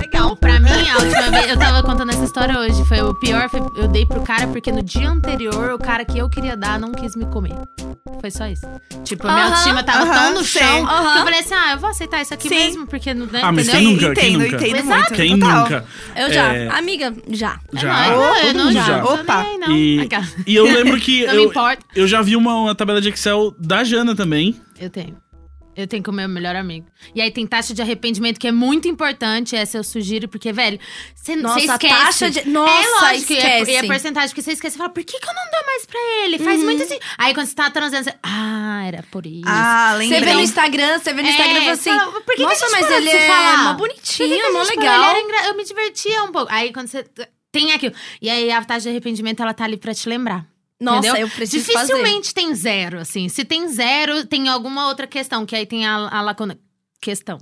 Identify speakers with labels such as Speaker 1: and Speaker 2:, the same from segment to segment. Speaker 1: Legal.
Speaker 2: Pra mim, a última vez, eu tava contando essa história hoje. Foi o pior, foi- eu dei pro cara porque no dia anterior o cara que eu queria dar não quis me comer. Foi só isso. Tipo, a minha
Speaker 1: Aham,
Speaker 2: autoestima tava
Speaker 1: aham,
Speaker 2: tão no
Speaker 1: sei.
Speaker 2: chão que
Speaker 1: Aham.
Speaker 2: eu falei assim: ah, eu vou aceitar isso aqui
Speaker 1: Sim.
Speaker 2: mesmo, porque não. Né,
Speaker 3: Ah, mas
Speaker 2: entendeu?
Speaker 3: quem nunca? Quem
Speaker 1: Entendo,
Speaker 3: nunca?
Speaker 1: entendo
Speaker 2: Exato.
Speaker 1: muito.
Speaker 3: Quem
Speaker 1: total.
Speaker 3: nunca?
Speaker 4: Eu já.
Speaker 3: É,
Speaker 4: Amiga, já.
Speaker 3: já.
Speaker 2: É nóis, eu
Speaker 3: Todo
Speaker 2: não,
Speaker 3: mundo
Speaker 2: já.
Speaker 3: já.
Speaker 2: Opa.
Speaker 1: Opa.
Speaker 2: Aí, não.
Speaker 3: E,
Speaker 2: Aquela-
Speaker 3: e eu lembro que
Speaker 2: Não me
Speaker 3: eu,
Speaker 2: importa.
Speaker 3: eu já vi uma, uma tabela de Excel da Jana também.
Speaker 2: Eu tenho. Eu tenho com o meu melhor amigo. E aí tem taxa de arrependimento, que é muito importante. Essa eu sugiro, porque, velho, você
Speaker 4: Nossa,
Speaker 2: esquece.
Speaker 4: a taxa de-
Speaker 2: é
Speaker 4: Nossa,
Speaker 2: lógico, que é-
Speaker 4: esquece.
Speaker 2: E
Speaker 4: Uhum.
Speaker 2: é, porcentagem, porque você esquece. Você fala, por que, que eu não dou mais pra ele? Faz muito assim. Aí quando você tá transando, você... Ah, era por isso.
Speaker 1: Ah,
Speaker 4: Você vê no
Speaker 1: lembrei.
Speaker 4: Instagram, você vê no
Speaker 2: É,
Speaker 4: Instagram e É fala assim.
Speaker 2: fala, por que que a
Speaker 4: Nossa,
Speaker 2: gente
Speaker 4: mas
Speaker 2: parou de
Speaker 4: ele
Speaker 2: se
Speaker 4: é
Speaker 2: falar?
Speaker 4: mó
Speaker 2: Por que que a
Speaker 4: bonitinho, mó
Speaker 2: gente parou? Ele
Speaker 4: legal.
Speaker 2: era engra- Eu me divertia um pouco. Aí quando você... Tem aquilo. E aí a taxa de arrependimento, ela tá ali pra te lembrar.
Speaker 4: Nossa,
Speaker 2: entendeu?
Speaker 4: eu preciso fazer.
Speaker 2: Dificilmente tem zero, assim. Se tem zero, tem alguma outra questão, que aí tem a, a lacuna. Questão.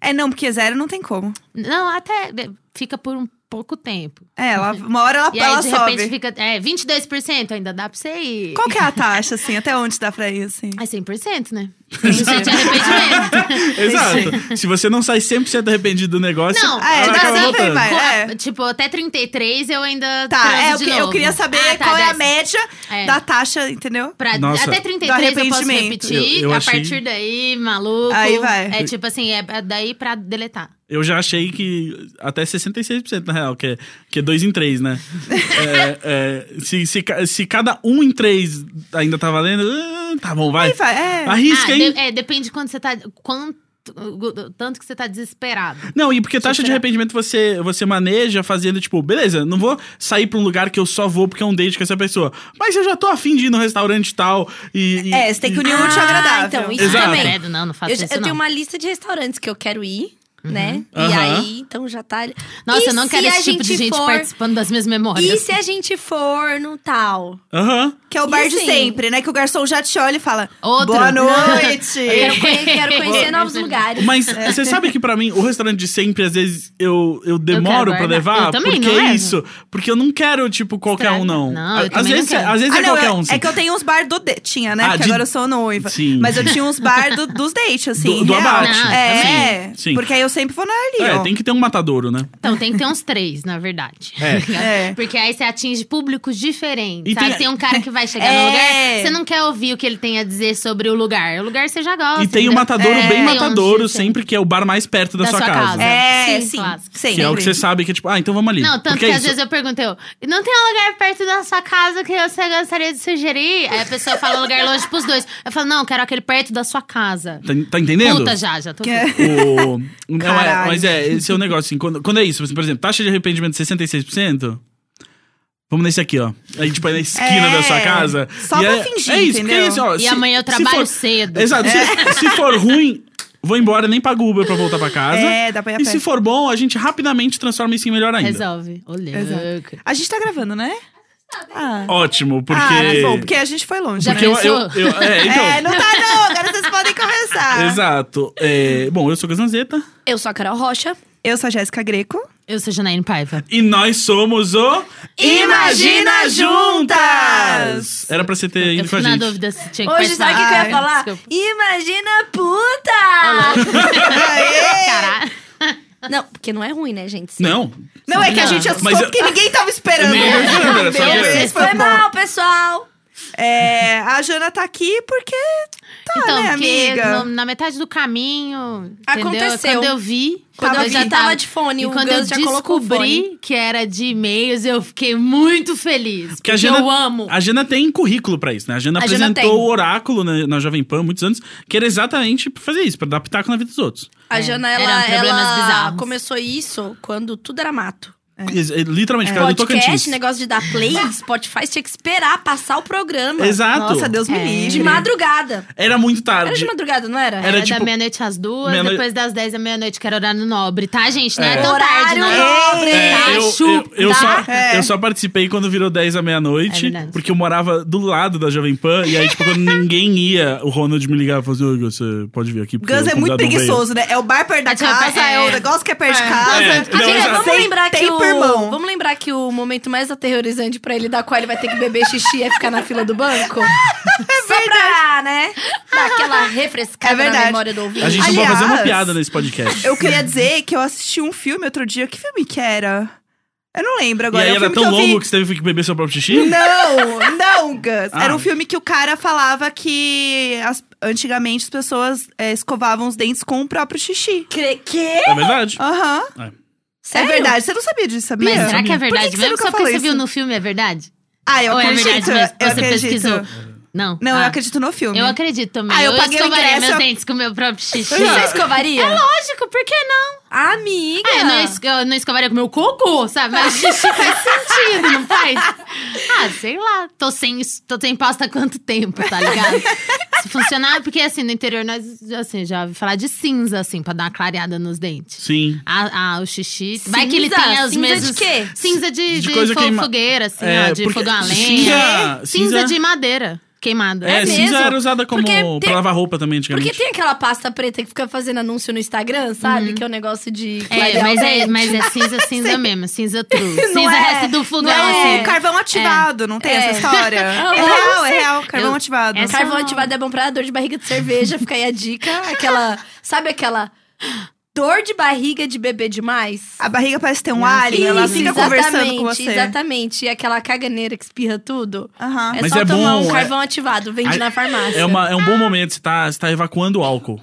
Speaker 1: É, não, porque zero não tem como.
Speaker 2: Não, até be- fica por um pouco tempo.
Speaker 1: É, ela, uma hora ela,
Speaker 2: E aí,
Speaker 1: ela
Speaker 2: de
Speaker 1: sobe.
Speaker 2: repente, fica. É, 22% ainda dá pra você ir.
Speaker 1: Qual que é a taxa, assim? Até onde dá pra ir, assim?
Speaker 2: É 100%, né? 100% de arrependimento.
Speaker 3: Exato. Se você não sai 100% arrependido do negócio,
Speaker 2: Não, tipo,
Speaker 3: ela
Speaker 1: é, dá
Speaker 3: acaba
Speaker 1: sempre
Speaker 3: voltando.
Speaker 1: mais. é.
Speaker 2: Co- Tipo, até 33 eu ainda.
Speaker 1: Tá,
Speaker 2: transo
Speaker 1: é, eu,
Speaker 2: de
Speaker 1: que- eu
Speaker 2: novo.
Speaker 1: queria saber
Speaker 2: Ah, tá,
Speaker 1: qual é a
Speaker 2: dessa-
Speaker 1: média
Speaker 2: É.
Speaker 1: da taxa, entendeu?
Speaker 2: Pra,
Speaker 3: Nossa.
Speaker 2: até
Speaker 1: Do
Speaker 2: 33 eu posso
Speaker 1: arrependimento.
Speaker 2: repetir.
Speaker 3: Eu- eu
Speaker 2: a
Speaker 3: achei-
Speaker 2: partir daí, maluco.
Speaker 1: Aí vai.
Speaker 2: É tipo assim, é é daí pra deletar.
Speaker 3: Eu já achei que até 66%, na real, que é, que é dois em três, né? É, é, se, se, ca- se cada um em três ainda tá valendo, ah, tá bom, vai.
Speaker 1: Aí vai, é.
Speaker 3: Arrisca,
Speaker 2: ah,
Speaker 3: hein?
Speaker 2: de- é, depende de quando você tá. Quanto, tanto que você tá desesperado.
Speaker 3: Não, e porque taxa de
Speaker 2: Superar.
Speaker 3: arrependimento você, você maneja fazendo, tipo, beleza, não vou sair pra um lugar que eu só vou porque é um date com essa pessoa. Mas eu já tô afim de ir no restaurante tal e... e-
Speaker 1: É, você tem que
Speaker 3: e-
Speaker 1: unir o útil ao
Speaker 4: Ah,
Speaker 1: agradável.
Speaker 4: então, isso
Speaker 3: Exato.
Speaker 4: também.
Speaker 2: Credo, não, não faço
Speaker 4: Eu, já-
Speaker 2: isso.
Speaker 4: eu tenho
Speaker 2: não.
Speaker 4: uma lista de restaurantes que eu quero ir, né? E
Speaker 3: Aham.
Speaker 4: aí, então já tá. ali.
Speaker 2: Nossa,
Speaker 4: E
Speaker 2: eu não quero
Speaker 4: se a
Speaker 2: esse tipo de
Speaker 4: gente
Speaker 2: gente
Speaker 4: for-
Speaker 2: participando das minhas
Speaker 4: E
Speaker 2: memórias.
Speaker 4: se a gente for no tal?
Speaker 3: Aham.
Speaker 1: Que é o bar
Speaker 4: E
Speaker 1: de
Speaker 4: assim-
Speaker 1: sempre, né? Que o garçom já te olha e fala:
Speaker 2: Outro.
Speaker 1: Boa
Speaker 2: Não.
Speaker 1: noite!
Speaker 4: Eu quero conhe- quero conhecer
Speaker 2: Boa,
Speaker 4: novos
Speaker 2: verdade.
Speaker 4: lugares.
Speaker 3: Mas
Speaker 2: É.
Speaker 3: você sabe que pra mim, o restaurante de sempre, às vezes, eu, eu demoro pra
Speaker 2: guardar.
Speaker 3: levar?
Speaker 2: Eu também
Speaker 3: porque é
Speaker 2: não levo.
Speaker 3: isso. Porque eu não quero, tipo, qualquer
Speaker 2: Estraga.
Speaker 3: um, não.
Speaker 2: Não, eu
Speaker 3: Às
Speaker 2: também não
Speaker 3: vezes,
Speaker 2: quero.
Speaker 3: Às vezes
Speaker 1: Ah,
Speaker 3: é
Speaker 1: não,
Speaker 3: qualquer
Speaker 1: eu-
Speaker 3: um.
Speaker 1: é
Speaker 3: sim.
Speaker 1: que eu tenho uns bar do. De... Tinha, né?
Speaker 3: Ah,
Speaker 1: Porque
Speaker 3: de-
Speaker 1: agora eu sou noiva.
Speaker 3: Sim.
Speaker 1: Mas eu tinha uns bar do- dos dates, assim.
Speaker 3: Do- do
Speaker 1: real.
Speaker 3: abate.
Speaker 2: Não,
Speaker 1: É,
Speaker 3: sim, sim.
Speaker 1: porque aí eu sempre vou na ali,
Speaker 3: É,
Speaker 1: ó.
Speaker 3: tem que ter um matadouro, né?
Speaker 2: Então, tem que ter uns três, na verdade.
Speaker 1: É.
Speaker 2: Porque aí você atinge públicos diferentes.
Speaker 3: E
Speaker 2: sabe?
Speaker 3: tem-
Speaker 2: Tem... um cara que vai chegar
Speaker 1: É.
Speaker 2: no lugar, você não quer ouvir o que ele tem a dizer sobre o lugar. O lugar você já gosta.
Speaker 3: e tem o
Speaker 2: entendeu?
Speaker 3: matadouro
Speaker 2: É.
Speaker 3: bem
Speaker 2: Tem um
Speaker 3: matadouro,
Speaker 2: jeito,
Speaker 3: sempre que é o bar mais perto da,
Speaker 2: Da
Speaker 3: sua
Speaker 2: sua
Speaker 3: casa.
Speaker 2: casa.
Speaker 1: É,
Speaker 2: Sim,
Speaker 1: sim.
Speaker 2: clássico.
Speaker 1: sempre.
Speaker 3: Que é o que você sabe que é tipo, ah, então vamos ali.
Speaker 2: Não, tanto que
Speaker 3: Porque é
Speaker 2: às
Speaker 3: isso.
Speaker 2: vezes eu pergunto, eu, não tem um lugar perto da sua casa que você gostaria de sugerir? Aí a pessoa fala um lugar longe pros dois. Eu falo, não, eu quero aquele perto da sua casa.
Speaker 3: Tá, tá entendendo?
Speaker 2: Puta já, já tô.
Speaker 1: Que é-
Speaker 3: O... Não, é,
Speaker 1: Caralho.
Speaker 3: mas é, esse é o negócio. Assim, quando, quando é isso, por exemplo, taxa de arrependimento de 66%, vamos nesse aqui, ó. Aí, tipo, é na esquina
Speaker 1: É,
Speaker 3: da sua casa.
Speaker 1: só
Speaker 3: E
Speaker 1: pra
Speaker 3: é,
Speaker 1: fingir,
Speaker 3: É isso, porque é
Speaker 1: entendeu? É.
Speaker 3: isso, ó.
Speaker 2: E amanhã eu trabalho cedo.
Speaker 3: Exato. Se, se for ruim, vou embora, nem pago Uber pra voltar pra casa.
Speaker 1: É, dá pra ir a
Speaker 3: E
Speaker 1: pé.
Speaker 3: se for bom, a gente rapidamente transforma isso em melhor ainda.
Speaker 2: Resolve. Olha.
Speaker 1: Exato. A gente tá gravando, né? Ah,
Speaker 3: Ótimo, porque...
Speaker 1: Ah, que bom, porque a gente foi longe.
Speaker 2: Já
Speaker 1: né?
Speaker 3: porque eu, eu,
Speaker 2: pensou?
Speaker 3: eu- é, então,
Speaker 1: É, não tá não, agora vocês podem começar.
Speaker 3: Exato. É, bom, eu sou Gazanzeta.
Speaker 4: Eu sou a Carol Rocha.
Speaker 1: Eu sou a Jéssica Greco.
Speaker 2: Eu sou Janaíne Paiva.
Speaker 3: E nós somos o...
Speaker 1: Imagina Juntas!
Speaker 3: Era pra você ter
Speaker 2: Eu
Speaker 3: ido com a
Speaker 2: fico na
Speaker 3: gente.
Speaker 2: dúvida se tinha que
Speaker 4: Hoje, sabe o que, que eu
Speaker 1: Ai,
Speaker 4: ia falar?
Speaker 2: desculpa.
Speaker 4: Imagina puta!
Speaker 1: Aê!
Speaker 2: Caralho.
Speaker 4: Não, porque não é ruim, né, gente?
Speaker 3: Não.
Speaker 1: Não é que a
Speaker 2: Não.
Speaker 1: gente assustou
Speaker 3: Mas eu-
Speaker 1: porque ninguém tava esperando.
Speaker 3: Ninguém tava esperando, era só
Speaker 1: Meu
Speaker 3: que- é
Speaker 1: Deus,
Speaker 4: Foi
Speaker 1: foi bom.
Speaker 4: mal, pessoal!
Speaker 1: É, a Jana tá aqui porque tá,
Speaker 2: Então,
Speaker 1: né,
Speaker 2: porque
Speaker 1: amiga?
Speaker 2: no- na metade do caminho. entendeu?
Speaker 4: Aconteceu.
Speaker 2: Quando eu vi.
Speaker 4: Quando
Speaker 2: eu
Speaker 4: eu
Speaker 2: já
Speaker 4: vi, tava de fone,
Speaker 2: E
Speaker 4: o
Speaker 2: quando
Speaker 4: Gus
Speaker 2: eu
Speaker 4: já colocou o
Speaker 2: descobri que era de e-mails, eu fiquei muito feliz. Porque,
Speaker 3: a Jana,
Speaker 2: eu amo.
Speaker 3: A Jana tem currículo pra isso, né? A Jana
Speaker 4: A Jana
Speaker 3: apresentou
Speaker 4: tem.
Speaker 3: o Oráculo na, na Jovem Pan há muitos anos, que era exatamente pra fazer isso, pra dar pitaco na vida dos outros.
Speaker 4: A
Speaker 2: É,
Speaker 4: Jana, ela,
Speaker 2: eram problemas
Speaker 4: ela
Speaker 2: bizarros.
Speaker 4: começou isso quando tudo era mato. Tipo,
Speaker 3: É, é, Literalmente, cara do Tocantins.
Speaker 4: Podcast, negócio de dar play, Spotify, tinha que esperar passar o programa.
Speaker 3: Exato.
Speaker 1: Nossa, Deus me
Speaker 2: É.
Speaker 4: De
Speaker 1: livre.
Speaker 4: madrugada.
Speaker 3: Era muito
Speaker 4: Era de
Speaker 3: tarde.
Speaker 4: madrugada, não era?
Speaker 3: Era
Speaker 2: Era
Speaker 3: tipo-
Speaker 2: da meia-noite às duas,
Speaker 3: Meia-noite-
Speaker 2: depois das dez da meia-noite, que era horário nobre, tá, gente? Não é,
Speaker 3: É.
Speaker 2: tão tarde,
Speaker 4: Horário
Speaker 2: não.
Speaker 4: nobre.
Speaker 2: É,
Speaker 3: É,
Speaker 2: tá,
Speaker 3: eu,
Speaker 2: chupa.
Speaker 3: eu- eu só,
Speaker 1: É.
Speaker 3: eu só participei quando virou 10 à
Speaker 2: É
Speaker 3: meia-noite,
Speaker 2: verdade.
Speaker 3: porque eu morava do lado da Jovem Pan, e aí, tipo, quando ninguém ia, o Ronald me ligava e falou assim, "Ô, Igor, você pode vir aqui. porque
Speaker 1: Guns
Speaker 3: o
Speaker 1: é muito
Speaker 3: convidado não veio."
Speaker 1: preguiçoso, né? É o bar perto
Speaker 2: Tá,
Speaker 1: da
Speaker 2: tipo,
Speaker 1: casa,
Speaker 2: é-
Speaker 1: é, o negócio que é perto de casa.
Speaker 3: É,
Speaker 2: Nossa,
Speaker 3: não,
Speaker 2: gente,
Speaker 4: Gente,
Speaker 3: exa-
Speaker 4: Ah, vamos
Speaker 1: Sem
Speaker 4: lembrar que
Speaker 1: tempo,
Speaker 4: o,
Speaker 1: irmão.
Speaker 4: Vamos lembrar que o momento mais aterrorizante pra ele, da qual ele vai ter que beber xixi, é ficar na fila do banco? É Só pra, né? Dar aquela refrescada
Speaker 1: É verdade.
Speaker 4: na memória do ouvinte.
Speaker 3: A gente não vai fazer uma
Speaker 1: Aliás-
Speaker 3: piada nesse podcast.
Speaker 1: Eu queria dizer que eu assisti um filme outro dia. Que filme que era? Eu não lembro
Speaker 3: E
Speaker 1: agora.
Speaker 3: aí
Speaker 1: é um
Speaker 3: era
Speaker 1: filme
Speaker 3: tão
Speaker 1: que eu vi-
Speaker 3: longo que você teve que beber seu próprio xixi?
Speaker 1: Não, não, Gus.
Speaker 3: Ah.
Speaker 1: Era um filme que o cara falava que as- antigamente as pessoas é, escovavam os dentes com o próprio xixi.
Speaker 4: Cre- Que?
Speaker 3: É verdade?
Speaker 1: Aham. É
Speaker 4: Sério?
Speaker 1: verdade. Você não sabia disso, sabia?
Speaker 2: Mas será que é verdade
Speaker 1: Por que que você
Speaker 2: mesmo?
Speaker 1: nunca
Speaker 2: Só porque
Speaker 1: falou
Speaker 2: você
Speaker 1: isso?
Speaker 2: viu no filme, é verdade?
Speaker 1: Ah, eu
Speaker 2: Ou é
Speaker 1: acredito.
Speaker 2: verdade mesmo?
Speaker 1: eu
Speaker 2: Você
Speaker 1: acredito.
Speaker 2: pesquisou? Não.
Speaker 1: Não,
Speaker 2: Ah,
Speaker 1: eu acredito no filme.
Speaker 2: Eu acredito também.
Speaker 1: Ah, eu paguei o
Speaker 2: escovaria
Speaker 1: ingresso, é
Speaker 2: meus
Speaker 1: eu-
Speaker 2: dentes com o meu próprio xixi.
Speaker 4: Você escovaria?
Speaker 2: Lógico, por que não?
Speaker 4: Amiga!
Speaker 2: Ah, eu não, es- eu não escovaria com meu cocô, sabe? Mas xixi faz sentido, não faz? Ah, sei lá. Tô sem, es- tô sem pasta há quanto tempo, tá ligado? Se funcionar, porque assim, no interior nós, assim, já ouvi falar de cinza, assim, pra dar uma clareada nos dentes.
Speaker 3: Sim.
Speaker 2: Ah, ah, o xixi. Vai que ele
Speaker 4: Cinza?
Speaker 2: tem as
Speaker 4: Cinza de
Speaker 2: mesmas.
Speaker 4: quê?
Speaker 2: Cinza de,
Speaker 3: De
Speaker 2: de
Speaker 3: coisa
Speaker 2: fo-
Speaker 3: queima-
Speaker 2: fogueira, assim,
Speaker 3: É,
Speaker 2: ó, de
Speaker 3: porque
Speaker 2: fogão a lenha. É,
Speaker 3: cinza-
Speaker 2: cinza,
Speaker 3: cinza-
Speaker 2: de madeira queimada.
Speaker 3: É,
Speaker 4: É
Speaker 3: cinza
Speaker 4: mesmo?
Speaker 3: era usada como
Speaker 4: Porque
Speaker 3: pra
Speaker 4: tem-
Speaker 3: lavar roupa também antigamente.
Speaker 4: Porque tem aquela pasta preta que fica fazendo anúncio no Instagram,
Speaker 3: Uhum.
Speaker 4: sabe? Que é um negócio de.
Speaker 2: É, mas é, mas é cinza, cinza mesmo, cinza true. cinza
Speaker 4: é-
Speaker 2: resto do fogão,
Speaker 1: Não é
Speaker 2: assim.
Speaker 1: carvão ativado, não tem
Speaker 4: É.
Speaker 1: essa história. É
Speaker 4: Eu não
Speaker 1: real, é real, carvão
Speaker 2: um Eu-
Speaker 1: ativado.
Speaker 2: essa-
Speaker 4: Carvão ativado é bom pra dor de barriga de cerveja, fica aí a dica. Aquela. Sabe aquela. Dor de barriga de bebê demais?
Speaker 1: A barriga parece ter um
Speaker 2: Nossa,
Speaker 1: alien, ela
Speaker 4: Isso,
Speaker 1: fica conversando com você.
Speaker 4: Exatamente. E aquela caganeira que espirra tudo.
Speaker 1: Aham.
Speaker 4: É
Speaker 3: Mas
Speaker 4: só
Speaker 3: é
Speaker 4: tomar
Speaker 3: bom,
Speaker 4: um
Speaker 3: é-
Speaker 4: carvão ativado, vende
Speaker 3: Ai,
Speaker 4: na farmácia.
Speaker 3: É, uma- é um bom momento, você tá, você tá evacuando o álcool.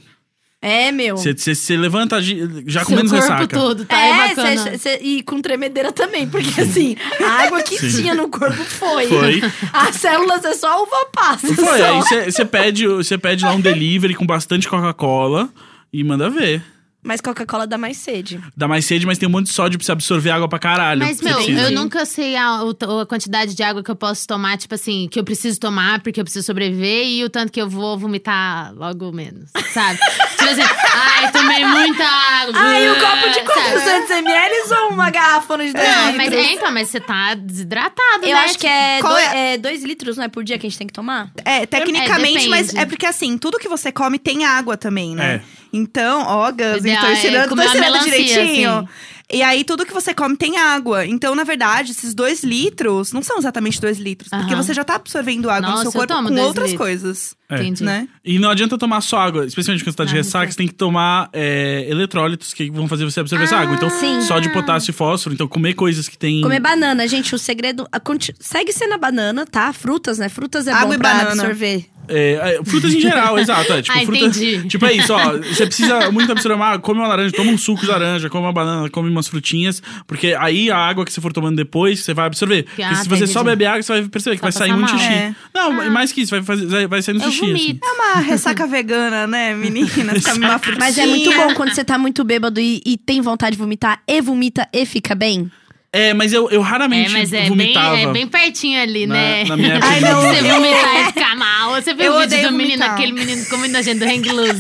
Speaker 4: É, meu.
Speaker 3: Você, você, você levanta gi- já com
Speaker 2: Seu
Speaker 3: menos
Speaker 2: corpo
Speaker 3: Tá ressaca.
Speaker 2: todo, tá?
Speaker 4: é,
Speaker 2: É, bacana.
Speaker 4: cê- cê- e com tremedeira também, porque assim, a água que
Speaker 3: Sim.
Speaker 4: tinha no corpo foi.
Speaker 3: Foi.
Speaker 4: As células é só uva passa.
Speaker 3: Não foi?
Speaker 4: só.
Speaker 3: Aí você- você pede, você pede lá um delivery com bastante Coca-Cola e manda ver.
Speaker 4: Mas Coca-Cola dá mais sede.
Speaker 3: Dá mais sede, mas tem um monte de sódio pra você absorver água pra caralho.
Speaker 2: Mas, meu,
Speaker 3: Você
Speaker 2: eu
Speaker 3: precisa.
Speaker 2: nunca sei a, o t- a quantidade de água que eu posso tomar, tipo assim, que eu preciso tomar porque eu preciso sobreviver e o tanto que eu vou vomitar logo menos, sabe? tipo assim, ai, tomei muita água.
Speaker 4: Ai, um copo de
Speaker 2: sabe?
Speaker 4: 400 ml ou uma garrafona de 2
Speaker 2: Não,
Speaker 4: litros?
Speaker 2: mas, é, então, mas você tá desidratado, né?
Speaker 4: Eu acho que é
Speaker 1: Qual
Speaker 4: dois,
Speaker 1: é?
Speaker 4: é dois litros, não é? Por dia que a gente tem que tomar?
Speaker 1: É, tecnicamente,
Speaker 2: depende.
Speaker 1: mas é porque assim, tudo que você come tem água também, né?
Speaker 3: É.
Speaker 1: Então, ó, Gus,
Speaker 2: Ideal
Speaker 1: tô
Speaker 2: é
Speaker 1: ensinando, tô
Speaker 2: comer uma
Speaker 1: ensinando
Speaker 2: melancia,
Speaker 1: direitinho.
Speaker 2: assim.
Speaker 1: E aí, tudo que você come tem água. Então, na verdade, esses dois litros não são exatamente dois litros, porque
Speaker 2: Aham.
Speaker 1: você já tá absorvendo água
Speaker 2: Nossa,
Speaker 1: no
Speaker 2: eu
Speaker 1: seu corpo
Speaker 2: tomo
Speaker 1: com
Speaker 2: dois
Speaker 1: outras
Speaker 2: litros.
Speaker 1: coisas,
Speaker 3: É.
Speaker 2: Entendi.
Speaker 1: né?
Speaker 3: E não adianta tomar só água, especialmente quando você tá de
Speaker 2: Ah,
Speaker 3: ressaca,
Speaker 2: tá.
Speaker 3: você tem que tomar é, eletrólitos que vão fazer você absorver essa
Speaker 2: Ah,
Speaker 3: água. Então,
Speaker 4: sim.
Speaker 3: sódio, potássio e fósforo. Então, comer coisas que tem.
Speaker 4: Comer banana, gente, o segredo. a conti- Segue sendo a banana, tá? Frutas, né? Frutas é
Speaker 1: Água
Speaker 4: bom
Speaker 1: e
Speaker 4: pra
Speaker 1: banana.
Speaker 4: absorver.
Speaker 3: É, é, frutas em geral, exato. É, tipo,
Speaker 2: Ah,
Speaker 3: fruta-
Speaker 2: entendi.
Speaker 3: Tipo, é isso, ó. Você precisa muito absorver uma água, come uma laranja, toma um suco de laranja, come uma banana, come umas frutinhas, porque aí a água que você for tomando depois, você vai absorver. Porque
Speaker 2: Ah,
Speaker 3: se
Speaker 2: tá,
Speaker 3: você só
Speaker 2: entendi.
Speaker 3: beber água, você vai perceber que
Speaker 2: Vai
Speaker 3: vai sair
Speaker 2: passar
Speaker 3: muito
Speaker 2: mal. Ah.
Speaker 3: xixi.
Speaker 1: É.
Speaker 3: Não, mais que isso, vai, fazer, vai- vai sair no
Speaker 2: Eu
Speaker 3: xixi. assim.
Speaker 2: vomito.
Speaker 1: É uma ressaca vegana, né, meninas? Comer uma frutinha.
Speaker 4: Mas é muito bom quando você tá muito bêbado e, e tem vontade de vomitar, e vomita e fica bem.
Speaker 3: É, mas eu, eu raramente
Speaker 2: É, mas é bem,
Speaker 3: vomitava.
Speaker 2: é bem pertinho ali,
Speaker 3: Na-
Speaker 2: né?
Speaker 3: na minha
Speaker 2: Ai,
Speaker 3: época.
Speaker 2: não, você vomitar e ficar mal. Você viu
Speaker 1: Eu
Speaker 2: o vídeo
Speaker 1: odeio
Speaker 2: do menino,
Speaker 1: vomitar.
Speaker 2: aquele menino comendo a gente do hang loose.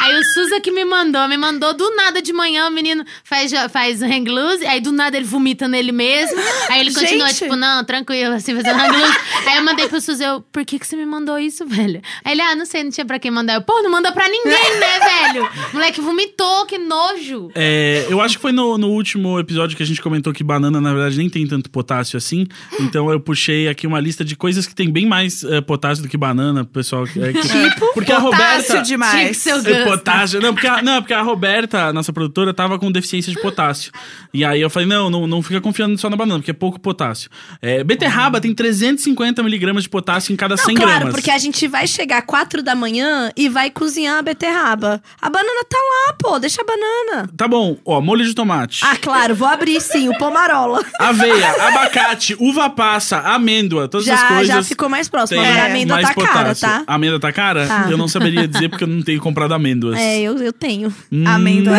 Speaker 2: Aí o Suza que me mandou, me mandou do nada de manhã, o menino faz, jo- faz hang loose, aí do nada ele vomita nele mesmo. Aí ele continua,
Speaker 1: Gente.
Speaker 2: tipo, não, tranquilo, assim, fazendo hang loose. Aí eu mandei pro Suza, eu, por que que você me mandou isso, velho? Aí ele, ah, não sei, não tinha pra quem mandar. Eu, pô, não manda pra ninguém, né, velho? Moleque vomitou, que nojo.
Speaker 3: É, eu acho que foi no, no último episódio que a gente comentou que banana, na verdade, nem tem tanto potássio assim. Então eu puxei aqui uma lista de coisas que tem bem mais eh, potássio do que banana, pessoal. É, que-
Speaker 4: Tipo
Speaker 3: porque a
Speaker 1: Potássio
Speaker 3: Roberta.
Speaker 2: Tinha que
Speaker 1: demais.
Speaker 2: ser o
Speaker 3: É,
Speaker 2: Gus.
Speaker 3: Potássio. Não porque, a, não, porque a Roberta, nossa produtora, tava com deficiência de potássio. E aí eu falei: não, não, não fica confiando só na banana, porque é pouco potássio. É, beterraba tem 350 miligramas de potássio em cada
Speaker 4: Não,
Speaker 3: 100
Speaker 4: claro,
Speaker 3: gramas.
Speaker 4: porque a gente vai chegar 4 da manhã e vai cozinhar a beterraba. A banana tá lá, pô, deixa a banana.
Speaker 3: Tá bom, ó, molho de tomate.
Speaker 4: Ah, claro, vou abrir sim, o pomarola.
Speaker 3: Aveia, abacate, uva passa, amêndoa, todas essas
Speaker 4: Já,
Speaker 3: coisas.
Speaker 4: já ficou mais próximo.
Speaker 3: Tem
Speaker 4: Agora a amêndoa
Speaker 3: É,
Speaker 4: tá
Speaker 3: mais
Speaker 4: cara,
Speaker 3: potássio.
Speaker 4: tá?
Speaker 3: A amêndoa tá cara?
Speaker 4: Tá.
Speaker 3: Eu não saberia dizer Hum. porque eu não tenho comprado amêndoas.
Speaker 2: Hum.
Speaker 4: É, eu, eu tenho.
Speaker 1: Amêndoa.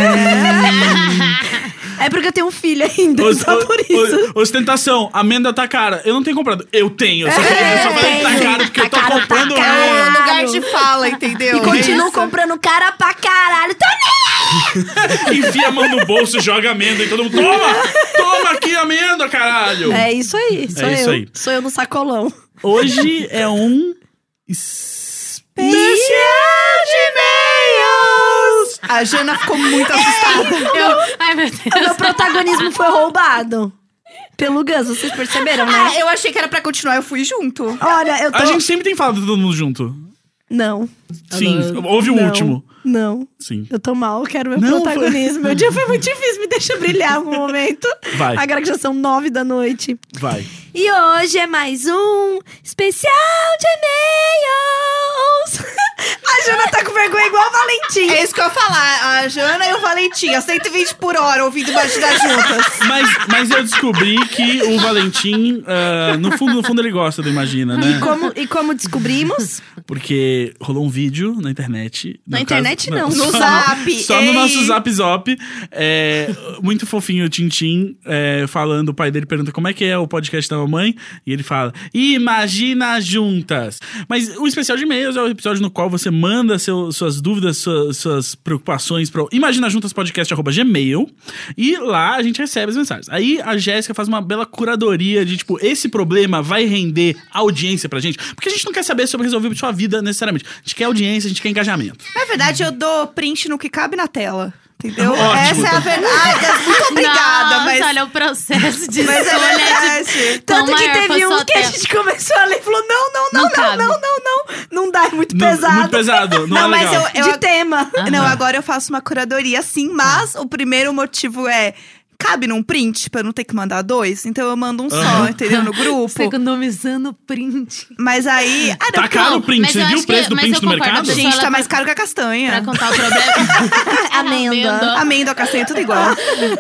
Speaker 4: É porque eu tenho um filho ainda,
Speaker 3: Os-
Speaker 4: só
Speaker 3: o-
Speaker 4: por
Speaker 3: o-
Speaker 4: isso.
Speaker 3: ostentação, amenda tá cara. Eu não tenho comprado. Eu tenho, eu só, falei- eu só falei que tá caro porque eu tô
Speaker 4: caro, tá
Speaker 3: comprando. um
Speaker 4: caro.
Speaker 3: ela.
Speaker 1: É o lugar de fala, entendeu?
Speaker 4: E continuo
Speaker 1: É isso.
Speaker 4: comprando cara pra caralho. tá? Tô nem
Speaker 3: Enfia a mão no bolso, joga amenda e todo mundo. Toma! Toma aqui, amenda, caralho!
Speaker 4: É isso aí, sou
Speaker 3: Hum. É
Speaker 4: eu.
Speaker 3: isso aí.
Speaker 4: Sou eu no sacolão.
Speaker 3: Hoje é um.
Speaker 1: de e-mails! A Jana ficou muito
Speaker 2: É.
Speaker 1: assustada.
Speaker 2: Eu, ai, meu Deus.
Speaker 4: O meu protagonismo foi roubado pelo Gus, vocês perceberam, né?
Speaker 1: Ah, eu achei que era pra continuar, eu fui junto.
Speaker 4: Olha, eu tô.
Speaker 3: A gente sempre tem falado todo mundo junto.
Speaker 4: Não.
Speaker 3: Sim, houve o
Speaker 4: não,
Speaker 3: um último.
Speaker 4: Não.
Speaker 3: Sim.
Speaker 4: Eu tô mal, eu quero meu
Speaker 3: Não,
Speaker 4: protagonismo. Meu dia foi muito difícil, me deixa brilhar em algum momento.
Speaker 3: Vai.
Speaker 4: Agora que já são nove da noite.
Speaker 3: Vai.
Speaker 4: E hoje é mais um especial de e-mails. A Jana tá com vergonha igual a Valentim.
Speaker 1: É isso que eu ia falar. A Jana e o Valentim, a 120 por hora, ouvindo batida juntas.
Speaker 3: Mas, mas eu descobri que o Valentim, ah, no fundo, no fundo, ele gosta do Imagina, né?
Speaker 4: E como, e como descobrimos?
Speaker 3: Porque rolou um vídeo na internet.
Speaker 4: Na
Speaker 3: no
Speaker 4: internet, não,
Speaker 3: só
Speaker 4: no
Speaker 1: Zap,
Speaker 3: Só no
Speaker 1: ei.
Speaker 3: nosso Zap Zop. é, muito fofinho o Tintim é, falando. O pai dele pergunta como é que é o podcast da mamãe. E ele fala: Imagina juntas. Mas o especial de e-mails é o episódio no qual você manda seu- suas dúvidas, sua- suas preocupações para imaginajuntaspodcast.gmail. E lá a gente recebe as mensagens. Aí a Jéssica faz uma bela curadoria de tipo: esse problema vai render audiência pra gente. Porque a gente não quer saber sobre resolver sua vida necessariamente. A gente quer audiência, a gente quer engajamento.
Speaker 1: Na verdade, eu dou print no que cabe na tela. Entendeu?
Speaker 3: Ótimo. tá.
Speaker 1: Essa é a verdade. Muito obrigada,
Speaker 2: Nossa,
Speaker 1: mas.
Speaker 2: olha o processo de
Speaker 1: mas é
Speaker 2: escolha de
Speaker 1: verdade.
Speaker 2: Tom
Speaker 4: Tanto que
Speaker 2: Maior
Speaker 4: teve
Speaker 2: passou
Speaker 4: um que a
Speaker 2: até-
Speaker 4: gente começou a ler e falou: não, não, não,
Speaker 2: Não
Speaker 4: não, não,
Speaker 2: cabe.
Speaker 4: não, não, não. dá, é muito
Speaker 3: Não,
Speaker 4: pesado.
Speaker 3: Muito pesado. Não, é
Speaker 1: Não, mas
Speaker 3: legal.
Speaker 1: eu-
Speaker 4: De tema.
Speaker 1: Não, agora eu faço uma curadoria sim, mas o primeiro motivo é. Cabe num print pra eu não ter que mandar dois? Então eu mando um só,
Speaker 3: Aham.
Speaker 1: entendeu? No grupo.
Speaker 2: Economizando o print.
Speaker 1: Mas aí. Ah, não,
Speaker 3: Tá caro o print.
Speaker 2: mas
Speaker 3: Você
Speaker 2: eu
Speaker 3: viu
Speaker 2: acho
Speaker 3: o preço
Speaker 2: que-
Speaker 3: do
Speaker 2: mas
Speaker 3: print
Speaker 2: eu
Speaker 3: no
Speaker 2: concordo,
Speaker 3: mercado?
Speaker 2: gente.
Speaker 1: Gente,
Speaker 2: Ela
Speaker 1: tá
Speaker 2: pra-
Speaker 1: mais né? caro que a
Speaker 2: Pra
Speaker 1: castanha.
Speaker 2: contar o problema.
Speaker 4: Amêndoa.
Speaker 1: Amêndoa, castanha, tudo igual.
Speaker 2: Ah,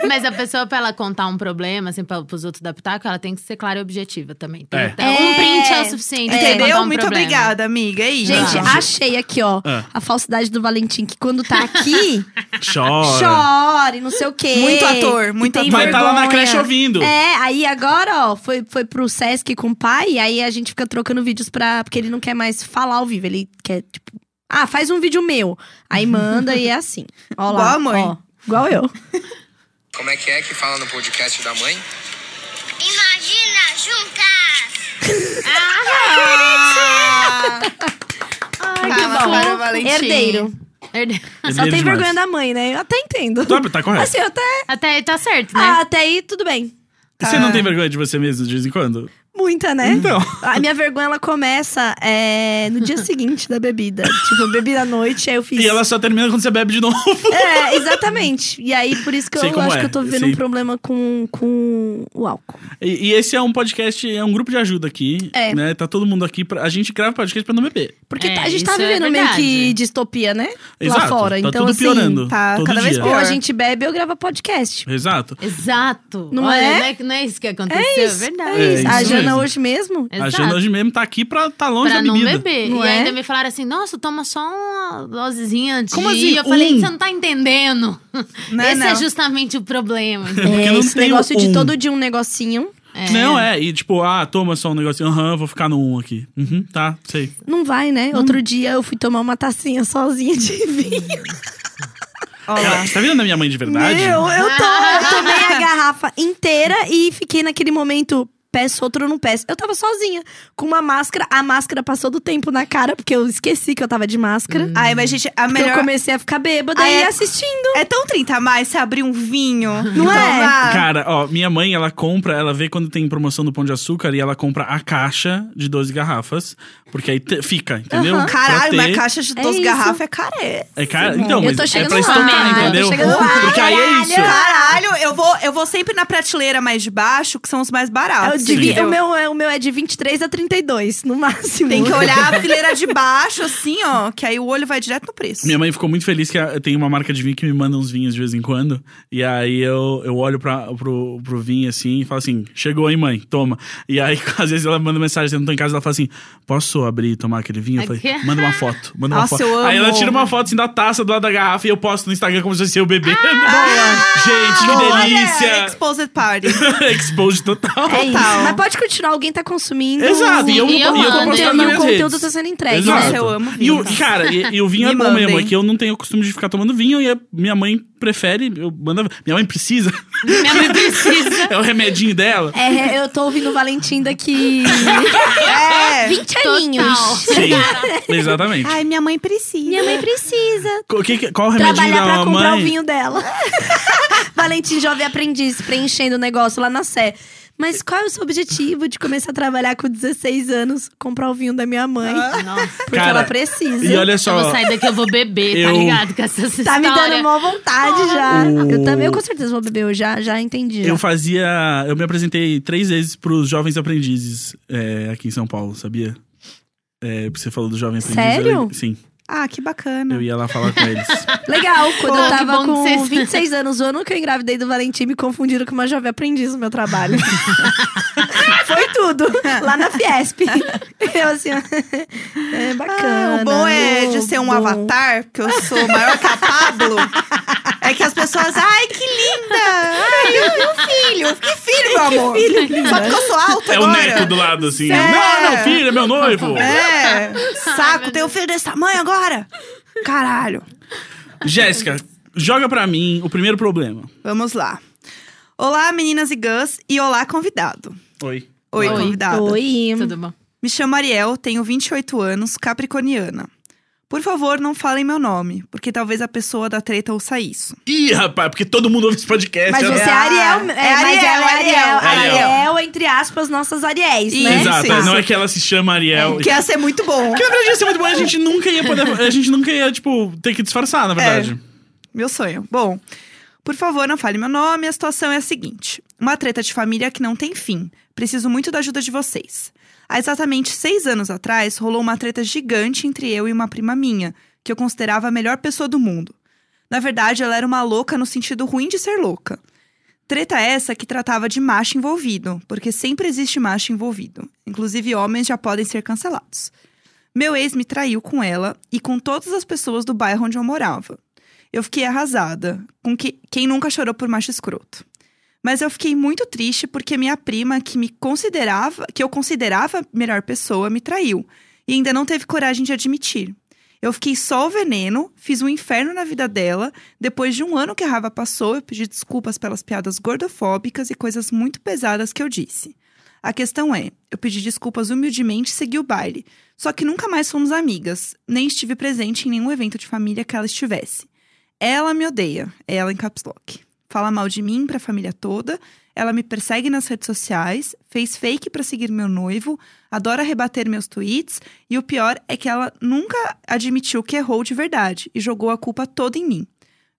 Speaker 2: Mas a pessoa, pra ela contar um problema, assim, pra, pros outros da Pitaco, ela tem que ser clara e objetiva também. Tem
Speaker 3: É.
Speaker 2: que ter- Um
Speaker 4: É.
Speaker 2: print é o suficiente. pra
Speaker 1: Entendeu?
Speaker 2: contar um
Speaker 1: Muito
Speaker 2: problema.
Speaker 1: obrigada, amiga. É isso.
Speaker 4: Gente,
Speaker 3: Ah.
Speaker 4: achei aqui, ó,
Speaker 3: Ah.
Speaker 4: a falsidade do Valentim, que quando tá aqui,
Speaker 3: Chora.
Speaker 4: chore, não sei o quê.
Speaker 1: Muito ator, muito
Speaker 4: E tem
Speaker 1: ator.
Speaker 3: Vai estar tá lá na
Speaker 4: vergonha.
Speaker 3: creche ouvindo.
Speaker 4: É, aí agora, ó, foi, foi pro Sesc com o pai, aí a gente fica trocando vídeos pra. Porque ele não quer mais falar ao vivo, ele quer, tipo, ah, faz um vídeo meu. Aí manda e é assim. Ó
Speaker 1: Igual
Speaker 4: lá.
Speaker 1: a mãe.
Speaker 4: ó, igual eu.
Speaker 5: Como é que é que fala no podcast da mãe?
Speaker 6: Imagina juntas!
Speaker 1: Ai,
Speaker 2: Fala para o Valentim.
Speaker 4: Herdeiro.
Speaker 2: Herdeiro.
Speaker 3: Ele
Speaker 4: Só
Speaker 3: é
Speaker 4: tem
Speaker 3: demais.
Speaker 4: vergonha da mãe, né? Eu até entendo.
Speaker 3: Tá, tá correto.
Speaker 4: Assim, eu até.
Speaker 2: Até aí tá certo, né?
Speaker 4: Ah, até aí, tudo bem.
Speaker 3: Você não tem vergonha de você mesmo de vez em quando?
Speaker 4: Muita, né?
Speaker 3: Então.
Speaker 4: A minha vergonha, ela começa é, no dia seguinte da bebida. tipo, eu bebi à noite, aí eu fiz.
Speaker 3: E ela só termina quando você bebe de novo.
Speaker 4: É, exatamente. E aí, por isso que
Speaker 3: Sei
Speaker 4: eu
Speaker 3: como
Speaker 4: acho
Speaker 3: é,
Speaker 4: que eu tô vivendo
Speaker 3: sei.
Speaker 4: um problema com, com o álcool.
Speaker 3: E, e esse é um podcast, é um grupo de ajuda aqui.
Speaker 4: É.
Speaker 3: Né? Tá todo mundo aqui. Pra, a gente grava podcast pra não beber.
Speaker 4: Porque
Speaker 2: É,
Speaker 4: tá- a gente tá
Speaker 2: isso é
Speaker 4: vivendo meio que
Speaker 2: verdade.
Speaker 4: distopia, né? Lá
Speaker 3: Exato.
Speaker 4: fora.
Speaker 3: Tá
Speaker 4: então,
Speaker 3: tudo
Speaker 4: assim,
Speaker 3: piorando.
Speaker 1: tá
Speaker 3: todo
Speaker 1: cada
Speaker 3: dia.
Speaker 1: vez
Speaker 4: ou
Speaker 2: É.
Speaker 1: pior.
Speaker 4: a gente bebe ou grava podcast.
Speaker 3: Exato.
Speaker 2: Exato.
Speaker 4: Não
Speaker 2: Olha,
Speaker 4: é?
Speaker 2: Não é, não é isso que aconteceu,
Speaker 4: É isso,
Speaker 2: é verdade.
Speaker 4: é isso.
Speaker 3: É
Speaker 4: a
Speaker 3: isso
Speaker 4: Jana
Speaker 3: mesmo.
Speaker 4: hoje mesmo.
Speaker 2: Exato.
Speaker 3: A Jana hoje mesmo tá aqui pra tá longe
Speaker 2: Pra
Speaker 3: da
Speaker 2: não
Speaker 3: bebida.
Speaker 2: beber.
Speaker 4: Não
Speaker 2: e
Speaker 4: é?
Speaker 2: ainda me falaram assim, nossa, toma só uma dosezinha antes
Speaker 3: Como
Speaker 2: de
Speaker 3: assim?
Speaker 2: ir. Eu falei,
Speaker 3: Um?
Speaker 2: você não tá entendendo.
Speaker 1: Não,
Speaker 2: Esse é
Speaker 1: não.
Speaker 2: justamente o problema.
Speaker 3: porque
Speaker 4: É,
Speaker 3: não
Speaker 4: esse
Speaker 3: tem
Speaker 4: negócio de
Speaker 3: um.
Speaker 4: todo dia um negocinho.
Speaker 3: Não, é. E tipo, ah, toma só um negócio. Aham, vou ficar no um aqui. Uhum, tá, sei.
Speaker 4: Não vai, né? Outro dia eu fui tomar uma tacinha sozinha de vinho.
Speaker 1: Ó lá.
Speaker 3: Cara, você tá vendo a minha mãe de verdade?
Speaker 4: Meu, eu tô. Eu tomei a garrafa inteira e fiquei naquele momento. Peço outro, não peço. Eu tava sozinha, com uma máscara. A máscara passou do tempo na cara, porque eu esqueci que eu tava de máscara.
Speaker 1: Ai, mas, gente, a
Speaker 4: Porque
Speaker 1: Hum. melhor.
Speaker 4: eu comecei a ficar bêbada
Speaker 1: Ah,
Speaker 4: e
Speaker 1: é?
Speaker 4: assistindo.
Speaker 1: É tão 30 a mais você abrir um vinho.
Speaker 4: Não é?
Speaker 1: Ah.
Speaker 3: Cara, ó, minha mãe, ela compra, ela vê quando tem promoção do Pão de Açúcar e ela compra a caixa de 12 garrafas, porque aí te- fica, entendeu? Pra
Speaker 1: Caralho,
Speaker 3: ter-
Speaker 1: uma caixa de
Speaker 4: É
Speaker 1: 12
Speaker 4: isso.
Speaker 1: garrafas é caré.
Speaker 3: É cara, então,
Speaker 4: Eu
Speaker 3: mas
Speaker 4: tô
Speaker 3: é
Speaker 4: chegando
Speaker 3: pra
Speaker 4: lá,
Speaker 2: eu
Speaker 3: estocar,
Speaker 2: tô
Speaker 3: entendeu?
Speaker 4: chegando lá,
Speaker 3: Porque aí é isso.
Speaker 1: Caralho, eu vou, eu vou sempre na prateleira mais de baixo, que são os mais
Speaker 4: É o,
Speaker 1: baratos.
Speaker 4: de vi-
Speaker 1: entendeu?
Speaker 4: o meu é, o meu é de 23 a 32, no máximo.
Speaker 1: Tem que olhar a fileira de baixo, assim, ó, que aí o olho vai direto no preço.
Speaker 3: Minha mãe ficou muito feliz que a- tem uma marca de vinho que me manda uns vinhos de vez em quando. E aí eu, eu olho pra, pro, pro vinho assim e falo assim: chegou, hein, mãe? Toma. E aí, às vezes, ela manda mensagem, você não tá em casa, ela fala assim: posso abrir e tomar aquele vinho? Eu falei,
Speaker 2: Aqui.
Speaker 3: manda uma foto. Manda
Speaker 1: Nossa,
Speaker 3: uma foto.
Speaker 1: eu amo.
Speaker 3: Aí ela tira
Speaker 1: Ah!
Speaker 3: uma foto assim da taça do lado da garrafa e eu posto no Instagram como se fosse eu bebendo. Gente, que delícia!
Speaker 1: É,
Speaker 3: Delícia!
Speaker 1: exposed party.
Speaker 3: Exposed total.
Speaker 4: É isso.
Speaker 1: Total.
Speaker 4: Mas pode continuar, alguém tá consumindo.
Speaker 3: Exato, e eu,
Speaker 2: E eu
Speaker 3: e eu tô
Speaker 2: mando,
Speaker 3: postando
Speaker 2: e
Speaker 3: nas
Speaker 2: o
Speaker 3: minhas
Speaker 4: conteúdo
Speaker 3: redes.
Speaker 4: tá sendo entregue.
Speaker 3: Exato.
Speaker 1: Nossa, eu amo
Speaker 3: E
Speaker 1: vinho,
Speaker 3: o,
Speaker 1: então.
Speaker 3: cara, e, e o vinho é
Speaker 1: Me
Speaker 3: bom mesmo.
Speaker 1: mandem.
Speaker 3: É que eu não tenho o costume de ficar tomando vinho e a minha mãe prefere, eu manda, minha mãe precisa.
Speaker 2: É. Minha mãe precisa.
Speaker 3: é o remedinho dela.
Speaker 4: É, eu tô ouvindo o Valentim daqui
Speaker 1: É.
Speaker 4: 20
Speaker 2: Total.
Speaker 4: aninhos.
Speaker 3: Sim, exatamente.
Speaker 1: Ai, minha mãe precisa.
Speaker 4: Minha mãe precisa
Speaker 3: Co- que que- qual o remedinho
Speaker 4: trabalhar
Speaker 3: da
Speaker 4: pra comprar o
Speaker 3: mamãe?
Speaker 4: vinho dela. Valentim Jovem Aprendiz, preenchendo o negócio lá na Sé. Mas qual é o seu objetivo de começar a trabalhar com 16 anos, comprar o vinho da minha mãe?
Speaker 1: Ah.
Speaker 2: Nossa.
Speaker 4: Porque
Speaker 3: Cara,
Speaker 4: ela precisa.
Speaker 3: E olha
Speaker 2: Eu
Speaker 3: só,
Speaker 2: vou sair daqui, eu vou beber, tá
Speaker 3: Eu-
Speaker 2: ligado? Com essa história.
Speaker 4: Tá me dando mó vontade já.
Speaker 3: O-
Speaker 4: Eu também, eu com certeza vou beber, eu já, já entendi. já.
Speaker 3: eu fazia. Eu me apresentei três vezes pros jovens aprendizes é, aqui em São Paulo, sabia? É, porque você falou do jovem aprendiz.
Speaker 4: Sério?
Speaker 3: eu lem- Sim,
Speaker 1: Ah, que bacana.
Speaker 3: eu ia lá falar com eles.
Speaker 4: Legal,
Speaker 2: Pô,
Speaker 4: quando
Speaker 1: Ah,
Speaker 4: eu
Speaker 2: que
Speaker 4: tava
Speaker 2: bom que
Speaker 4: com
Speaker 2: vocês-
Speaker 4: 26 anos, o ano que eu engravidei do Valentim, me confundiram com uma jovem aprendiz no meu trabalho. Foi tudo, lá na Fiesp. Eu assim, ó, é bacana. né?
Speaker 1: Ah, o bom é de ser um
Speaker 4: bom.
Speaker 1: avatar, que eu sou maior que a Pablo. É que as pessoas, ai, que linda! Ai, e o filho? Que filho, meu amor? Só porque eu sou alta
Speaker 3: é o
Speaker 1: agora.
Speaker 3: neto do lado, assim.
Speaker 1: É.
Speaker 3: Não, meu filho, é meu noivo.
Speaker 1: É, saco, tem um filho desse tamanho agora? Caralho.
Speaker 3: Jéssica, joga pra mim o primeiro problema.
Speaker 1: Vamos lá. Olá, meninas e gãs, e olá, convidado.
Speaker 3: Oi.
Speaker 1: Oi,
Speaker 2: Oi.
Speaker 1: convidado.
Speaker 4: Oi.
Speaker 2: Tudo bom.
Speaker 1: Me chamo Ariel, tenho 28 anos, capricorniana. Por favor, não falem meu nome, porque talvez a pessoa da treta ouça isso.
Speaker 3: Ih, rapaz, porque todo mundo ouve esse podcast.
Speaker 4: Mas
Speaker 3: né?
Speaker 4: você é
Speaker 1: Ah,
Speaker 4: Ariel, é,
Speaker 1: é
Speaker 4: mas ela é
Speaker 1: Ariel,
Speaker 4: Ariel. Ariel.
Speaker 3: Ariel.
Speaker 4: entre aspas, nossas Ariéis,
Speaker 1: Isso.
Speaker 4: né?
Speaker 3: Exato,
Speaker 1: Sim.
Speaker 3: não é que ela se chama Ariel.
Speaker 1: É. Que ia ser muito bom.
Speaker 3: Que na verdade ia ser muito bom, a gente nunca ia poder. A gente nunca ia, tipo, ter que disfarçar, na verdade.
Speaker 1: Meu sonho. Bom, por favor, não fale meu nome. A situação é a seguinte: uma treta de família que não tem fim. Preciso muito da ajuda de vocês. Há exatamente seis anos atrás, rolou uma treta gigante entre eu e uma prima minha, que eu considerava a melhor pessoa do mundo. Na verdade, ela era uma louca no sentido ruim de ser louca. Treta essa que tratava de macho envolvido, porque sempre existe macho envolvido. Inclusive, homens já podem ser cancelados. Meu ex me traiu com ela e com todas as pessoas do bairro onde eu morava. Eu fiquei arrasada, com que, quem nunca chorou por macho escroto. Mas eu fiquei muito triste porque minha prima, que me considerava, que eu considerava a melhor pessoa, me traiu e ainda não teve coragem de admitir. Eu fiquei só o veneno, fiz um inferno na vida dela. Depois de um ano que a raiva passou, eu pedi desculpas pelas piadas gordofóbicas e coisas muito pesadas que eu disse. A questão é, eu pedi desculpas humildemente e segui o baile. Só que nunca mais fomos amigas, nem estive presente em nenhum evento de família que ela estivesse. Ela me odeia, ela em caps lock. Fala mal de mim pra família toda, ela me persegue nas redes sociais, fez fake pra seguir meu noivo, adora rebater meus tweets e o pior é que ela nunca admitiu que errou de verdade e jogou a culpa toda em mim.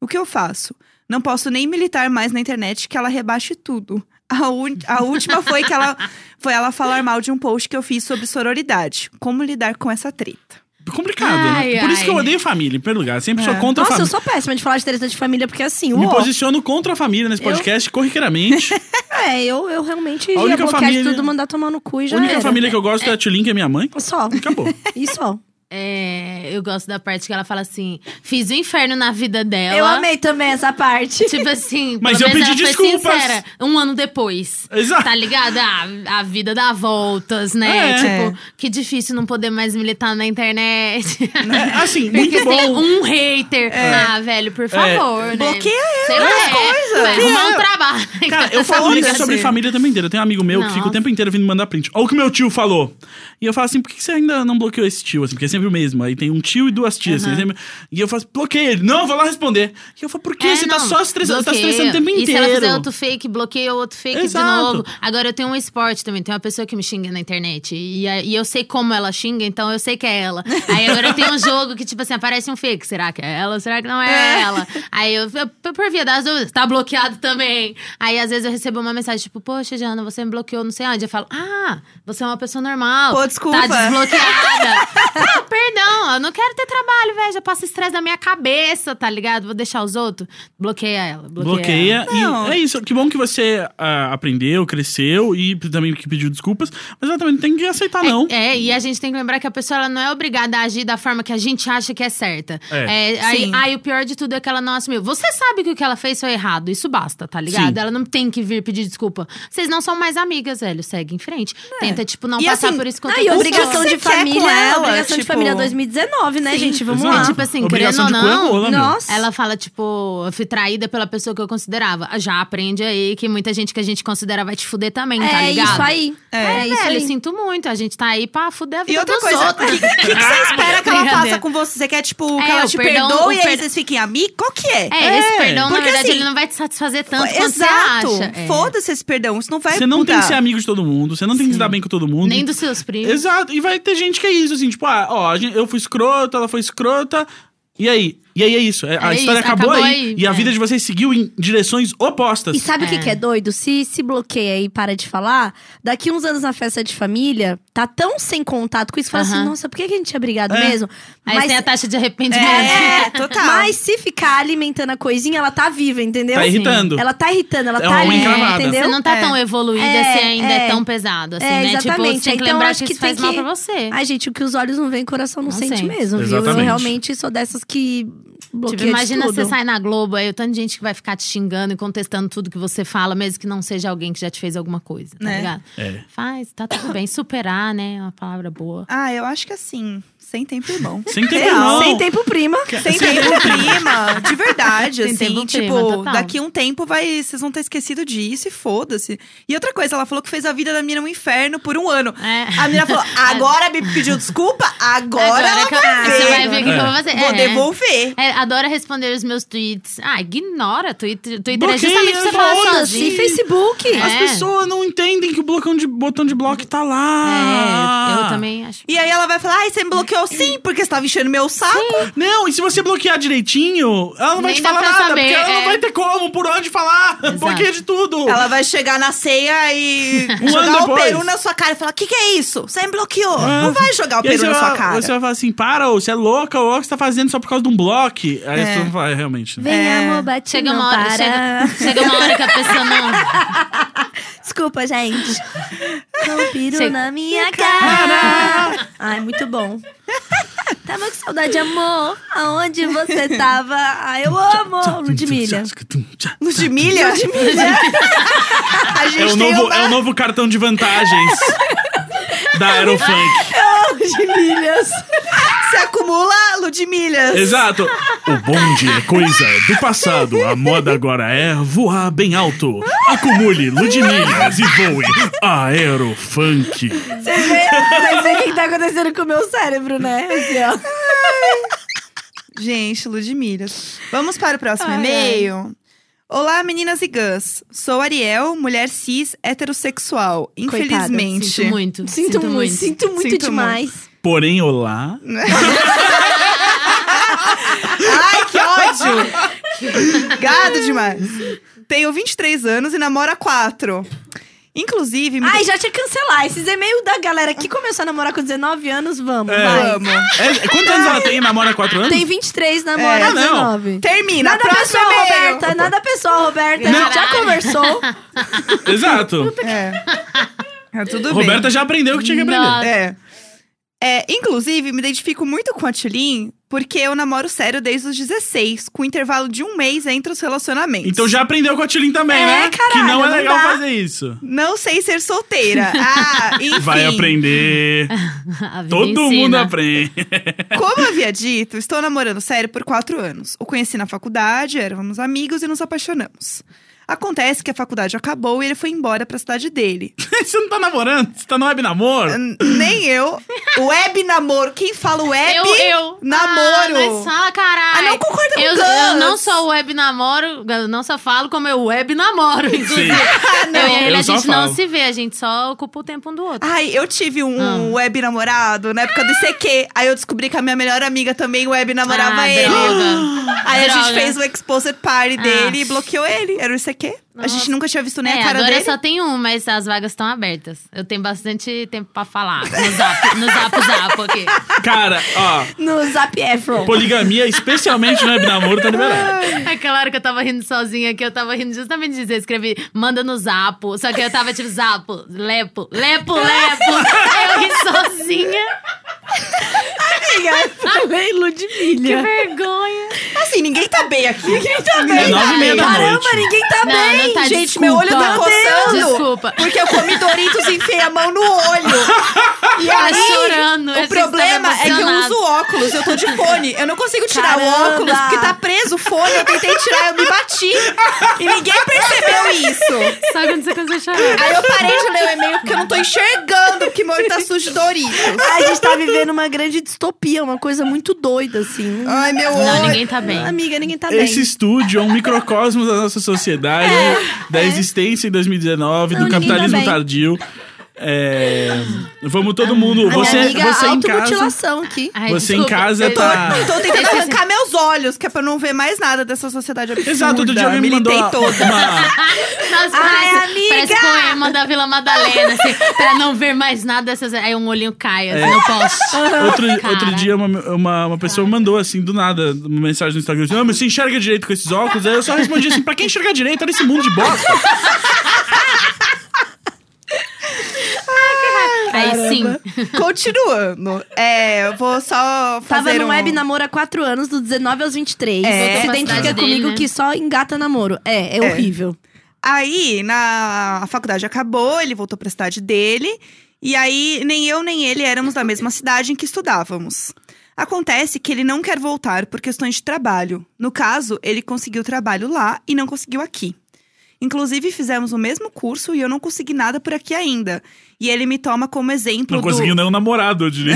Speaker 1: O que eu faço? Não posso nem militar mais na internet que ela rebaixe tudo. A, ú- a última foi que ela foi ela falar mal de um post que eu fiz sobre sororidade. Como lidar com essa treta?
Speaker 3: Complicado,
Speaker 2: Ai,
Speaker 3: né? Por isso que eu
Speaker 2: ai.
Speaker 3: odeio família, em primeiro lugar. Sempre sou
Speaker 1: É.
Speaker 3: contra
Speaker 4: Nossa,
Speaker 3: a
Speaker 4: eu
Speaker 3: família.
Speaker 4: sou péssima de falar de treta de família, porque assim,
Speaker 3: Me
Speaker 4: uó,
Speaker 3: posiciono contra a família nesse
Speaker 4: Eu-
Speaker 3: podcast, corriqueiramente.
Speaker 4: é, eu, eu realmente
Speaker 3: A
Speaker 4: ia
Speaker 3: única
Speaker 4: bloquear de
Speaker 3: família-
Speaker 4: tudo, mandar tomar no cu e
Speaker 3: a
Speaker 4: já
Speaker 3: única
Speaker 4: era.
Speaker 3: família que eu gosto é a Tulin, que é minha mãe.
Speaker 4: Só,
Speaker 3: Acabou.
Speaker 4: e só.
Speaker 2: É, eu gosto da parte que ela fala assim: fiz o inferno na vida dela.
Speaker 4: Eu amei também essa parte.
Speaker 2: Tipo assim,
Speaker 3: Mas
Speaker 2: pelo
Speaker 3: eu
Speaker 2: menos
Speaker 3: pedi
Speaker 2: ela
Speaker 3: desculpas.
Speaker 2: Foi sincera, um ano depois.
Speaker 3: Exato.
Speaker 2: Tá ligado? Ah, a vida dá voltas, né?
Speaker 3: É.
Speaker 2: Tipo, que difícil não poder mais militar na internet.
Speaker 3: É, assim,
Speaker 2: Porque
Speaker 3: muito
Speaker 2: tem
Speaker 3: bom. É.
Speaker 2: um hater. Ah, velho, por favor, né?
Speaker 1: Bloqueia
Speaker 2: Sei lá, é,
Speaker 1: coisas.
Speaker 2: Vai
Speaker 1: Que
Speaker 2: arrumar
Speaker 1: é?
Speaker 2: um trabalho. Tá
Speaker 3: Cara, eu falo isso
Speaker 1: Foda-se.
Speaker 3: sobre família também inteira. Eu tenho um amigo meu que fica o
Speaker 2: Nossa.
Speaker 3: tempo inteiro vindo mandar print. Olha o que meu tio falou. E eu falo assim, por que você ainda não bloqueou esse tio? Assim, porque é sempre o mesmo. Aí tem um tio e duas tias. assim, sempre- E eu falo assim, bloqueia ele. Não, vou lá responder. E eu falo, por quê?
Speaker 2: É,
Speaker 3: você tá
Speaker 2: não,
Speaker 3: só estressando. Você tá
Speaker 2: bloqueia.
Speaker 3: estressando o tempo
Speaker 2: E se ela fizer
Speaker 3: inteiro.
Speaker 2: outro fake, bloqueia o outro fake
Speaker 3: Exato.
Speaker 2: de novo. Agora eu tenho um esporte também. Tem uma pessoa que me xinga na internet. E, a- e eu sei como ela xinga, então eu sei que é ela. Aí agora eu tenho um jogo que, tipo assim, aparece um fake. Será que é ela? Será que não é,
Speaker 1: É.
Speaker 2: ela? Aí eu, eu- por via das dúvidas, tá bloqueado também. Aí às vezes eu recebo uma mensagem, tipo, poxa, Jana, você me bloqueou, não sei onde. Eu falo, ah, você é uma pessoa normal.
Speaker 1: Pô, desculpa.
Speaker 2: Tá desbloqueada. ah, perdão, eu não quero ter trabalho, velho. Já passa estresse na minha cabeça, tá ligado? Vou deixar os outros. Bloqueia ela. Bloqueia. ela.
Speaker 3: Bloqueia.
Speaker 1: Não.
Speaker 3: E é isso. Que bom que você ah, aprendeu, cresceu e também que pediu desculpas. Mas ela também não tem que aceitar, Ah, não.
Speaker 2: É, e a gente tem que lembrar que a pessoa ela não é obrigada a agir da forma que a gente acha que é certa.
Speaker 3: É.
Speaker 2: É, aí,
Speaker 1: Sim.
Speaker 2: aí o pior de tudo é que ela não assumiu. Você sabe que o que ela fez foi errado. Isso isso basta, tá ligado?
Speaker 3: Sim.
Speaker 2: Ela não tem que vir pedir desculpa. Vocês não são mais amigas, velho. Segue em frente. Tenta, tipo, não
Speaker 1: É. E
Speaker 2: passar
Speaker 1: assim,
Speaker 2: por isso com
Speaker 4: Não,
Speaker 2: outra
Speaker 4: e
Speaker 2: pessoa.
Speaker 4: obrigação
Speaker 1: que
Speaker 4: de
Speaker 1: você quer
Speaker 4: família,
Speaker 1: com ela?
Speaker 4: obrigação de
Speaker 1: Tipo-
Speaker 4: família 2019, né, gente? Vamos
Speaker 3: Exato.
Speaker 4: lá.
Speaker 2: É tipo assim,
Speaker 3: Obrigação
Speaker 2: querendo
Speaker 3: de
Speaker 2: ou não,
Speaker 3: coangola, meu.
Speaker 4: nossa.
Speaker 2: Ela fala, tipo, eu fui traída pela pessoa que eu considerava. Ah, Já aprende aí que muita gente que a gente considera vai te fuder também, tá
Speaker 4: é
Speaker 2: ligado?
Speaker 4: isso aí. É, isso
Speaker 2: velho,
Speaker 4: aí.
Speaker 2: sinto muito. A gente tá aí pra fuder a vida
Speaker 1: E outra
Speaker 2: dos
Speaker 1: coisa, o
Speaker 2: outros.
Speaker 1: que, que que você espera que ela
Speaker 2: Ah, é Brincadeira.
Speaker 1: faça com você? Você quer, tipo, que
Speaker 2: É,
Speaker 1: ela
Speaker 2: o
Speaker 1: te
Speaker 2: perdão-
Speaker 1: perdoe
Speaker 2: o
Speaker 1: e aí
Speaker 2: per-
Speaker 1: vocês fiquem amigos? Qual que é?
Speaker 2: É, esse
Speaker 3: É,
Speaker 2: perdão, na
Speaker 1: porque
Speaker 2: verdade,
Speaker 1: assim,
Speaker 2: ele não vai te satisfazer tanto quanto
Speaker 1: Exato.
Speaker 2: você acha. É.
Speaker 1: Foda-se esse perdão, isso não vai
Speaker 3: Você não
Speaker 1: mudar.
Speaker 3: tem que ser amigo de todo mundo, você não tem que se dar bem com todo mundo.
Speaker 2: Nem dos seus primos.
Speaker 3: Exato. E vai ter gente que é isso, assim, tipo, ah, ó, a gente- eu fui escrota, ela foi escrota. E aí? E aí é isso. É- a
Speaker 2: É
Speaker 3: história
Speaker 2: isso,
Speaker 3: acabou,
Speaker 2: acabou
Speaker 3: aí,
Speaker 2: aí,
Speaker 3: E a
Speaker 2: é.
Speaker 3: vida de vocês seguiu em direções opostas.
Speaker 4: E sabe o que, que é doido? Se se bloqueia e para de falar, daqui uns anos na festa de família, tá tão sem contato com isso, fala
Speaker 2: Aham. É.
Speaker 4: assim, nossa, por que que a gente tinha brigado mesmo?
Speaker 2: Aí tá tem a taxa de arrependimento.
Speaker 1: É, total.
Speaker 4: Mas se ficar alimentando a coisinha, ela tá viva, entendeu?
Speaker 3: Tá
Speaker 4: Assim,
Speaker 3: irritando.
Speaker 4: Ela tá irritando, ela
Speaker 3: É uma
Speaker 4: tá ali,
Speaker 3: encravada.
Speaker 4: entendeu?
Speaker 2: Você não tá
Speaker 1: É.
Speaker 2: tão evoluída
Speaker 4: É,
Speaker 2: se ainda é.
Speaker 4: é.
Speaker 2: tão pesado, assim,
Speaker 4: É,
Speaker 2: né? Tipo, você
Speaker 4: exatamente.
Speaker 2: tem que
Speaker 4: Então,
Speaker 2: lembrar
Speaker 4: acho
Speaker 2: que
Speaker 4: que
Speaker 2: isso faz
Speaker 4: tem
Speaker 2: mal
Speaker 4: que-
Speaker 2: pra você.
Speaker 4: Ai, gente, o que os olhos não veem, o coração não,
Speaker 2: Não
Speaker 4: sente
Speaker 2: sente.
Speaker 4: mesmo, viu?
Speaker 3: Exatamente.
Speaker 4: Eu realmente sou dessas que bloqueia
Speaker 2: Tipo, imagina
Speaker 4: de tudo.
Speaker 2: você sai na Globo, aí o tanto de gente que vai ficar te xingando e contestando tudo que você fala, mesmo que não seja alguém que já te fez alguma coisa, tá
Speaker 1: Né?
Speaker 2: ligado?
Speaker 3: É.
Speaker 2: Faz, tá tudo bem. Superar, né? É uma palavra boa.
Speaker 1: Ah, eu acho que assim, sem tempo irmão.
Speaker 3: Sem tempo
Speaker 1: Real.
Speaker 3: irmão.
Speaker 4: Sem tempo prima.
Speaker 1: Sem tempo prima, de verdade,
Speaker 2: Sem
Speaker 1: assim,
Speaker 2: tempo
Speaker 1: tipo,
Speaker 2: prima, total.
Speaker 1: daqui um tempo vai, vocês vão ter esquecido disso e foda-se. E outra coisa, ela falou que fez a vida da mina um inferno por um ano.
Speaker 2: É.
Speaker 1: A mina falou, agora me pediu desculpa, agora, ela
Speaker 2: que eu-
Speaker 1: vai
Speaker 2: você
Speaker 1: ver.
Speaker 2: vai ver o que que eu vou fazer.
Speaker 1: Vou
Speaker 2: É.
Speaker 1: devolver.
Speaker 2: É, adora responder os meus tweets. Ah, ignora. Twitter, Twitter é
Speaker 3: Bloqueia,
Speaker 2: justamente pra você falar
Speaker 4: Foda-se,
Speaker 2: sozinho.
Speaker 4: Facebook.
Speaker 2: É.
Speaker 3: As pessoas não entendem que o blocão de, botão de bloco tá lá.
Speaker 2: É, eu também acho.
Speaker 1: E aí ela vai falar, ai, você me bloqueou sim, porque você tava enchendo meu saco.
Speaker 3: Não, e se você bloquear direitinho, ela não vai
Speaker 2: Nem
Speaker 3: te
Speaker 2: dá
Speaker 3: falar
Speaker 2: pra
Speaker 3: nada,
Speaker 2: saber,
Speaker 3: porque ela
Speaker 2: é.
Speaker 3: não vai ter como, por onde falar.
Speaker 2: Exato.
Speaker 3: Bloqueia de tudo.
Speaker 1: Ela vai chegar na ceia e
Speaker 3: Um ano
Speaker 1: jogar o
Speaker 3: depois. Ah.
Speaker 1: peru na sua cara e falar: que que é isso? Você me bloqueou. Não vai jogar o
Speaker 3: E aí
Speaker 1: peru
Speaker 3: você
Speaker 1: na
Speaker 3: vai-
Speaker 1: sua cara.
Speaker 3: Você vai falar assim, para, ô, você é louca, ô, o que você tá fazendo só por causa de um bloco. Aí as pessoas vão falar, é, realmente. né?
Speaker 4: Vem, amor, bate
Speaker 2: Chega
Speaker 4: não
Speaker 2: uma, hora,
Speaker 4: para.
Speaker 2: chega, chega uma hora que a pessoa não.
Speaker 4: Desculpa, gente. Não piro
Speaker 2: Chega-
Speaker 4: na minha cara. Ai, muito bom. Tava com saudade, amor. Aonde você tava? Ai, eu amo. Ludmilla.
Speaker 1: Ludmilla? Ludmilla. A gente
Speaker 3: É
Speaker 1: tem
Speaker 3: o, novo,
Speaker 1: uma...
Speaker 3: é o novo cartão de vantagens da Aerofunk.
Speaker 4: Ludmilhas.
Speaker 1: Se acumula Ludmilhas.
Speaker 3: Exato. O bonde é coisa do passado. A moda agora é voar bem alto. Acumule Ludmillas e voe Aerofunk.
Speaker 4: Vocês veem vocês veem o que tá acontecendo com o meu cérebro, né? Assim, ó.
Speaker 1: Gente, Ludmilhas. Vamos para o próximo
Speaker 2: Ai,
Speaker 1: e-mail. Olá, meninas e gãs. Sou Ariel, mulher cis, heterossexual.
Speaker 4: Coitada,
Speaker 1: Infelizmente.
Speaker 2: Sinto muito.
Speaker 4: Sinto, muito, sinto muito
Speaker 1: Sinto
Speaker 4: demais.
Speaker 3: Porém, olá.
Speaker 1: Ai, que ódio! Gado demais. Tenho 23 anos e namoro há 4. Inclusive, me
Speaker 4: Ai, já tinha que cancelar. Esses e-mails da galera que começou a namorar com 19 anos, vamos,
Speaker 3: É.
Speaker 4: vai.
Speaker 1: amo.
Speaker 3: É, quantos anos ela tem? Namora há quatro anos?
Speaker 4: Tem 23, namora
Speaker 3: É, não.
Speaker 4: 19.
Speaker 1: Termina.
Speaker 4: Nada
Speaker 1: próximo
Speaker 4: pessoal,
Speaker 1: e-mail.
Speaker 4: Roberta. Nada pessoal, Roberta. A gente já
Speaker 2: Caralho.
Speaker 4: conversou.
Speaker 3: Exato.
Speaker 1: É. É, tudo bem.
Speaker 3: Roberta já aprendeu o que tinha que aprender.
Speaker 2: Nossa.
Speaker 1: É. É, inclusive, me identifico muito com a Tilin, porque eu namoro sério desde os 16, com intervalo de um mês entre os relacionamentos.
Speaker 3: Então já aprendeu com a Tilin também,
Speaker 4: É,
Speaker 3: né?
Speaker 4: caralho,
Speaker 3: que não é
Speaker 4: não
Speaker 3: legal
Speaker 4: dá.
Speaker 3: fazer isso.
Speaker 1: Não sei ser solteira. Ah, enfim.
Speaker 3: Vai aprender.
Speaker 2: A vida
Speaker 3: Todo mundo
Speaker 2: ensina.
Speaker 3: aprende.
Speaker 1: Como havia dito, estou namorando sério por quatro anos. O conheci na faculdade, éramos amigos e nos apaixonamos. Acontece que a faculdade acabou e ele foi embora pra cidade dele.
Speaker 3: Você não tá namorando? Você tá no web namoro?
Speaker 1: N- Nem eu. Web namoro. Quem fala web?
Speaker 2: Eu, eu.
Speaker 1: É Namoro.
Speaker 2: Ah, mas fala, caralho.
Speaker 1: Ah, não concordo com
Speaker 2: eu,
Speaker 1: o Gus.
Speaker 2: eu não sou web namoro, eu não só falo como eu web namoro. inclusive.
Speaker 1: Ah, não.
Speaker 2: Eu e ele,
Speaker 3: Eu
Speaker 2: a
Speaker 3: só
Speaker 2: gente
Speaker 3: falo.
Speaker 2: não se vê, a gente só ocupa o tempo um do outro.
Speaker 1: Ai, eu tive um
Speaker 2: Ah.
Speaker 1: web namorado na época do ICQ. Aí eu descobri que a minha melhor amiga também web namorava
Speaker 2: Ah,
Speaker 1: ele.
Speaker 2: droga.
Speaker 1: Aí a gente
Speaker 2: Droga.
Speaker 1: fez o exposed party
Speaker 2: Ah.
Speaker 1: dele e bloqueou ele. Era o ICQ. A gente nunca tinha visto nem
Speaker 2: é,
Speaker 1: né, a cara
Speaker 2: agora
Speaker 1: dele.
Speaker 2: só tem um, mas as vagas estão abertas. Eu tenho bastante tempo pra falar no zap, no zap, zap aqui.
Speaker 3: Cara, ó,
Speaker 4: No Zap Efron.
Speaker 3: poligamia, especialmente no web namoro, tá
Speaker 4: Ah,
Speaker 3: liberado.
Speaker 2: Aquela hora que eu tava rindo sozinha aqui, eu tava rindo justamente disso. Eu escrevi, manda no zapo. Só que eu tava tipo, zapo, lepo, lepo, lepo. Aí eu ri sozinha.
Speaker 4: amiga. Eu falei
Speaker 2: Que
Speaker 4: Ludmilla.
Speaker 2: vergonha.
Speaker 1: Assim, ninguém tá bem aqui. Ninguém tá
Speaker 2: bem.
Speaker 3: É nove e meia da
Speaker 4: Caramba,
Speaker 3: noite.
Speaker 4: ninguém tá
Speaker 2: Não,
Speaker 4: bem.
Speaker 2: não tá,
Speaker 4: gente,
Speaker 2: desculpa.
Speaker 4: meu olho tá
Speaker 2: Meu
Speaker 4: coçando.
Speaker 2: Desculpa.
Speaker 1: Porque eu comi Doritos e enfiei a mão no olho. E
Speaker 2: Ela
Speaker 1: aí,
Speaker 2: Tá chorando,
Speaker 1: o
Speaker 2: essa
Speaker 1: problema
Speaker 2: estava
Speaker 1: é que eu
Speaker 2: emocionada.
Speaker 1: uso óculos, eu tô de fone. Eu não consigo tirar o
Speaker 4: Caramba.
Speaker 1: óculos, porque tá preso o fone. Eu tentei tirar, eu me bati. E ninguém percebeu isso.
Speaker 2: Sabe quando você começa a chorar?
Speaker 1: Aí eu parei de ler o e-mail porque eu não tô enxergando, porque meu olho tá sujo de Doritos.
Speaker 4: A gente tá vivendo uma grande distopia, uma coisa muito doida, assim.
Speaker 1: Ai, meu
Speaker 2: Não,
Speaker 1: olho.
Speaker 3: é-
Speaker 2: ninguém tá bem.
Speaker 4: Amiga, ninguém tá
Speaker 3: Esse
Speaker 4: bem.
Speaker 3: estúdio é um microcosmo da nossa sociedade, da existência em 2019,
Speaker 4: É, Não,
Speaker 3: do
Speaker 4: ninguém tá
Speaker 3: capitalismo
Speaker 4: bem.
Speaker 3: tardio. É, Vamos todo mundo.
Speaker 4: A
Speaker 3: Você,
Speaker 4: minha amiga,
Speaker 3: você em casa.
Speaker 4: automutilação aqui.
Speaker 2: Ai,
Speaker 3: Você em
Speaker 2: desculpa,
Speaker 3: casa
Speaker 2: eu-
Speaker 3: tá-
Speaker 1: Então Eu Tô tentando
Speaker 2: é
Speaker 1: arrancar meus olhos, que é pra eu não ver mais nada dessa sociedade absurda.
Speaker 3: Exato, outro dia alguém me mandou
Speaker 1: Militei
Speaker 3: uma,
Speaker 1: toda.
Speaker 3: uma-
Speaker 2: Nossa,
Speaker 4: Ai,
Speaker 2: parece,
Speaker 4: amiga!
Speaker 2: parece poema da Vila Madalena, assim, pra não ver mais nada dessas. Aí um olhinho cai, assim, no poste.
Speaker 3: é, outro,
Speaker 2: Cara.
Speaker 3: outro dia uma, uma, uma pessoa mandou assim, do nada, uma mensagem no Instagram. Não, mas você enxerga direito com esses óculos? Aí eu só respondi assim, pra quem enxerga direito? Olha esse mundo de bosta.
Speaker 2: Aí sim.
Speaker 1: Continuando. É, eu vou só fazer
Speaker 4: Tava no
Speaker 1: um...
Speaker 4: web namoro há 4 anos, do 19 aos 23.
Speaker 1: É.
Speaker 4: Se identifica
Speaker 2: Capacidade dele,
Speaker 4: comigo
Speaker 2: né?
Speaker 4: que só engata namoro. É, é, horrível.
Speaker 1: Aí, na a faculdade acabou, ele voltou pra cidade dele. E aí, nem eu nem ele éramos da mesma cidade em que estudávamos. Acontece que ele não quer voltar por questões de trabalho. No caso, ele conseguiu trabalho lá e não conseguiu aqui. Inclusive, fizemos o mesmo curso e eu não consegui nada por aqui ainda. E ele me toma como exemplo
Speaker 3: Não
Speaker 1: do...
Speaker 3: conseguiu nem um namorado, eu diria.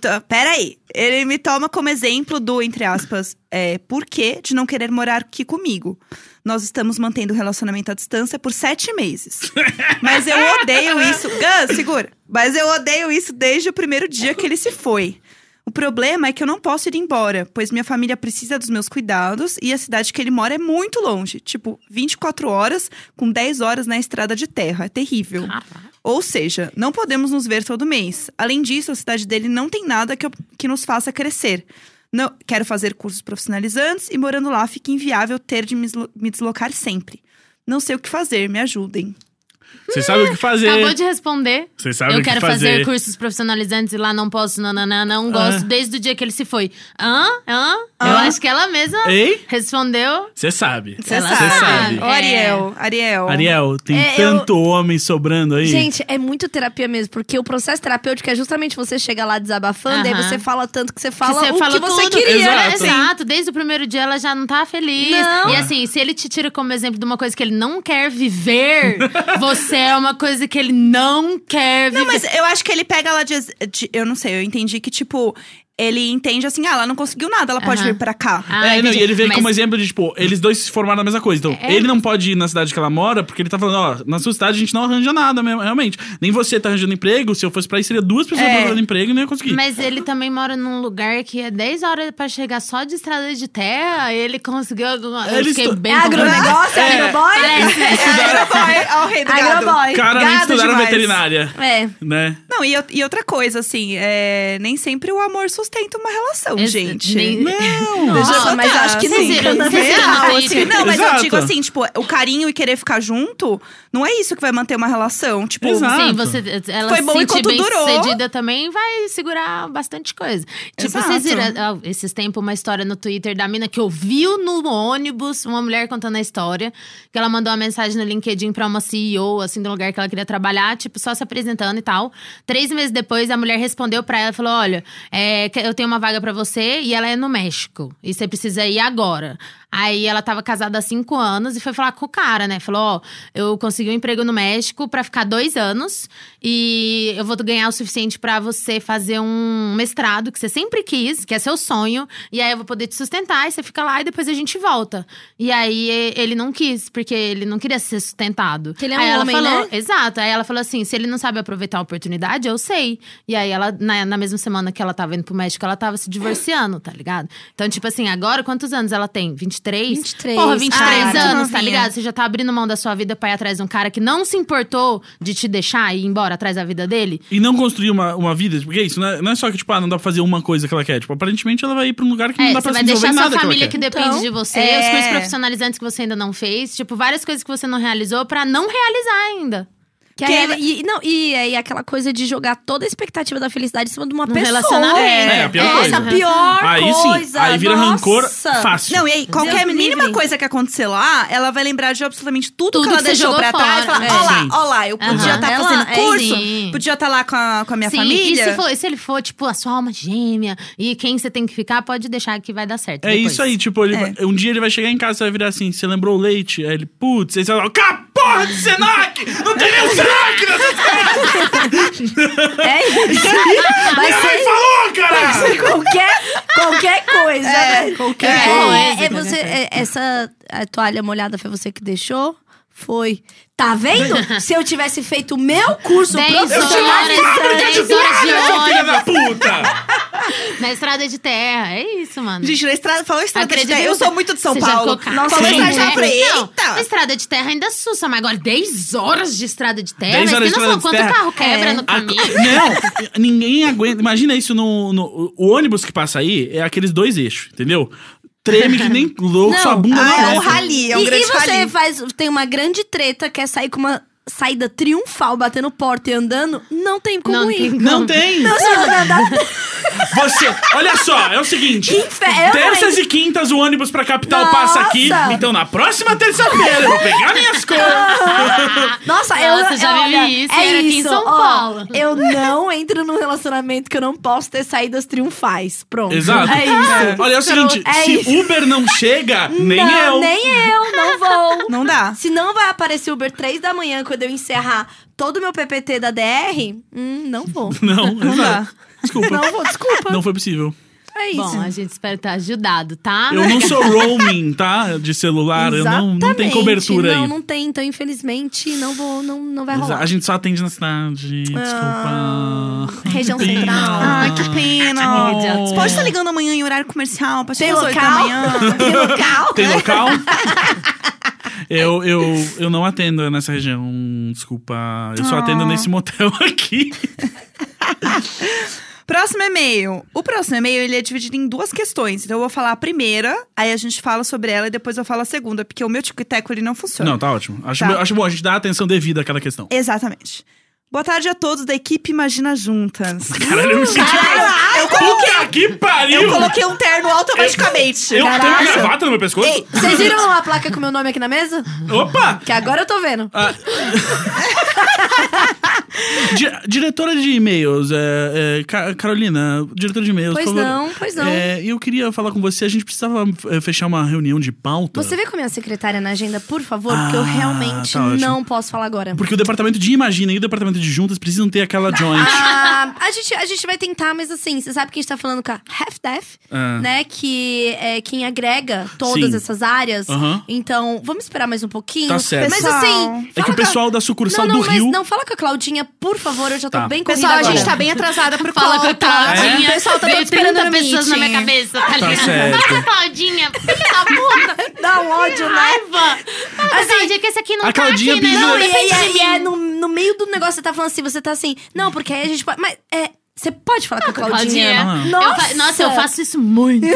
Speaker 1: Tá, Peraí, ele me toma como exemplo do, entre aspas, é, porquê de não querer morar aqui comigo. Nós estamos mantendo o relacionamento à distância por sete meses. Mas eu odeio isso. Gus, segura. Mas eu odeio isso desde o primeiro dia que ele se foi. O problema é que eu não posso ir embora, pois minha família precisa dos meus cuidados e a cidade que ele mora é muito longe tipo, 24 horas com 10 horas na estrada de terra. É terrível. Ou seja, não podemos nos ver todo mês. Além disso, a cidade dele não tem nada que, eu- que nos faça crescer. Não, quero fazer cursos profissionalizantes e morando lá fica inviável ter de me deslo- me deslocar sempre. Não sei o que fazer, me ajudem.
Speaker 3: Você sabe o que
Speaker 4: Tá
Speaker 2: Acabou
Speaker 3: fazer.
Speaker 2: de responder.
Speaker 3: Você sabe
Speaker 2: eu
Speaker 3: o que
Speaker 2: quero
Speaker 3: fazer. Ah.
Speaker 2: cursos profissionalizantes e lá não posso, nananã, não gosto, desde o dia que ele se foi. Hã? Hã? Eu acho que ela mesma
Speaker 3: Ei?
Speaker 2: respondeu.
Speaker 3: Você sabe.
Speaker 1: Você
Speaker 2: Ela
Speaker 1: sabe.
Speaker 3: sabe.
Speaker 1: Ô, Ariel, Ariel.
Speaker 3: Ariel, tem
Speaker 4: É, eu-
Speaker 3: tanto homem sobrando aí.
Speaker 4: Gente, é muito terapia mesmo, porque o processo terapêutico é justamente você chegar lá desabafando, aí
Speaker 2: Aham.
Speaker 4: você fala tanto que você fala
Speaker 2: que
Speaker 4: o que
Speaker 2: falou
Speaker 4: você
Speaker 2: tudo.
Speaker 4: queria.
Speaker 2: Exato.
Speaker 3: né? Sim.
Speaker 2: desde o primeiro dia ela já não tá feliz.
Speaker 4: Não.
Speaker 2: E assim, se ele te tira como exemplo de uma coisa que ele não quer viver, você é uma coisa que ele não quer viver.
Speaker 1: Não, mas eu acho que ele pega ela de, ex- de- Eu não sei, eu entendi que, tipo, ele entende assim, ah, ela não conseguiu nada, ela pode
Speaker 2: Aham.
Speaker 1: vir pra cá.
Speaker 2: Ah,
Speaker 3: é, não,
Speaker 2: entendi.
Speaker 3: e ele veio
Speaker 2: Mas-
Speaker 3: como exemplo de, tipo, eles dois se formaram na mesma coisa. Então,
Speaker 2: É.
Speaker 3: ele não pode ir na cidade que ela mora, porque ele tá falando, ó, na sua cidade a gente não arranja nada mesmo, realmente. Nem você tá arranjando emprego, se eu fosse pra aí, seria duas pessoas
Speaker 1: É.
Speaker 3: arranjando emprego e não ia conseguir.
Speaker 2: Mas ele também mora num lugar que é 10 horas pra chegar só de estrada de terra. Ele conseguiu alguma Eu
Speaker 3: Eles
Speaker 2: fiquei
Speaker 3: to-
Speaker 2: bem
Speaker 4: É
Speaker 2: confusa.
Speaker 4: agronegócio, é. agroboy?
Speaker 2: Parece, né?
Speaker 1: Agroboy, ao rei do gado.
Speaker 4: Agroboy.
Speaker 3: Claramente
Speaker 1: gado
Speaker 3: estudaram
Speaker 1: demais.
Speaker 3: veterinária,
Speaker 4: É.
Speaker 3: né?
Speaker 1: Não, e, eu- e outra coisa, assim, é, nem sempre o amor sustenta uma relação,
Speaker 2: Esse-
Speaker 1: gente.
Speaker 2: nem-
Speaker 3: Não! é
Speaker 1: Deixa eu
Speaker 2: Nossa,
Speaker 1: botar,
Speaker 4: mas eu acho que
Speaker 1: assim,
Speaker 2: nunca,
Speaker 1: no
Speaker 2: né?
Speaker 1: geral, assim.
Speaker 2: Exatamente.
Speaker 1: Não, mas eu
Speaker 3: Exato.
Speaker 1: digo assim, tipo, o carinho e querer ficar junto, não é isso que vai manter uma relação. Tipo,
Speaker 3: Exato.
Speaker 2: Sim, Assim, você, ela
Speaker 1: Foi
Speaker 2: se
Speaker 1: bom
Speaker 2: sentir
Speaker 1: enquanto
Speaker 2: bem
Speaker 1: durou.
Speaker 2: sucedida também vai segurar bastante coisa. Tipo,
Speaker 1: Exato.
Speaker 2: vocês viram ah, esses tempos uma história no Twitter da mina que ouviu no ônibus uma mulher contando a história. Que ela mandou uma mensagem no LinkedIn pra uma CEO, assim, do lugar que ela queria trabalhar, tipo, só se apresentando e tal. Três meses depois, a mulher respondeu pra ela e falou: Olha, é, que- eu tenho uma vaga pra você e ela é no México. E você precisa ir agora. Aí ela tava casada há cinco anos e foi falar com o cara, né? Falou: Ó, eu consegui um emprego no México pra ficar dois anos e eu vou ganhar o suficiente pra você fazer um mestrado que você sempre quis, que é seu sonho, e aí eu vou poder te sustentar e você fica lá e depois a gente volta. E aí e- ele não quis, porque ele não queria ser sustentado.
Speaker 4: Que ele é
Speaker 2: aí
Speaker 4: um
Speaker 2: ela
Speaker 4: homem,
Speaker 2: falou,
Speaker 4: né?
Speaker 2: Exato. Aí ela falou assim: se ele não sabe aproveitar a oportunidade, eu sei. E aí ela, na, na mesma semana que ela tava indo pro México, ela tava se divorciando, tá ligado? Então, tipo assim, agora quantos anos ela tem? 23?
Speaker 4: 23.
Speaker 2: Porra, 23
Speaker 4: Ah, muito
Speaker 2: anos, tá
Speaker 1: novinha.
Speaker 2: ligado? Você já tá abrindo mão da sua vida pra ir atrás de um cara que não se importou de te deixar e ir embora atrás da vida dele?
Speaker 3: E não construir uma, uma vida, porque é isso, não é, não é só que, tipo, ah, não dá pra fazer uma coisa que ela quer. Tipo, aparentemente ela vai ir pra um lugar que não
Speaker 2: É,
Speaker 3: dá
Speaker 2: você
Speaker 3: pra se
Speaker 2: vai deixar
Speaker 3: desenvolver
Speaker 2: sua
Speaker 3: nada que ela
Speaker 2: família
Speaker 3: quer.
Speaker 2: que depende
Speaker 4: Então,
Speaker 2: de você,
Speaker 1: é.
Speaker 2: os cursos profissionalizantes que você ainda não fez, tipo, várias coisas que você não realizou pra não realizar ainda.
Speaker 4: Que
Speaker 1: Que
Speaker 4: aí-
Speaker 1: ela-
Speaker 4: e, não, e aí aquela coisa de jogar toda a expectativa da felicidade em cima de uma
Speaker 2: Num
Speaker 4: pessoa.
Speaker 2: relacionamento.
Speaker 3: É, a pior
Speaker 4: Nossa,
Speaker 3: coisa.
Speaker 4: a pior
Speaker 3: Aí sim,
Speaker 4: coisa.
Speaker 3: aí vira
Speaker 4: Nossa.
Speaker 3: rancor fácil.
Speaker 1: Não, e aí, qualquer
Speaker 4: me
Speaker 1: mínima
Speaker 4: livre.
Speaker 1: coisa que acontecer lá, ela vai lembrar de absolutamente tudo,
Speaker 2: Tudo
Speaker 1: que ela
Speaker 2: que você
Speaker 1: deixou
Speaker 2: jogou
Speaker 1: pra trás.
Speaker 2: fora,
Speaker 1: Falar,
Speaker 2: é.
Speaker 1: ó
Speaker 3: Sim.
Speaker 1: lá, ó lá, eu podia
Speaker 2: Aham.
Speaker 1: estar
Speaker 4: Ela-
Speaker 1: fazendo
Speaker 4: é,
Speaker 1: curso,
Speaker 2: sim.
Speaker 1: podia estar lá com a, com a minha
Speaker 2: Sim,
Speaker 1: família.
Speaker 2: e se, for- se ele for, tipo, a sua alma gêmea e quem você tem que ficar, pode deixar que vai dar certo.
Speaker 3: É
Speaker 2: depois.
Speaker 3: isso aí, tipo, ele vai- um dia ele vai chegar em casa e vai virar assim, você lembrou o leite? Aí ele, putz, aí você vai falar, "Cá, porra de Senac! Não tem nem o Senac nessa
Speaker 4: É isso. aí. Vai
Speaker 3: Ai,
Speaker 4: ser
Speaker 3: falou, cara!
Speaker 4: qualquer, qualquer coisa. né?
Speaker 2: qualquer
Speaker 4: É,
Speaker 2: coisa,
Speaker 4: é, é você, é- essa a toalha molhada foi você que deixou? Foi. Tá vendo? Se eu tivesse feito o meu curso
Speaker 2: 10
Speaker 4: profissional...
Speaker 2: horas, 10 horas de
Speaker 3: Seu filho
Speaker 2: ônibus
Speaker 3: da puta!
Speaker 2: na estrada de terra. É isso, mano.
Speaker 1: Gente, na estrada, falou estrada de
Speaker 2: Acredito
Speaker 1: terra.
Speaker 2: que
Speaker 1: Eu
Speaker 2: você-
Speaker 1: sou muito de São
Speaker 2: você já
Speaker 1: Paulo.
Speaker 2: ficou
Speaker 4: Nossa,
Speaker 1: falou
Speaker 3: sim.
Speaker 1: estrada, já
Speaker 2: É,
Speaker 1: falei,
Speaker 2: não, a
Speaker 1: eita!
Speaker 2: estrada de terra ainda sussa, mas agora 10 horas de estrada de terra?
Speaker 3: 10
Speaker 2: Mas
Speaker 3: horas
Speaker 2: tem
Speaker 3: de
Speaker 2: noção
Speaker 3: estrada de
Speaker 2: quanto
Speaker 3: terra?
Speaker 2: carro quebra
Speaker 4: É.
Speaker 2: no
Speaker 3: A-
Speaker 2: caminho?
Speaker 3: não, ninguém aguenta. Imagina isso no, no- O ônibus que passa aí é aqueles dois eixos, entendeu? Treme que nem louco,
Speaker 4: Não,
Speaker 3: sua bunda
Speaker 1: ah,
Speaker 3: não né?
Speaker 1: é um
Speaker 3: desce.
Speaker 1: rali, é um
Speaker 4: e,
Speaker 1: grande
Speaker 4: e você
Speaker 1: rali.
Speaker 4: faz, tem uma grande treta, quer sair com uma saída triunfal, batendo porta e andando, não tem como
Speaker 2: Não tem
Speaker 4: ir.
Speaker 3: Não tem!
Speaker 4: Não, você vai andar-
Speaker 3: Você, olha só, é o seguinte.
Speaker 4: Que inferno,
Speaker 3: Terças
Speaker 4: hein?
Speaker 3: e quintas o ônibus pra capital passa aqui.
Speaker 4: Nossa!
Speaker 3: Então na próxima terça-feira eu vou pegar minhas coisas.
Speaker 4: Nossa,
Speaker 2: Nossa,
Speaker 4: eu
Speaker 2: já
Speaker 4: eu-
Speaker 2: vivi
Speaker 4: olha,
Speaker 2: isso e
Speaker 4: É
Speaker 2: era
Speaker 4: isso,
Speaker 2: aqui em São
Speaker 4: ó,
Speaker 2: Paulo.
Speaker 4: Eu não entro num relacionamento que eu não posso ter saídas triunfais. Pronto.
Speaker 3: Exato.
Speaker 4: É isso.
Speaker 3: Olha, é o seguinte,
Speaker 4: É
Speaker 3: se
Speaker 4: isso.
Speaker 3: Uber não chega, nem
Speaker 4: não,
Speaker 3: eu.
Speaker 4: Nem eu, não vou.
Speaker 1: Não dá.
Speaker 4: Se não vai aparecer Uber 3 da manhã quando eu encerrar todo o meu PPT da DR, hum, não vou.
Speaker 3: Não,
Speaker 1: Não dá.
Speaker 3: Desculpa.
Speaker 4: Não vou, desculpa.
Speaker 3: Não foi possível.
Speaker 4: É isso.
Speaker 2: Bom, a gente espera ter ajudado,
Speaker 4: Ah,
Speaker 2: tá?
Speaker 3: Eu não sou roaming, tá? De celular. Eu não, não tem
Speaker 4: Exatamente.
Speaker 3: cobertura
Speaker 4: Não,
Speaker 3: aí.
Speaker 4: não tem, então infelizmente não vou, não, não vai
Speaker 3: Exa-
Speaker 4: rolar.
Speaker 3: A gente só atende na cidade.
Speaker 4: Ah,
Speaker 3: Desculpa.
Speaker 4: região
Speaker 3: Pena.
Speaker 4: central.
Speaker 1: Ai, que pena.
Speaker 3: Que idiota.
Speaker 1: Você pode estar ligando amanhã em horário comercial, pra
Speaker 4: Tem
Speaker 1: chegar às oito da
Speaker 4: local?
Speaker 1: manhã.
Speaker 4: Tem local?
Speaker 3: Tem local? Eu, eu, eu não atendo nessa região, desculpa. Eu só atendo nesse motel aqui.
Speaker 1: Próximo e-mail. O próximo e-mail ele é dividido em duas questões. Então eu vou falar a primeira, aí a gente fala sobre ela e depois eu falo a segunda, porque o meu tico e teco ele não funciona.
Speaker 3: Não, tá ótimo. Acho,
Speaker 1: Tá.
Speaker 3: bom- acho bom a gente dar atenção devida àquela questão.
Speaker 1: Exatamente. Boa tarde a todos da equipe Imagina Juntas.
Speaker 3: Caralho, eu me senti.
Speaker 1: eu
Speaker 3: Puta que é pariu!
Speaker 1: Eu coloquei um terno automaticamente.
Speaker 3: Eu tenho uma
Speaker 4: Caraca.
Speaker 3: gravata no meu pescoço?
Speaker 4: Ei, vocês viram a placa com meu nome aqui na mesa?
Speaker 3: Opa!
Speaker 4: Que agora eu tô vendo.
Speaker 3: Di- diretora de e-mails, é, é, Ca- Carolina, diretora de e-mails,
Speaker 4: Pois
Speaker 3: por favor.
Speaker 4: não, pois não.
Speaker 3: É, eu queria falar com você, a gente precisava é, fechar uma reunião de pauta.
Speaker 4: Você vê com a minha secretária na agenda, por favor? Porque
Speaker 3: Ah,
Speaker 4: eu realmente
Speaker 3: tá ótimo.
Speaker 4: não posso falar agora.
Speaker 3: Porque o departamento de Imagina e o departamento de Juntas precisam ter aquela joint.
Speaker 4: Ah, a, gente, a gente vai tentar, mas assim, você sabe que a gente tá falando com a Half Death,
Speaker 3: Ah.
Speaker 4: né? Que é quem agrega todas
Speaker 3: Sim.
Speaker 4: essas áreas.
Speaker 3: Aham.
Speaker 4: Então, vamos esperar mais um pouquinho.
Speaker 3: Tá certo.
Speaker 4: Mas
Speaker 1: Pessoal.
Speaker 4: assim.
Speaker 3: É que
Speaker 4: fala
Speaker 3: o pessoal da
Speaker 4: com a-
Speaker 3: sucursal
Speaker 4: Não, não,
Speaker 3: do
Speaker 4: mas
Speaker 3: Rio.
Speaker 4: não fala com a Claudinha, por favor, eu já tô
Speaker 3: Tá.
Speaker 4: bem corrida
Speaker 1: Pessoal, a
Speaker 4: agora.
Speaker 1: gente tá bem atrasada pro
Speaker 2: Fala com a
Speaker 1: call, tá?
Speaker 2: Claudinha.
Speaker 1: O pessoal tá
Speaker 2: Veio
Speaker 1: todo esperando
Speaker 2: 30
Speaker 1: no
Speaker 2: pessoas na
Speaker 1: meeting.
Speaker 2: minha cabeça, tá ligado?
Speaker 3: certo.
Speaker 2: Fala com a Claudinha, filha da puta.
Speaker 4: Dá um ódio, né?
Speaker 2: Raiva. Fala com a Claudinha, que esse aqui não
Speaker 3: a
Speaker 2: tá
Speaker 3: Claudinha
Speaker 2: aqui, né?
Speaker 3: pediu-
Speaker 4: Não,
Speaker 2: Não,
Speaker 4: e
Speaker 2: depende
Speaker 4: aí,
Speaker 2: de
Speaker 4: aí
Speaker 2: mim.
Speaker 4: é no, no meio do negócio, você tá falando assim, você tá assim, não, porque aí a gente pode. Mas é. Você pode falar com a Claudinha?
Speaker 2: Ah, Claudinha. é.
Speaker 3: Ah.
Speaker 2: Eu fa- nossa, eu faço isso muito.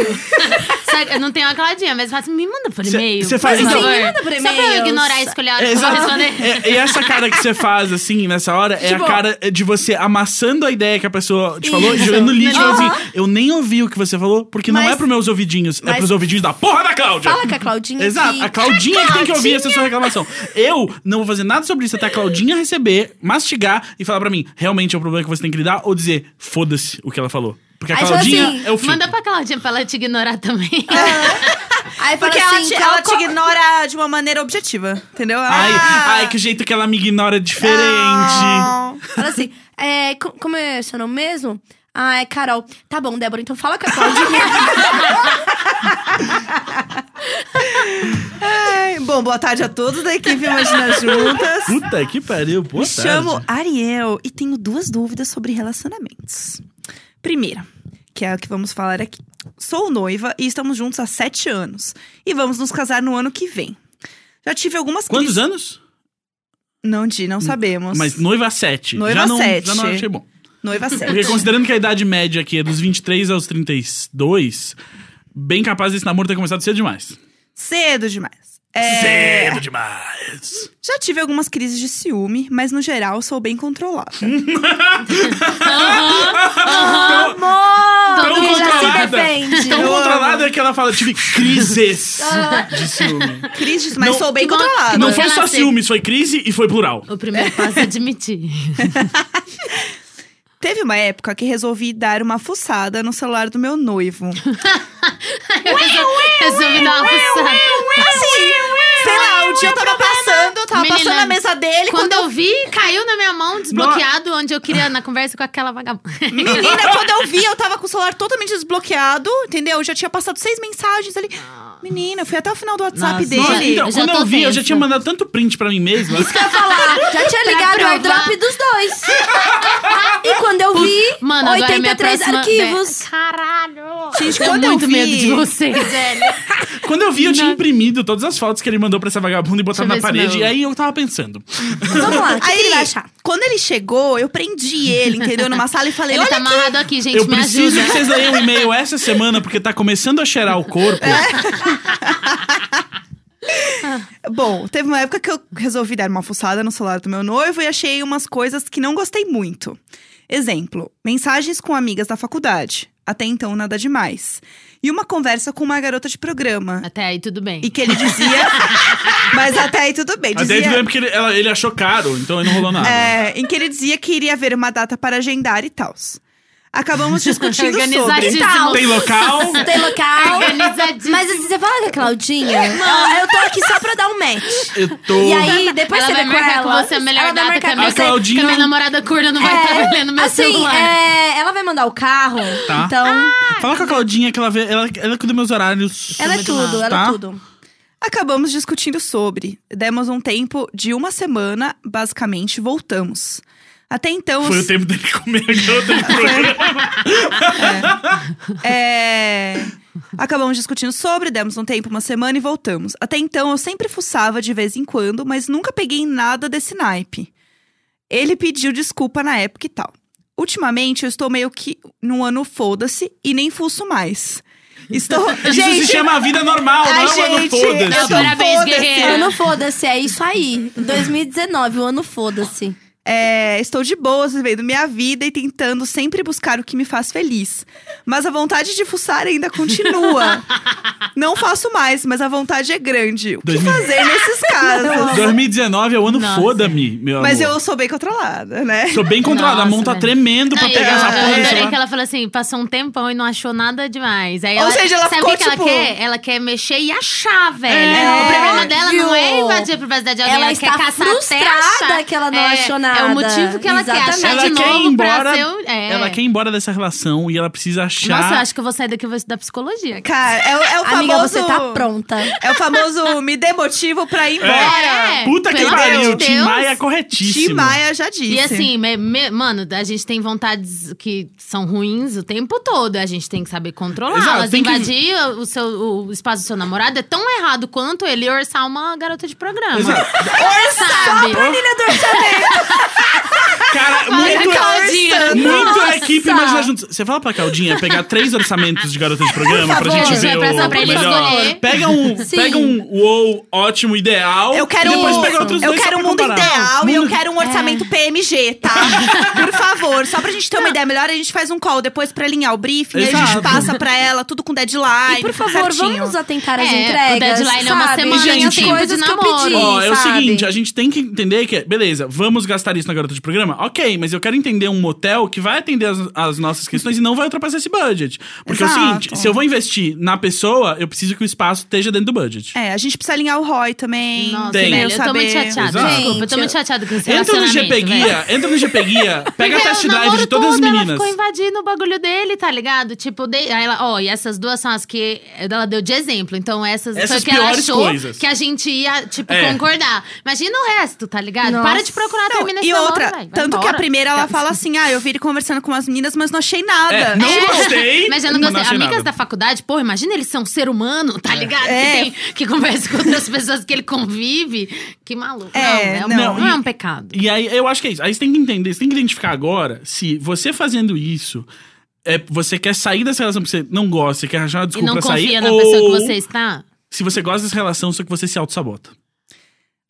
Speaker 2: Sabe, eu não tenho a Claudinha, mas eu faço, me manda por
Speaker 3: Cê-
Speaker 2: e-mail.
Speaker 3: cê faz
Speaker 2: por
Speaker 3: isso?
Speaker 2: favor.
Speaker 4: Sim, manda por
Speaker 2: Só pra eu
Speaker 4: e-mail.
Speaker 2: ignorar e escolher a hora
Speaker 3: É,
Speaker 2: que eu vou
Speaker 3: exato.
Speaker 2: responder.
Speaker 3: É, e essa cara que você faz, assim, nessa hora, é
Speaker 4: Tipo-
Speaker 3: a cara de você amassando a ideia que a pessoa te falou e
Speaker 2: Isso.
Speaker 3: jogando lixo.
Speaker 2: Aham.
Speaker 3: falando assim, eu nem ouvi o que você falou, porque não
Speaker 4: Mas-
Speaker 3: é pros meus ouvidinhos, é
Speaker 4: mas-
Speaker 3: pros ouvidinhos da porra da Cláudia.
Speaker 4: Fala com a Claudinha.
Speaker 3: Exato,
Speaker 4: que-
Speaker 3: a Claudinha que tem que ouvir essa sua reclamação. Eu não vou fazer nada sobre isso até a Claudinha receber, mastigar e falar pra mim, realmente é um problema que você tem que lidar, ou dizer, foda-se o que ela falou. Porque a
Speaker 4: Aí, tipo
Speaker 3: Claudinha
Speaker 4: assim,
Speaker 3: é o fim.
Speaker 2: Manda pra Claudinha pra ela te ignorar também.
Speaker 4: Aí fala
Speaker 1: Porque ela,
Speaker 4: assim,
Speaker 1: te, ela te
Speaker 4: Clau-
Speaker 1: ignora de uma maneira objetiva, entendeu?
Speaker 3: Ai,
Speaker 1: Ah.
Speaker 3: ai, que o jeito que ela me ignora é diferente.
Speaker 1: Ah.
Speaker 4: Fala assim, é, co- como é seu nome mesmo? Ah, é Carol. Tá bom, Débora, então fala com a Claudinha.
Speaker 1: Ai, Bom, boa tarde a todos da equipe Imagina Juntas.
Speaker 3: Puta que pariu, boa
Speaker 1: Me
Speaker 3: tarde.
Speaker 1: chamo Ariel e tenho duas dúvidas sobre relacionamentos. Primeira, que é a que vamos falar aqui. Sou noiva e estamos juntos há sete anos. E vamos nos casar no ano que vem. Já tive algumas
Speaker 3: Quantos
Speaker 1: crises-
Speaker 3: anos?
Speaker 1: Não, Di, não sabemos.
Speaker 3: Mas noiva 7.
Speaker 1: Noiva
Speaker 3: já não,
Speaker 1: sete.
Speaker 3: Já não achei bom.
Speaker 1: Noiva
Speaker 3: Porque
Speaker 1: sete.
Speaker 3: considerando que a idade média aqui é dos 23 aos 32, bem capaz desse namoro ter começado cedo demais.
Speaker 1: Cedo demais. É,
Speaker 2: É.
Speaker 3: Cedo demais.
Speaker 1: Já tive algumas crises de ciúme, mas no geral sou bem controlada.
Speaker 4: Amor!
Speaker 2: Todo
Speaker 4: Quem já se
Speaker 3: controlada.
Speaker 4: defende.
Speaker 3: Tão controlada é que ela fala, tive crises
Speaker 2: Ah.
Speaker 3: de ciúme.
Speaker 2: Tá
Speaker 1: Crises, mas sou bem
Speaker 2: que bom-
Speaker 1: controlada.
Speaker 3: Não
Speaker 2: Mas
Speaker 3: foi
Speaker 2: ela
Speaker 3: só
Speaker 2: se-
Speaker 3: ciúmes, foi crise e foi plural.
Speaker 2: O primeiro passo é admitir.
Speaker 1: Teve uma época que resolvi dar uma fuçada no celular do meu noivo.
Speaker 2: Eu resol- resolvi dar uma fuçada.
Speaker 1: Assim, sei lá, um dia eu tava passando, eu tava
Speaker 2: Menina,
Speaker 1: passando na mesa dele,
Speaker 2: Quando
Speaker 1: quando eu...
Speaker 2: eu vi, caiu na minha mão, desbloqueado, onde eu queria, na conversa com aquela vagabunda.
Speaker 1: Menina, quando eu vi, eu tava com o celular totalmente desbloqueado, entendeu? Eu já tinha passado seis mensagens ali. Menina, eu fui até o final do WhatsApp
Speaker 2: Nossa.
Speaker 1: dele.
Speaker 3: Nossa, então,
Speaker 2: eu já
Speaker 3: quando
Speaker 2: tô
Speaker 3: eu vi, eu já
Speaker 2: tensa.
Speaker 3: tinha mandado tanto print pra mim mesma.
Speaker 4: Isso que eu ia falar. Já tinha ligado o
Speaker 2: provar.
Speaker 4: airdrop dos dois. E quando eu vi,
Speaker 2: Mano, agora é minha
Speaker 4: 83
Speaker 2: próxima...
Speaker 4: arquivos.
Speaker 2: Caralho!
Speaker 1: Gente,
Speaker 2: Tenho
Speaker 1: quando eu
Speaker 2: muito
Speaker 1: vi-
Speaker 2: medo de você, velho.
Speaker 3: Quando eu vi, eu tinha imprimido todas as fotos que ele mandou pra essa vagabunda e
Speaker 2: Deixa
Speaker 3: botado na
Speaker 2: eu ver se
Speaker 3: parede.
Speaker 2: não.
Speaker 3: E aí eu tava pensando.
Speaker 4: Vamos lá, o que, que
Speaker 1: Aí,
Speaker 4: ele vai achar?
Speaker 1: quando ele chegou, eu prendi ele, entendeu? Numa sala e falei,
Speaker 2: Ele
Speaker 1: olha
Speaker 2: tá
Speaker 1: aqui.
Speaker 2: amarrado aqui, gente,
Speaker 3: eu
Speaker 2: me
Speaker 3: preciso
Speaker 2: ajuda.
Speaker 3: que vocês leiam o e-mail essa semana, porque tá começando a cheirar o corpo.
Speaker 1: É. Bom, teve uma época que eu resolvi dar uma fuçada no celular do meu noivo e achei umas coisas que não gostei muito. Exemplo, mensagens com amigas da faculdade. Até então, nada demais. E uma conversa com uma garota de programa.
Speaker 2: Até aí, tudo bem.
Speaker 1: E que ele dizia. mas até aí tudo bem.
Speaker 3: Mas daí
Speaker 1: dizia-
Speaker 3: tudo bem, é porque ele, ela- ele achou caro, então aí não rolou nada.
Speaker 1: é, em que ele dizia que iria haver uma data para agendar e tal. Acabamos discutindo sobre.
Speaker 2: Organizadíssimo.
Speaker 4: Tal.
Speaker 3: Tem local.
Speaker 4: Tem
Speaker 2: É,
Speaker 4: local.
Speaker 2: Organizadíssimo.
Speaker 4: Mas assim, você fala com a Claudinha? Eu, eu tô aqui só pra dar um match.
Speaker 3: Eu tô.
Speaker 4: E aí, depois
Speaker 2: ela
Speaker 4: você
Speaker 2: vai
Speaker 4: vê com
Speaker 2: marcar com
Speaker 4: ela.
Speaker 2: você a melhor
Speaker 4: ela vai
Speaker 2: data
Speaker 4: marcar
Speaker 2: que a
Speaker 4: com
Speaker 2: minha,
Speaker 3: você. A Claudinha-
Speaker 2: que a minha namorada curda não vai estar
Speaker 4: É,
Speaker 2: olhando meu
Speaker 4: assim,
Speaker 2: celular. Ah,
Speaker 4: é, ela vai mandar o carro.
Speaker 3: Tá.
Speaker 4: Então,
Speaker 3: Fala com a Claudinha que ela vê. Ela, ela cuida meus horários.
Speaker 4: ela é tudo, ela
Speaker 3: Tá.
Speaker 4: é tudo.
Speaker 1: Acabamos discutindo sobre. Demos um tempo de uma semana, basicamente, voltamos. Até então.
Speaker 3: Foi
Speaker 1: os-
Speaker 3: o tempo dele comer a garota de programa.
Speaker 1: É. Acabamos discutindo sobre, demos um tempo, uma semana e voltamos. Até então, eu sempre fuçava de vez em quando, mas nunca peguei nada desse naipe. Ele pediu desculpa na época e tal. Ultimamente, eu estou meio que num ano foda-se e nem fuço mais. Estou.
Speaker 3: Isso
Speaker 1: gente,
Speaker 3: se chama a vida normal,
Speaker 1: Ai,
Speaker 3: não é
Speaker 1: gente,
Speaker 3: no foda-se.
Speaker 1: eu tô
Speaker 2: Parabéns,
Speaker 1: foda-se.
Speaker 2: guerreira. É.
Speaker 4: Ano foda-se, é isso aí. 2019, o ano foda-se.
Speaker 1: É, estou de boas vivendo minha vida e tentando sempre buscar o que me faz feliz. Mas a vontade de fuçar ainda continua. Não faço mais, mas a vontade é grande. O que
Speaker 3: Dois mil-
Speaker 1: fazer nesses casos?
Speaker 3: 2019 é o ano
Speaker 2: Nossa.
Speaker 3: foda-me, meu
Speaker 1: Mas
Speaker 3: amor.
Speaker 1: eu sou bem controlada, né?
Speaker 3: Tô bem controlada, a mão
Speaker 2: Nossa,
Speaker 3: tá
Speaker 2: velho.
Speaker 3: tremendo pra
Speaker 2: Aí,
Speaker 3: pegar essa
Speaker 2: eu
Speaker 3: porra.
Speaker 2: adorei
Speaker 3: dessa-
Speaker 2: que ela falou assim, passou um tempão e não achou nada demais. Aí
Speaker 1: Ou seja, ela
Speaker 2: sabe
Speaker 1: ficou,
Speaker 2: o que que
Speaker 1: tipo-
Speaker 2: ela quer? Ela quer mexer e achar, velho.
Speaker 1: É,
Speaker 2: o problema dela não é
Speaker 4: óbvio.
Speaker 2: invadir a privacidade de alguém,
Speaker 4: Ela
Speaker 2: ela,
Speaker 4: está
Speaker 2: quer caçar
Speaker 4: frustrada
Speaker 2: até achar.
Speaker 4: que ela não
Speaker 2: É,
Speaker 4: achou
Speaker 2: É
Speaker 4: nada.
Speaker 2: o motivo que ela quer achar
Speaker 3: Ela
Speaker 2: de
Speaker 3: quer ir
Speaker 2: novo
Speaker 3: embora.
Speaker 2: pra ser... o- é.
Speaker 3: Ela quer ir embora dessa relação e ela precisa achar.
Speaker 2: Nossa, eu acho que eu vou sair daqui e vou estudar psicologia.
Speaker 1: Cara, é, o- é o famoso.
Speaker 4: Amiga, você tá pronta.
Speaker 1: É o famoso me dê motivo pra ir embora.
Speaker 2: É,
Speaker 3: Puta que
Speaker 2: pelo
Speaker 3: pariu,
Speaker 2: amor de
Speaker 3: Tim
Speaker 2: Deus.
Speaker 3: Maia é
Speaker 1: Tim
Speaker 3: corretíssimo.
Speaker 1: Maia já disse.
Speaker 2: E assim, me- me- mano, a gente tem vontades que são ruins o tempo todo. A gente tem que saber
Speaker 3: Exato,
Speaker 2: controlá-las.
Speaker 3: tem que-
Speaker 2: Invadir o, seu, o espaço do seu namorado é tão errado quanto ele orçar uma garota de programa.
Speaker 3: Exato.
Speaker 2: Sabe?
Speaker 4: Planilha do orçamento.
Speaker 3: Cara,
Speaker 2: Olha
Speaker 3: muito, é,
Speaker 2: a Claudinha.
Speaker 3: muito
Speaker 4: Nossa.
Speaker 3: equipe imagina juntos. Você fala pra Claudinha pegar três orçamentos de garota de programa
Speaker 4: Por
Speaker 3: pra
Speaker 4: favor,
Speaker 3: gente
Speaker 2: gente,
Speaker 3: ver
Speaker 2: pra-
Speaker 3: o
Speaker 2: pra ele
Speaker 3: melhor.
Speaker 2: escolher.
Speaker 3: Pega um,
Speaker 4: Sim.
Speaker 3: pega um wow ótimo, ideal.
Speaker 1: Eu quero,
Speaker 3: e depois
Speaker 1: um-
Speaker 3: pega outros
Speaker 1: eu
Speaker 3: dois
Speaker 1: quero
Speaker 3: só
Speaker 1: um
Speaker 3: pra
Speaker 1: mundo
Speaker 3: comparar.
Speaker 1: ideal e eu
Speaker 3: Mundo-
Speaker 2: É.
Speaker 1: quero um orçamento PMG, tá? Por favor, só pra gente ter uma ideia melhor, a gente faz um call depois pra alinhar o briefing, aí a gente
Speaker 3: Exato.
Speaker 1: passa pra ela tudo com deadline.
Speaker 4: E por favor,
Speaker 1: certinho.
Speaker 4: vamos nos atentar às
Speaker 2: tá É, o
Speaker 4: entregas.
Speaker 2: deadline é uma
Speaker 4: sabe?
Speaker 2: semana,
Speaker 4: Tem
Speaker 3: gente,
Speaker 4: as
Speaker 3: tempo de
Speaker 4: coisas que eu
Speaker 2: namoro.
Speaker 4: pedi.
Speaker 3: Ó, é o
Speaker 4: sabe?
Speaker 3: seguinte, a gente tem que entender que, beleza, vamos gastar isso na garota de programa? Ok, mas eu quero entender um motel que vai atender as, as nossas questões e não vai ultrapassar esse budget. Porque é o
Speaker 1: Exato.
Speaker 3: seguinte, se eu vou investir na pessoa, eu preciso que o espaço esteja dentro do budget.
Speaker 1: É, a gente precisa alinhar o Roy também.
Speaker 2: Nossa,
Speaker 3: Tem.
Speaker 1: entendeu?
Speaker 2: velho, eu tô muito
Speaker 1: Saber-
Speaker 2: chateada.
Speaker 3: Exato.
Speaker 2: Desculpa, eu tô muito chateada com esse
Speaker 3: Entra no
Speaker 2: relacionamento, velho.
Speaker 3: GPGia, entra no GPGia, pega a
Speaker 2: Porque
Speaker 3: test
Speaker 2: o
Speaker 3: drive
Speaker 2: namoro
Speaker 3: de todas as
Speaker 2: todo, Ela
Speaker 3: meninas.
Speaker 2: ficou invadindo o bagulho dele, tá ligado? Tipo, de, aí ela, ó, e essas duas são as que ela deu de exemplo. Então, essas,
Speaker 3: Essas
Speaker 2: foi que ela
Speaker 3: piores
Speaker 2: achou
Speaker 3: coisas.
Speaker 2: que a gente ia, tipo,
Speaker 3: É.
Speaker 2: concordar. Imagina o resto, tá ligado?
Speaker 4: Nossa.
Speaker 2: Para de procurar,
Speaker 1: Não,
Speaker 2: termina esse
Speaker 1: e
Speaker 2: namoro,
Speaker 1: outra,
Speaker 2: vai, vai
Speaker 1: tanto que a
Speaker 2: embora. Tá.
Speaker 1: primeira ela fala assim: ah, eu vi ele conversando com as meninas, mas não achei nada.
Speaker 3: É, não gostei.
Speaker 2: Mas eu não gostei.
Speaker 3: achei
Speaker 2: Amigas
Speaker 3: nada.
Speaker 2: da faculdade, porra, imagina ele ser um ser humano, tá ligado?
Speaker 1: É.
Speaker 2: Que, tem- que conversa com outras pessoas que ele convive. Que maluco.
Speaker 1: É,
Speaker 2: não,
Speaker 1: não.
Speaker 2: não, não, é
Speaker 3: E-
Speaker 2: um pecado.
Speaker 3: E aí, eu acho que é isso. Aí você tem que entender, você tem que identificar agora se você fazendo isso, é, você quer sair dessa relação porque você não gosta, você quer arranjar uma
Speaker 2: E
Speaker 3: desculpa
Speaker 2: não
Speaker 3: pra sair.
Speaker 2: confia na
Speaker 3: ou
Speaker 2: pessoa que você está.
Speaker 3: se você gosta dessa relação, só que você se auto-sabota.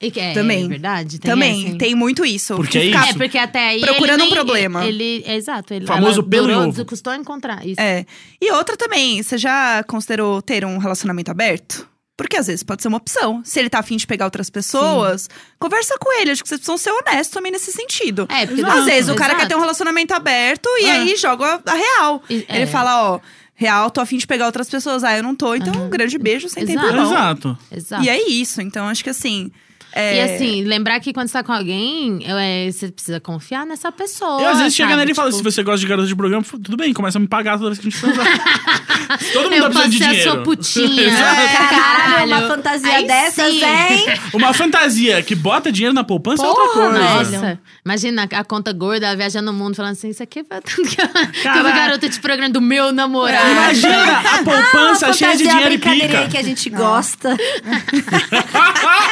Speaker 2: E que é,
Speaker 1: Também.
Speaker 2: É verdade? Tem
Speaker 1: Também,
Speaker 2: essa, hein?
Speaker 1: tem muito isso.
Speaker 3: Porque é
Speaker 1: Ficar-
Speaker 2: É, porque até aí.
Speaker 1: Procurando
Speaker 2: ele nem-
Speaker 1: um problema.
Speaker 2: Ele, é exato. Ele,
Speaker 3: Famoso
Speaker 2: ela
Speaker 3: pelo
Speaker 2: durou,
Speaker 3: e ovo.
Speaker 2: Custou encontrar. Isso.
Speaker 1: É. E outra também, você já considerou ter um relacionamento aberto? Porque às vezes pode ser uma opção. Se ele tá afim de pegar outras pessoas, conversa com ele. Acho que vocês precisam ser honestos também nesse sentido.
Speaker 2: É, porque
Speaker 1: Às vezes o
Speaker 2: Exato.
Speaker 1: cara
Speaker 2: Ah.
Speaker 1: quer ter um relacionamento aberto e
Speaker 3: É.
Speaker 1: aí joga a real.
Speaker 2: E-
Speaker 1: Ele
Speaker 2: é.
Speaker 1: fala, ó, real, tô afim de pegar outras pessoas. Ah, eu não tô, então um grande beijo sem
Speaker 2: Exato.
Speaker 1: tempo não.
Speaker 3: Exato.
Speaker 2: Exato.
Speaker 1: E é isso. Então acho que assim. é-
Speaker 2: E assim, lembrar que quando você tá com alguém, é, você precisa confiar nessa pessoa.
Speaker 3: Eu às vezes
Speaker 2: sabe?
Speaker 3: chega nele e fala: se
Speaker 2: Tipo,
Speaker 3: você gosta de garota de programa, f- tudo bem, começa a me pagar toda vez que a gente transar. Todo mundo
Speaker 2: Eu
Speaker 3: tá
Speaker 2: posso
Speaker 3: precisando de
Speaker 2: ser a
Speaker 3: dinheiro.
Speaker 2: sua putinha. é.
Speaker 3: Exato.
Speaker 4: Caralho, uma
Speaker 2: Caralho.
Speaker 4: fantasia
Speaker 2: Aí
Speaker 4: dessas,
Speaker 2: sim.
Speaker 4: hein?
Speaker 3: Uma fantasia que bota dinheiro na poupança é outra
Speaker 2: Porra,
Speaker 3: coisa.
Speaker 2: nossa. Imagina a conta gorda ela viajando no mundo falando assim: Isso aqui é pra tudo que eu
Speaker 3: Caraca.
Speaker 2: garota de programa do meu
Speaker 1: É,
Speaker 2: namorado.
Speaker 3: Imagina
Speaker 2: Ah,
Speaker 3: a poupança
Speaker 4: uma
Speaker 3: cheia de
Speaker 4: fantasia
Speaker 3: dinheiro e
Speaker 4: brincadeirinha que
Speaker 3: pica.
Speaker 4: a
Speaker 2: É.
Speaker 4: gente gosta.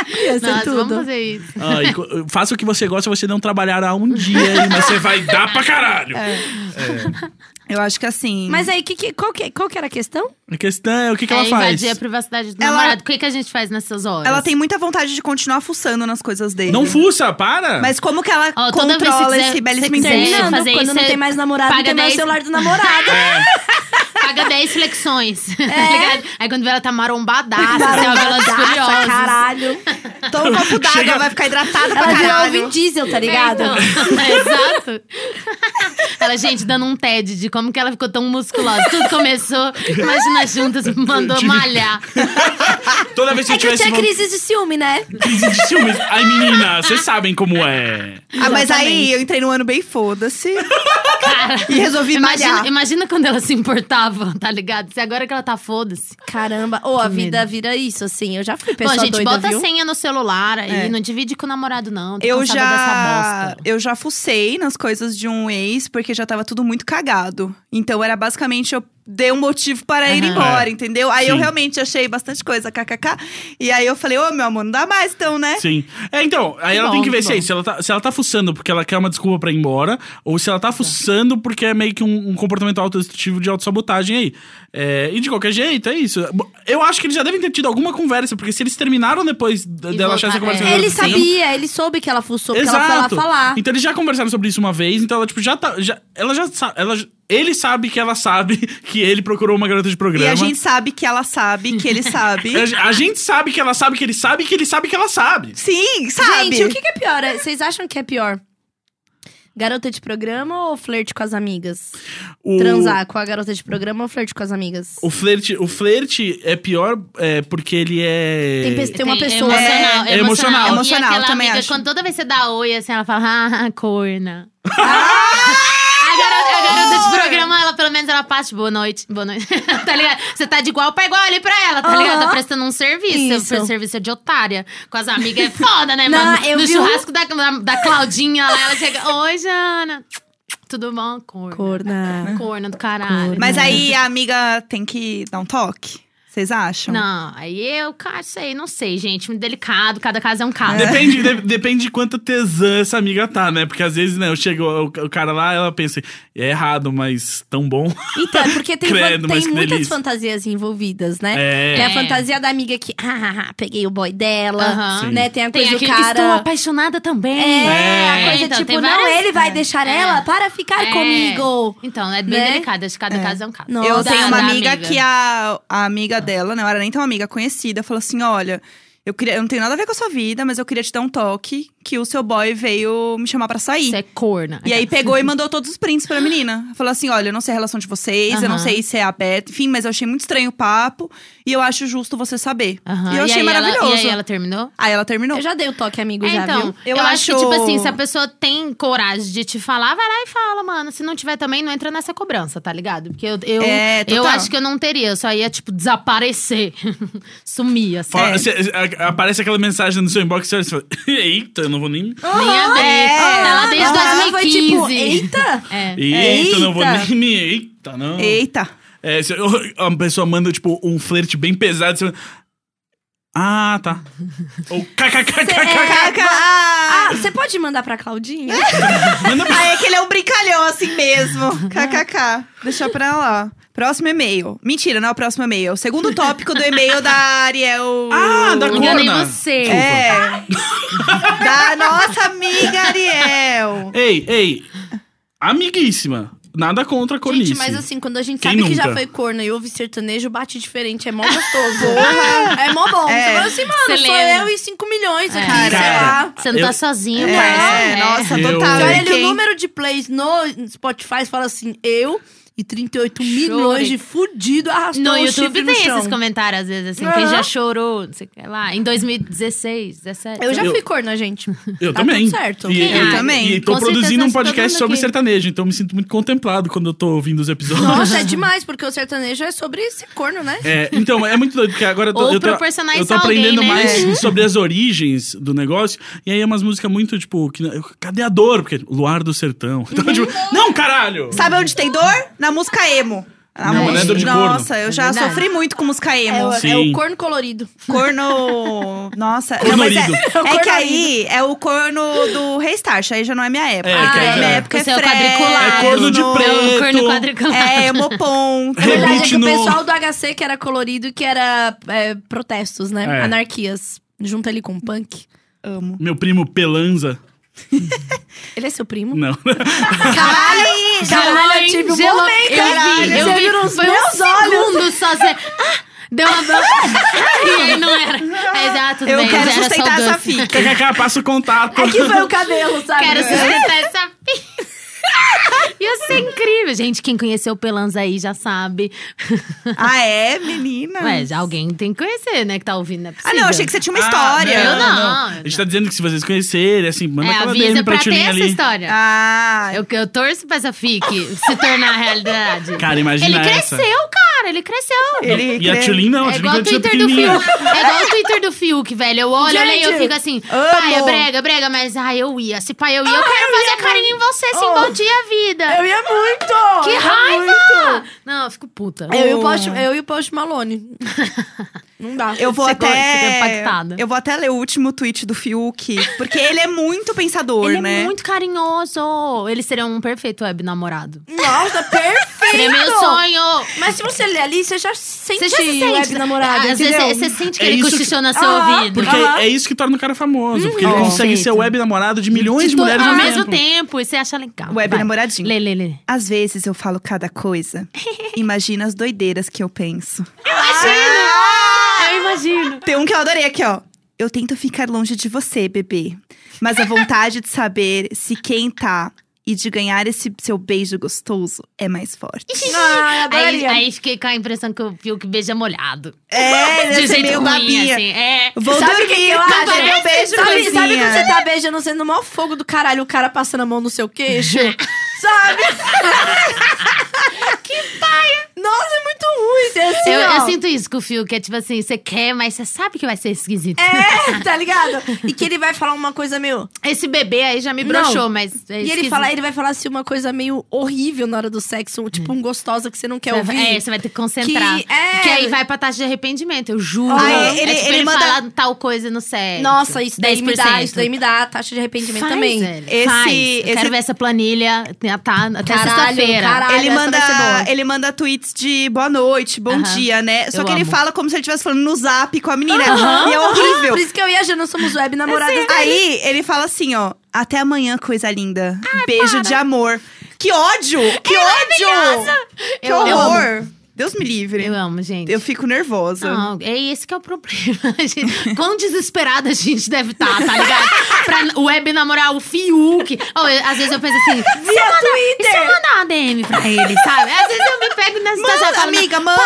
Speaker 4: Ia ser
Speaker 2: Nossa, vamos
Speaker 4: tudo.
Speaker 2: fazer isso.
Speaker 3: Ah, e co- faça o que você gosta, você não trabalhará um dia, hein, mas você vai dar pra caralho.
Speaker 2: É.
Speaker 1: Eu acho que assim.
Speaker 4: Mas aí, que, que- qual, que, qual que era a questão?
Speaker 3: A questão é o que, que ela
Speaker 2: é
Speaker 3: faz.
Speaker 2: invadir a privacidade do
Speaker 1: Ela-
Speaker 2: namorado. O que, que a gente faz nessas horas?
Speaker 1: ela tem muita vontade de continuar fuçando nas coisas dele.
Speaker 3: Não fuça, para!
Speaker 1: Mas como que ela
Speaker 2: Ó, toda vez que
Speaker 1: controla
Speaker 2: quiser-
Speaker 1: esse belíssimo
Speaker 2: se quiser
Speaker 1: interesse?
Speaker 4: Terminando,
Speaker 2: fazer
Speaker 4: quando
Speaker 2: isso,
Speaker 4: não
Speaker 2: é-
Speaker 4: tem mais namorado,
Speaker 2: paga
Speaker 4: tem mais
Speaker 2: 10
Speaker 4: o celular do namorado.
Speaker 2: Paga 10 flexões. tá
Speaker 1: É.
Speaker 2: ligado? Aí quando vê ela tá marombadaça, assim, ó, velas
Speaker 4: Barulho,
Speaker 2: furiosas.
Speaker 4: caralho.
Speaker 1: Toma um copo d'água, vai ficar hidratada pra
Speaker 4: Ela virou o
Speaker 1: caralho.
Speaker 4: Vin Diesel, tá
Speaker 2: É,
Speaker 4: ligado?
Speaker 2: então. Exato. Ela, gente, dando um TED de como que ela ficou tão musculosa. Tudo começou, imagina juntas, me mandou
Speaker 3: Tive-
Speaker 2: malhar.
Speaker 3: Toda vez que
Speaker 4: É
Speaker 3: eu
Speaker 4: que eu
Speaker 3: tivesse
Speaker 4: tinha
Speaker 3: von-
Speaker 4: crise de ciúme, né?
Speaker 3: crise de ciúmes. Ai, menina, vocês sabem como é.
Speaker 1: Ah, mas aí eu entrei num ano bem foda-se. e resolvi
Speaker 2: Imagina,
Speaker 1: malhar.
Speaker 2: imagina quando ela se importava, tá ligado? Se agora que ela tá foda-se.
Speaker 4: Caramba, ou a
Speaker 2: Que
Speaker 4: vida
Speaker 2: medo.
Speaker 4: vira isso, assim. Eu já fui
Speaker 2: Bom,
Speaker 4: pessoa
Speaker 2: gente,
Speaker 4: doida,
Speaker 2: bota
Speaker 4: viu?
Speaker 2: a senha no celular aí,
Speaker 1: É.
Speaker 2: não divide com o namorado, não. Tô
Speaker 1: Eu
Speaker 2: cansada
Speaker 1: já,
Speaker 2: dessa bosta.
Speaker 1: eu já fucei nas coisas de um ex, porque já tava tudo muito cagado. Então era basicamente eu dei um motivo para ir
Speaker 2: Aham.
Speaker 1: embora,
Speaker 3: É.
Speaker 1: entendeu? Aí eu
Speaker 3: Sim.
Speaker 1: realmente achei bastante coisa, kkk. E aí eu falei, ô meu amor, não dá mais então, né?
Speaker 3: Sim. É, então, aí ela
Speaker 2: bom,
Speaker 3: tem que ver
Speaker 2: que
Speaker 3: se é
Speaker 2: bom.
Speaker 3: isso. Se ela, tá, se ela tá fuçando porque ela quer uma desculpa pra ir embora, ou se ela tá fuçando porque é meio que um, um comportamento autodestrutivo de autossabotagem aí. É, e de qualquer jeito, é isso. Eu acho que eles já devem ter tido alguma conversa, porque se eles terminaram depois d-
Speaker 2: E
Speaker 3: dela achar essa
Speaker 2: voltar-
Speaker 3: conversa...
Speaker 2: é.
Speaker 4: Ele
Speaker 3: Sim.
Speaker 4: sabia, ele soube que ela fuçou, porque ela foi lá
Speaker 3: Exato.
Speaker 4: falar.
Speaker 3: Então eles já conversaram sobre isso uma vez, então ela, tipo, já tá. Já, ela já sabe. Ela, ele sabe que ela sabe que ele procurou uma garota de
Speaker 1: E
Speaker 3: programa.
Speaker 1: a gente sabe que ela sabe, que ele sabe.
Speaker 3: A ge- a gente sabe que ela sabe que ele sabe que ele sabe que ela sabe.
Speaker 1: Sim, sabe?
Speaker 4: Gente, o que, que é pior? É, Vocês acham que é pior? Garota de programa ou flerte com as amigas?
Speaker 3: O,
Speaker 4: Transar com a garota de programa ou flerte com as amigas?
Speaker 3: O flerte, o flerte é pior é, porque ele é.
Speaker 4: Tem, pe- tem uma pessoa.
Speaker 2: É emocional.
Speaker 3: É, é emocional.
Speaker 2: E
Speaker 1: Emocional,
Speaker 2: aquela
Speaker 1: também
Speaker 2: amiga,
Speaker 1: acho.
Speaker 2: Quando toda vez que você dá oi, assim, ela fala, ah, corna.
Speaker 4: Ah!
Speaker 2: A garota, a garota de programa, ela pelo menos ela passa, tipo, boa noite, boa noite. tá ligado? Você tá de igual pra igual ali pra ela, tá ligado? Tá
Speaker 4: Aham.
Speaker 2: prestando um serviço.
Speaker 4: Isso.
Speaker 2: Pre- Serviço é de otária. Com as amigas é foda, né,
Speaker 4: Não,
Speaker 2: mano?
Speaker 4: eu
Speaker 2: no
Speaker 4: vi um-
Speaker 2: churrasco da, da, da Claudinha lá, ela chega, oi, Jana. Tudo bom? Corna.
Speaker 4: Corna.
Speaker 3: Né?
Speaker 2: Corna do caralho.
Speaker 4: Corna.
Speaker 1: Mas aí a amiga tem que dar um toque? Vocês acham?
Speaker 2: Não, aí eu, cara, sei, não sei, gente. Muito delicado, cada caso é um caso.
Speaker 3: Depende, de, depende de quanta tesã essa amiga tá, né? Porque às vezes, né, eu chego, o, o cara lá, ela pensa, é errado, mas tão bom.
Speaker 4: Então, é porque tem,
Speaker 3: Credo,
Speaker 4: fan-
Speaker 3: mas
Speaker 4: tem
Speaker 3: que
Speaker 4: muitas
Speaker 3: delícia.
Speaker 4: fantasias envolvidas, né?
Speaker 3: É.
Speaker 4: Tem a fantasia da amiga que, ah, peguei o boy dela,
Speaker 2: Aham.
Speaker 3: Sim.
Speaker 4: né? Tem a
Speaker 2: Tem
Speaker 4: coisa
Speaker 2: aquele
Speaker 4: do cara.
Speaker 2: estou apaixonada também.
Speaker 4: É,
Speaker 3: É.
Speaker 4: a coisa
Speaker 2: Então,
Speaker 4: tipo,
Speaker 2: tem
Speaker 4: não,
Speaker 2: várias-
Speaker 4: ele vai deixar
Speaker 2: É.
Speaker 4: ela para ficar
Speaker 2: É.
Speaker 4: comigo.
Speaker 2: Então, é bem
Speaker 4: Né?
Speaker 2: delicado. Acho que cada caso é um caso.
Speaker 4: Nossa.
Speaker 1: Eu
Speaker 2: Da-
Speaker 1: tenho uma
Speaker 2: da
Speaker 1: amiga, que é a, a amiga dela, não era nem tão amiga conhecida, falou assim: olha, eu, queria, eu não tenho nada a ver com a sua vida, mas eu queria te dar um toque que o seu boy veio me chamar pra sair.
Speaker 2: Isso é corna.
Speaker 1: E aí pegou e mandou todos os prints pra menina. Falou assim: olha, eu não sei a relação de vocês, eu não
Speaker 2: Aham.
Speaker 1: sei se é aberto, enfim, mas eu achei muito estranho o papo e eu acho justo você saber.
Speaker 2: Aham.
Speaker 1: E eu achei
Speaker 2: aí ela-
Speaker 1: maravilhoso.
Speaker 2: e aí ela terminou?
Speaker 1: Aí ela terminou.
Speaker 4: Eu já dei o toque, amigo,
Speaker 2: É,
Speaker 4: já,
Speaker 2: então,
Speaker 4: viu?
Speaker 1: Eu
Speaker 2: eu, acho que,
Speaker 1: acho-
Speaker 2: tipo assim, se a pessoa tem coragem de te falar, vai lá e fala, mano. Se não tiver também, não entra nessa cobrança, tá ligado? Porque eu, eu,
Speaker 1: É, total.
Speaker 2: eu acho que eu não teria. Eu só ia, tipo, desaparecer. Sumir, assim.
Speaker 3: Fala- cê- a- aparece aquela mensagem no seu inbox e você fala, eita, eu não vou nem.
Speaker 2: Nem abrir.
Speaker 1: É.
Speaker 2: tá lá desde
Speaker 4: Agora ela foi
Speaker 2: 2015.
Speaker 4: tipo, eita!
Speaker 2: É.
Speaker 3: Eita, eu não vou
Speaker 4: Eita.
Speaker 3: nem me. Eita, não.
Speaker 1: Eita!
Speaker 3: É, se, a pessoa manda, tipo, um flerte bem pesado. Você... Ah, tá. Ou kkkk.
Speaker 1: Caraca!
Speaker 4: é, Ah, você pode mandar pra Claudinha?
Speaker 1: Ah, é que ele é um brincalhão assim mesmo. KKK. Uhum. Deixa pra lá. Próximo e-mail. Mentira, não é o próximo e-mail. É o segundo tópico do e-mail da Ariel.
Speaker 3: Ah, da
Speaker 2: Enganei
Speaker 3: corna.
Speaker 2: você.
Speaker 3: Desculpa.
Speaker 1: É. da nossa amiga Ariel.
Speaker 3: Ei, ei. Amiguíssima. Nada contra a cornice.
Speaker 4: Gente, mas assim, quando a gente
Speaker 3: Quem
Speaker 4: sabe que já
Speaker 3: nunca?
Speaker 4: foi corno e ouve sertanejo, bate diferente. É mó gostoso. é mó bom.
Speaker 1: É.
Speaker 4: Você fala assim, mano,
Speaker 2: Você
Speaker 4: sou
Speaker 2: lembra. É.
Speaker 4: eu e 5 milhões aqui,
Speaker 1: Cara,
Speaker 4: sei lá.
Speaker 2: Você não
Speaker 3: Eu-
Speaker 2: tá sozinho,
Speaker 1: É,
Speaker 2: parça.
Speaker 1: é, nossa,
Speaker 3: Eu-
Speaker 1: total.
Speaker 4: Você
Speaker 1: é
Speaker 4: olha ali
Speaker 1: quem-
Speaker 4: o número de plays no Spotify e fala assim, eu e 38
Speaker 2: Chore.
Speaker 4: milhões de fudido arrastou
Speaker 2: No
Speaker 4: o
Speaker 2: YouTube
Speaker 4: chifre no
Speaker 2: tem
Speaker 4: chão.
Speaker 2: esses comentários, às vezes, assim, quem
Speaker 4: Aham.
Speaker 2: já chorou, não sei o que lá. Em 2016, 17.
Speaker 4: Eu já
Speaker 3: Eu-
Speaker 4: fui corno, gente.
Speaker 3: Eu
Speaker 4: Tá
Speaker 3: também.
Speaker 4: tudo certo.
Speaker 3: E,
Speaker 2: Quem
Speaker 3: eu
Speaker 2: é?
Speaker 1: também.
Speaker 3: E tô
Speaker 2: Com
Speaker 3: produzindo
Speaker 2: certeza
Speaker 3: um
Speaker 2: acho que todo
Speaker 3: podcast
Speaker 4: é
Speaker 2: mundo
Speaker 3: sobre
Speaker 2: aqui.
Speaker 3: sertanejo, então eu me sinto muito contemplado quando eu tô ouvindo os episódios.
Speaker 4: Nossa, é demais, porque o sertanejo é sobre ser corno, né?
Speaker 3: É, então, é muito doido, porque agora eu tô,
Speaker 2: Ou
Speaker 3: eu tô,
Speaker 2: proporcionar
Speaker 3: eu
Speaker 2: isso
Speaker 3: tô
Speaker 2: a alguém,
Speaker 3: aprendendo
Speaker 2: né?
Speaker 3: mais sobre as origens do negócio. E aí é umas músicas muito, tipo, que, eu- cadê a dor? Porque Luar do Sertão. Então, tipo, não, caralho!
Speaker 1: Sabe onde tem dor? Na música emo. Na
Speaker 3: Não,
Speaker 1: música-
Speaker 3: mas não é dor de corno.
Speaker 1: Nossa, eu já
Speaker 2: verdade.
Speaker 1: sofri muito com música
Speaker 4: É,
Speaker 1: emo.
Speaker 4: o- é
Speaker 3: Sim.
Speaker 4: o corno colorido.
Speaker 1: Corno. Nossa. Não, mas é,
Speaker 3: Cornorido.
Speaker 1: é que aí é o corno do Restart, aí já não é minha época.
Speaker 3: É, que aí
Speaker 1: minha
Speaker 3: já-
Speaker 1: época é
Speaker 2: Você é o
Speaker 1: Fresno,
Speaker 2: quadriculado.
Speaker 3: É corno de
Speaker 1: no-
Speaker 3: preto.
Speaker 2: Eu corno quadriculado.
Speaker 1: É, emoponto.
Speaker 4: Na verdade, é que
Speaker 3: Repite no-
Speaker 4: o pessoal do HC que era colorido, que era é, protestos, né?
Speaker 3: É.
Speaker 4: Anarquias. Junta ele com punk.
Speaker 1: Amo.
Speaker 3: Meu primo Pelanza.
Speaker 4: Ele é seu primo?
Speaker 3: Não.
Speaker 1: Caralho!
Speaker 4: Caralho, eu tive um
Speaker 2: Gelou.
Speaker 4: momento, caralho.
Speaker 2: Eu vi, eu
Speaker 4: Você
Speaker 2: vi.
Speaker 4: viu nos
Speaker 2: foi um
Speaker 4: meus olhos.
Speaker 2: segundo só, você... Ah, deu uma... e aí não era. Aí, ah, tudo
Speaker 1: Eu
Speaker 2: bem,
Speaker 1: quero
Speaker 2: já era
Speaker 1: sustentar
Speaker 2: saudoso.
Speaker 1: essa fita.
Speaker 3: KKK, passa o contato.
Speaker 4: Aqui É foi o cabelo, sabe? É.
Speaker 2: Quero sustentar essa fita. Ia ser é incrível. Gente, quem conheceu o Pelanza aí já sabe.
Speaker 4: Hum.
Speaker 1: Ah, é, menina?
Speaker 2: Ué, já alguém tem que conhecer, né, que tá ouvindo. Não é
Speaker 1: Ah,
Speaker 2: possível.
Speaker 1: não, achei que você tinha uma
Speaker 3: Ah,
Speaker 1: história.
Speaker 2: Eu não.
Speaker 3: A gente tá dizendo que se vocês conhecerem, assim, manda
Speaker 2: É,
Speaker 3: aquela
Speaker 2: avisa
Speaker 3: DM pra,
Speaker 2: pra ter
Speaker 3: Tulinha
Speaker 2: essa
Speaker 3: ali.
Speaker 2: história.
Speaker 1: Ah,
Speaker 2: Eu, eu torço pra essa fique se tornar realidade.
Speaker 3: Cara, imagina
Speaker 2: Ele
Speaker 3: essa.
Speaker 2: cresceu, cara. Ele cresceu.
Speaker 1: Ele
Speaker 3: E a
Speaker 1: cre-
Speaker 3: Tulin não, a
Speaker 2: é
Speaker 3: Tulin
Speaker 2: igual o
Speaker 3: quando tinha
Speaker 2: Twitter do
Speaker 3: pequenininha.
Speaker 2: Fiuk. É igual o Twitter do Fiuk, velho. Eu olho, eu leio e eu
Speaker 4: Gente,
Speaker 2: fico assim,
Speaker 1: amo.
Speaker 2: pai, é brega, brega, mas ai, eu ia. Se pai, eu ia, eu quero fazer carinho em você, sim.
Speaker 4: Oh.
Speaker 2: Bom dia, vida.
Speaker 4: Eu ia muito!
Speaker 2: que
Speaker 4: eu ia
Speaker 2: raiva!
Speaker 4: muito.
Speaker 2: Não, eu fico puta.
Speaker 4: É, Eu, e o Post, eu e o Post Malone. Não dá.
Speaker 1: Eu vou
Speaker 2: Você
Speaker 1: até.
Speaker 2: fica impactada.
Speaker 1: Eu vou até ler o último tweet do Fiuk, porque ele é muito pensador,
Speaker 2: Ele
Speaker 1: né?
Speaker 2: é muito carinhoso. Ele seria um perfeito web namorado. Seria
Speaker 4: Nossa, perfeito!
Speaker 2: meu sonho.
Speaker 4: Mas se você ler ali, você já sente,
Speaker 2: Você já se sente. Ah,
Speaker 4: web namorado,
Speaker 2: Às
Speaker 4: entendeu?
Speaker 2: vezes você sente que
Speaker 3: É
Speaker 2: ele
Speaker 3: isso que-
Speaker 2: cochichou na sua
Speaker 4: Ah,
Speaker 2: ouvido.
Speaker 3: Porque
Speaker 4: Aham.
Speaker 3: é isso que torna o cara famoso.
Speaker 2: Uhum.
Speaker 3: Porque ele
Speaker 1: Ó.
Speaker 3: consegue ser
Speaker 2: Perfeito.
Speaker 3: web namorado de milhões de,
Speaker 2: to-
Speaker 3: mulheres
Speaker 2: ao mesmo tempo. E você acha legal.
Speaker 1: Web
Speaker 2: Vai.
Speaker 1: namoradinho.
Speaker 2: Lê, lê, lê.
Speaker 1: Às vezes eu falo cada coisa. Imagina as doideiras que eu penso.
Speaker 2: Ah, Eu imagino.
Speaker 1: Tem um que eu adorei aqui, ó. Eu tento ficar longe de você, bebê. Mas a vontade de saber se quem tá e de ganhar esse seu beijo gostoso é mais forte.
Speaker 4: Ah,
Speaker 2: Aí,
Speaker 4: adoraria.
Speaker 2: aí fiquei com a impressão que o Fiuk beija molhado.
Speaker 1: É, deve
Speaker 2: De
Speaker 1: ser
Speaker 2: jeito
Speaker 1: meio
Speaker 2: ruim,
Speaker 1: babinha.
Speaker 2: assim. É.
Speaker 1: Vou
Speaker 4: Sabe o
Speaker 1: dormir,
Speaker 4: que que eu
Speaker 1: vou
Speaker 4: acho?
Speaker 1: dormir, um beijo
Speaker 4: Sabe, sabe
Speaker 1: coisinha.
Speaker 4: quando você tá beijando, sendo o maior fogo do caralho, o cara passando a mão no seu queixo? sabe? que paia! Nossa, é muito ruim ser assim,
Speaker 2: Eu,
Speaker 4: ó.
Speaker 2: eu sinto isso com o Fiuk, é tipo assim, você quer, mas você sabe que vai ser esquisito.
Speaker 4: É, tá ligado? E que ele vai falar uma coisa meio...
Speaker 2: Esse bebê aí já me broxou,
Speaker 4: Não.
Speaker 2: mas é
Speaker 4: E ele,
Speaker 2: esquisito.
Speaker 4: fala, ele vai falar assim uma coisa meio horrível na hora do sexo, tipo um gostosa que você não quer
Speaker 2: Você vai-
Speaker 4: ouvir.
Speaker 2: É, você vai ter que concentrar.
Speaker 4: Que- é.
Speaker 2: Que aí vai pra taxa de arrependimento, eu juro.
Speaker 1: Ah,
Speaker 2: é,
Speaker 1: ele-
Speaker 2: tipo,
Speaker 1: ele
Speaker 2: ele,
Speaker 1: manda-
Speaker 2: fala tal coisa no sério.
Speaker 4: Nossa, isso daí me dá,
Speaker 2: 10%.
Speaker 4: isso daí me dá taxa de arrependimento
Speaker 2: Faz, é.
Speaker 4: também.
Speaker 2: velho,
Speaker 1: Esse-
Speaker 2: faz. Eu
Speaker 1: esse-
Speaker 2: quero ver essa planilha tá, até
Speaker 4: Caralho,
Speaker 2: sexta-feira.
Speaker 4: caralho,
Speaker 1: ele
Speaker 4: essa
Speaker 1: manda,
Speaker 4: vai ser boa.
Speaker 1: ele manda tweets de boa noite, bom
Speaker 2: Aham.
Speaker 1: dia, né? Só
Speaker 2: Eu
Speaker 1: que ele
Speaker 2: amo.
Speaker 1: fala como se ele estivesse falando no zap com a menina. E é
Speaker 4: Por
Speaker 1: horrível.
Speaker 4: isso que eu e a Jana somos web
Speaker 2: É
Speaker 4: namoradas.
Speaker 1: Aí ele fala assim, ó. Até amanhã, coisa linda.
Speaker 2: Ah,
Speaker 1: Um Beijo de amor. Que ódio! Que ódio! Que
Speaker 2: É Eu amo.
Speaker 1: horror! Deus me livre.
Speaker 2: Eu
Speaker 1: Eu,
Speaker 2: amo, gente.
Speaker 1: fico nervosa.
Speaker 2: Não, é esse que é o problema. A gente- Quão desesperada a gente deve estar, tá, ligado? Pra web namorar o Fiuk. Ó, eu- às vezes eu penso assim, se
Speaker 1: é
Speaker 2: eu mandar, e se eu mandar uma DM pra ele, sabe? Às vezes eu me pego nessa
Speaker 1: Manda,
Speaker 2: situação falando,
Speaker 1: amiga,
Speaker 2: "Para,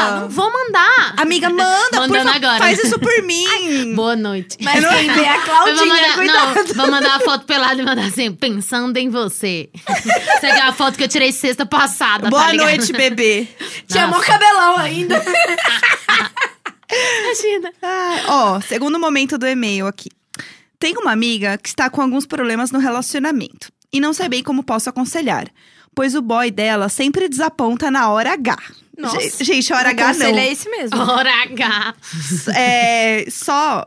Speaker 1: manda!
Speaker 2: não vou mandar.
Speaker 1: Amiga, manda, por
Speaker 2: Mandando
Speaker 1: favor,
Speaker 2: agora.
Speaker 1: faz isso por mim.
Speaker 2: Boa noite.
Speaker 4: Mas
Speaker 1: Eu não-
Speaker 4: quem vê é a
Speaker 1: um
Speaker 2: Eu vou
Speaker 4: Claudinha,
Speaker 2: mandar,
Speaker 4: cuidado.
Speaker 2: não, vou mandar uma foto pelada e mandar assim, pensando em você. Você é a foto que eu tirei sexta passada,
Speaker 1: Boa
Speaker 2: tá ligado?
Speaker 1: noite, bebê.
Speaker 4: Tinha mó cabelão ainda.
Speaker 2: Imagina.
Speaker 1: Ah, Ó, segundo momento do e-mail aqui. Tenho uma amiga que está com alguns problemas no relacionamento e não sei bem como posso aconselhar, pois o boy dela sempre desaponta na hora H.
Speaker 4: Nossa.
Speaker 1: Ge- Gente, hora
Speaker 4: O
Speaker 1: H não.
Speaker 4: conselho é esse mesmo.
Speaker 2: Hora H.
Speaker 1: É, só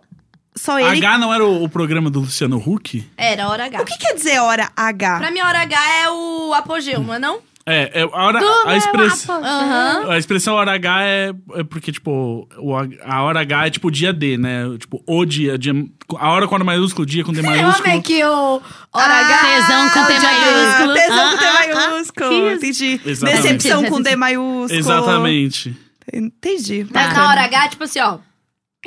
Speaker 1: só ele.
Speaker 3: H não era o, o programa do Luciano Huck?
Speaker 4: Era hora H.
Speaker 1: O que quer dizer hora H?
Speaker 4: Pra mim, hora H é o apogeu, não é não?
Speaker 3: É, é, a, hora,
Speaker 2: Do
Speaker 3: a,
Speaker 2: meu
Speaker 3: express-
Speaker 2: mapa.
Speaker 4: Aham.
Speaker 3: a expressão hora H é, é porque, tipo, o, H- a hora H é tipo o dia D, né? Tipo, o dia, dia- a hora com hora maiúsculo, o dia com D
Speaker 4: Como é
Speaker 3: maiúsculo.
Speaker 4: que o hora
Speaker 2: Ah,
Speaker 4: H...
Speaker 2: tesão com T maiúsculo.
Speaker 1: Tesão com
Speaker 2: Ah, ah,
Speaker 1: T
Speaker 2: ah.
Speaker 1: maiúsculo.
Speaker 2: Isso.
Speaker 1: Entendi.
Speaker 3: Exatamente.
Speaker 1: Decepção com D maiúsculo.
Speaker 3: Exatamente.
Speaker 1: Entendi.
Speaker 4: Mas
Speaker 1: Bacana.
Speaker 4: na hora H, tipo assim, ó.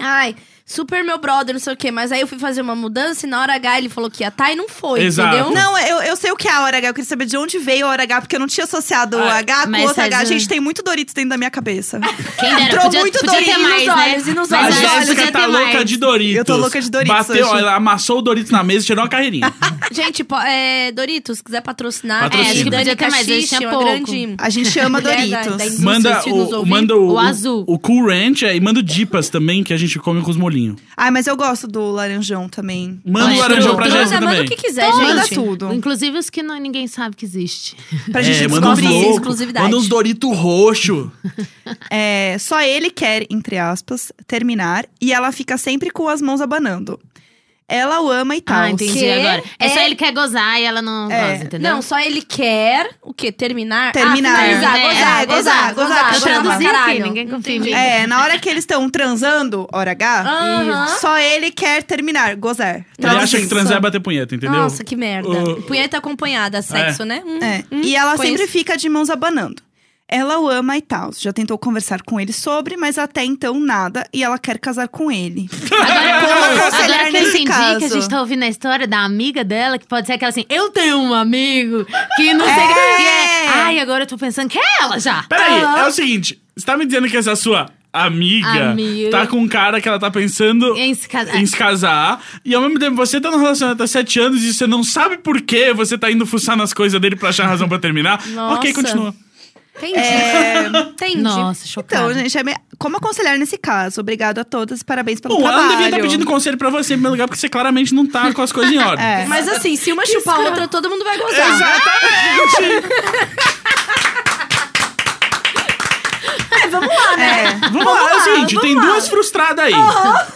Speaker 4: Ai, super meu brother, não sei o quê. Mas aí eu fui fazer uma mudança e na hora H ele falou que ia tá e não foi,
Speaker 3: Exato.
Speaker 4: entendeu?
Speaker 1: Não, eu, eu sei o que é a hora H. Eu queria saber de onde veio a hora H, porque eu não tinha associado o
Speaker 3: Ah,
Speaker 1: H com
Speaker 2: mas
Speaker 1: outro H.
Speaker 2: faz um-
Speaker 1: Gente, tem muito Doritos dentro da minha cabeça.
Speaker 2: Quem dera,
Speaker 1: Entrou
Speaker 2: podia,
Speaker 1: muito
Speaker 2: podia ter
Speaker 1: Doritos nos
Speaker 2: mais,
Speaker 4: olhos
Speaker 2: né?
Speaker 4: e nos
Speaker 3: A
Speaker 4: olhos.
Speaker 2: Mas olha,
Speaker 3: Jéssica
Speaker 2: podia
Speaker 3: tá
Speaker 2: ter
Speaker 3: louca
Speaker 2: mais.
Speaker 3: de Doritos.
Speaker 1: Eu tô louca de Doritos
Speaker 3: Bateu,
Speaker 1: hoje.
Speaker 3: ela amassou o Doritos na mesa e tirou uma carreirinha.
Speaker 4: Gente, po- é, Doritos, quiser patrocinar,
Speaker 3: Patrocina. É, acho que
Speaker 4: Dani
Speaker 2: podia ter mais,
Speaker 4: Caxixe,
Speaker 2: eles tinham
Speaker 4: uma
Speaker 2: pouco.
Speaker 4: grande-
Speaker 1: A gente ama
Speaker 4: Mulher da- da
Speaker 1: Doritos.
Speaker 4: indústria.
Speaker 3: Manda
Speaker 4: se nos
Speaker 3: o,
Speaker 4: ouvir,
Speaker 3: manda o,
Speaker 2: o azul.
Speaker 3: O Cool Ranch é, e manda o Dipas também, que a gente come com os molinhos.
Speaker 1: Ai, mas eu gosto do laranjão também.
Speaker 3: Manda
Speaker 2: Olha,
Speaker 3: o laranjão
Speaker 2: tudo.
Speaker 3: pra
Speaker 2: Tudo,
Speaker 3: Jéssica
Speaker 4: Manda
Speaker 3: também.
Speaker 4: o que quiser,
Speaker 1: Manda
Speaker 4: gente.
Speaker 1: tudo.
Speaker 2: Inclusive os que não- ninguém sabe que existe.
Speaker 1: Pra gente
Speaker 3: é, manda uns
Speaker 1: descobrir.
Speaker 4: loucos.
Speaker 3: louco,
Speaker 4: exclusividade.
Speaker 3: manda uns Dorito roxo.
Speaker 1: É, só ele quer, entre aspas, terminar e ela fica sempre com as mãos abanando. Ela o ama e tal.
Speaker 2: Ah, entendi
Speaker 4: quê?
Speaker 2: agora. É, só
Speaker 4: É-
Speaker 2: ele quer gozar e ela não
Speaker 1: É,
Speaker 2: goza, entendeu?
Speaker 4: Não, só ele quer o quê? Terminar?
Speaker 1: Terminar.
Speaker 4: Ah, finalizar,
Speaker 2: É,
Speaker 4: gozar,
Speaker 1: é,
Speaker 4: gozar,
Speaker 1: gozar, gozar,
Speaker 4: gozar,
Speaker 2: eu
Speaker 1: gozar pra
Speaker 2: traduzi aqui,
Speaker 4: caralho.
Speaker 2: ninguém confia em mim.
Speaker 1: É, na hora que eles estão transando, hora H,
Speaker 4: Aham.
Speaker 1: só ele quer terminar, gozar.
Speaker 3: Ele acha que transar é bater punheta, entendeu?
Speaker 4: Nossa, que merda.
Speaker 3: Uh,
Speaker 4: Punheta acompanhada, sexo, né? Hum.
Speaker 1: É, e ela
Speaker 4: conheço.
Speaker 1: sempre fica de mãos abanando. Ela o ama e tal. Já tentou conversar com ele sobre, mas até então nada. E ela quer casar com ele. Como
Speaker 2: Agora,
Speaker 1: aconselhar
Speaker 2: agora que eu
Speaker 1: nesse
Speaker 2: entendi
Speaker 1: caso?
Speaker 2: que a gente tá ouvindo a história da amiga dela, que pode ser aquela assim, eu tenho um amigo que não sei o que é. Ai, agora eu tô pensando que é ela já.
Speaker 3: Peraí, é o seguinte: você tá me dizendo que essa sua amiga,
Speaker 2: Amiga.
Speaker 3: tá com um cara que ela tá pensando
Speaker 2: Em se casar.
Speaker 3: em se casar, e ao mesmo tempo você tá num relacionamento há sete anos e você não sabe por que você tá indo fuçar nas coisas dele pra achar razão pra terminar.
Speaker 4: Nossa.
Speaker 3: Ok, continua.
Speaker 4: Entendi. Entendi.
Speaker 2: É. Nossa, chocada.
Speaker 1: Então, gente, é me- como aconselhar nesse caso? Obrigado a todas e parabéns pelo
Speaker 3: Bom, ela
Speaker 1: trabalho.
Speaker 3: não devia estar pedindo conselho pra você em primeiro lugar, porque você claramente não tá com as coisas em ordem.
Speaker 1: É.
Speaker 4: Mas assim, se uma chupar a outra, todo mundo vai gozar. né?
Speaker 1: É.
Speaker 3: Vamos lá, é o seguinte, tem duas frustradas aí.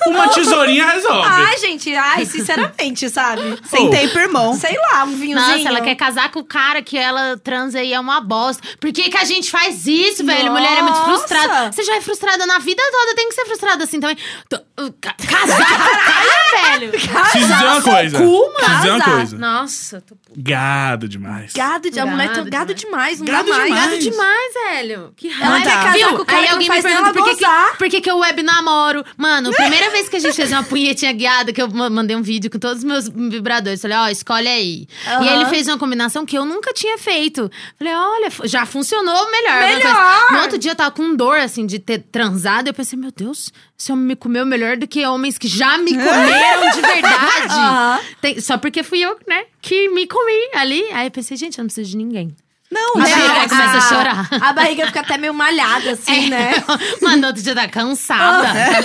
Speaker 3: Uma tesourinha resolve.
Speaker 4: Ai, gente, ai, sinceramente, sabe?
Speaker 1: Sem taper mão.
Speaker 4: Sei lá, um vinhozinho.
Speaker 2: Nossa, ela quer casar com o cara que ela transa e é uma bosta. Por que, que a gente faz isso, velho? Mulher é muito
Speaker 4: Nossa!
Speaker 2: frustrada. Você já é frustrada na vida toda, tem que ser frustrada assim também. Tô- uh, ca- Casar com o cara, velho?
Speaker 3: Preciso dizer uma coisa.
Speaker 4: cu,
Speaker 3: Preciso dizer uma
Speaker 4: casa.
Speaker 3: coisa.
Speaker 2: Nossa, tô
Speaker 3: Gado demais.
Speaker 4: Gado de... A
Speaker 2: Gado
Speaker 4: mulher tem gado demais, não gado dá mais.
Speaker 3: demais.
Speaker 2: Gado demais, velho. Que raiva.
Speaker 4: Ela quer casar
Speaker 2: Viu?
Speaker 4: com o cara
Speaker 2: Aí
Speaker 4: que
Speaker 2: alguém
Speaker 4: não
Speaker 2: me
Speaker 4: faz
Speaker 2: pergunta
Speaker 4: ela
Speaker 2: por que, que,
Speaker 4: gozar.
Speaker 2: por que, que eu web namoro. Mano, primeira vez que a gente fez uma punhetinha guiada, que eu ma- mandei um vídeo com todos os meus vibradores. Falei, ó, escolhe aí. E
Speaker 4: Aham.
Speaker 2: ele fez uma combinação que eu nunca tinha feito. Falei, olha, fu- já funcionou melhor. né?
Speaker 4: Melhor!
Speaker 2: Mas No outro dia eu tava com dor, assim, de ter transado. Eu pensei, meu Deus, esse homem me comeu melhor do que homens que já me comeram de verdade.
Speaker 4: Aham.
Speaker 2: Tem- só porque fui eu, né, que me comi ali. Aí eu pensei, gente, eu não preciso de ninguém.
Speaker 1: Não,
Speaker 2: A
Speaker 1: né?
Speaker 2: barriga começa a chorar.
Speaker 4: Ah. A barriga fica até meio malhada, assim, né?
Speaker 2: Mano, É. outro dia tá cansada.
Speaker 1: É.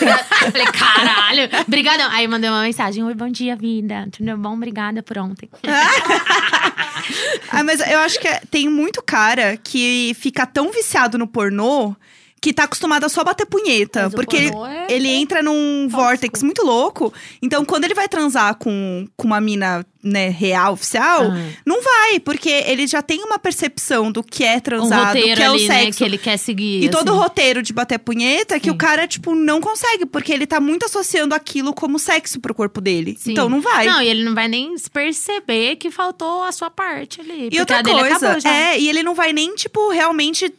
Speaker 2: Falei, caralho. Obrigadão. Aí mandei uma mensagem. Oi, bom dia, vida. Tudo bom? Obrigada por ontem.
Speaker 1: Ah, mas eu acho que é- tem muito cara que fica tão viciado no pornô que tá acostumado a só bater punheta.
Speaker 4: Mas o
Speaker 1: porque ele,
Speaker 4: pornô é-
Speaker 1: ele
Speaker 4: é
Speaker 1: entra num vórtex muito louco. Então, quando ele vai transar com, com uma mina, né, real, oficial,
Speaker 2: Ah.
Speaker 1: não vai. Porque ele já tem uma percepção do que é
Speaker 2: Um
Speaker 1: transar, do
Speaker 2: roteiro
Speaker 1: que é o
Speaker 2: ali, né,
Speaker 1: sexo.
Speaker 2: que ele quer seguir.
Speaker 1: E todo o
Speaker 2: assim.
Speaker 1: roteiro de bater punheta que
Speaker 2: Sim.
Speaker 1: o cara, tipo, não consegue. Porque ele tá muito associando aquilo como sexo pro corpo dele.
Speaker 2: Sim.
Speaker 1: Então, não vai.
Speaker 2: Não, e ele não vai nem se perceber que faltou a sua parte ali. porque
Speaker 1: E outra
Speaker 2: a dele
Speaker 1: coisa,
Speaker 2: acabou já.
Speaker 1: é, e ele não vai nem, tipo, realmente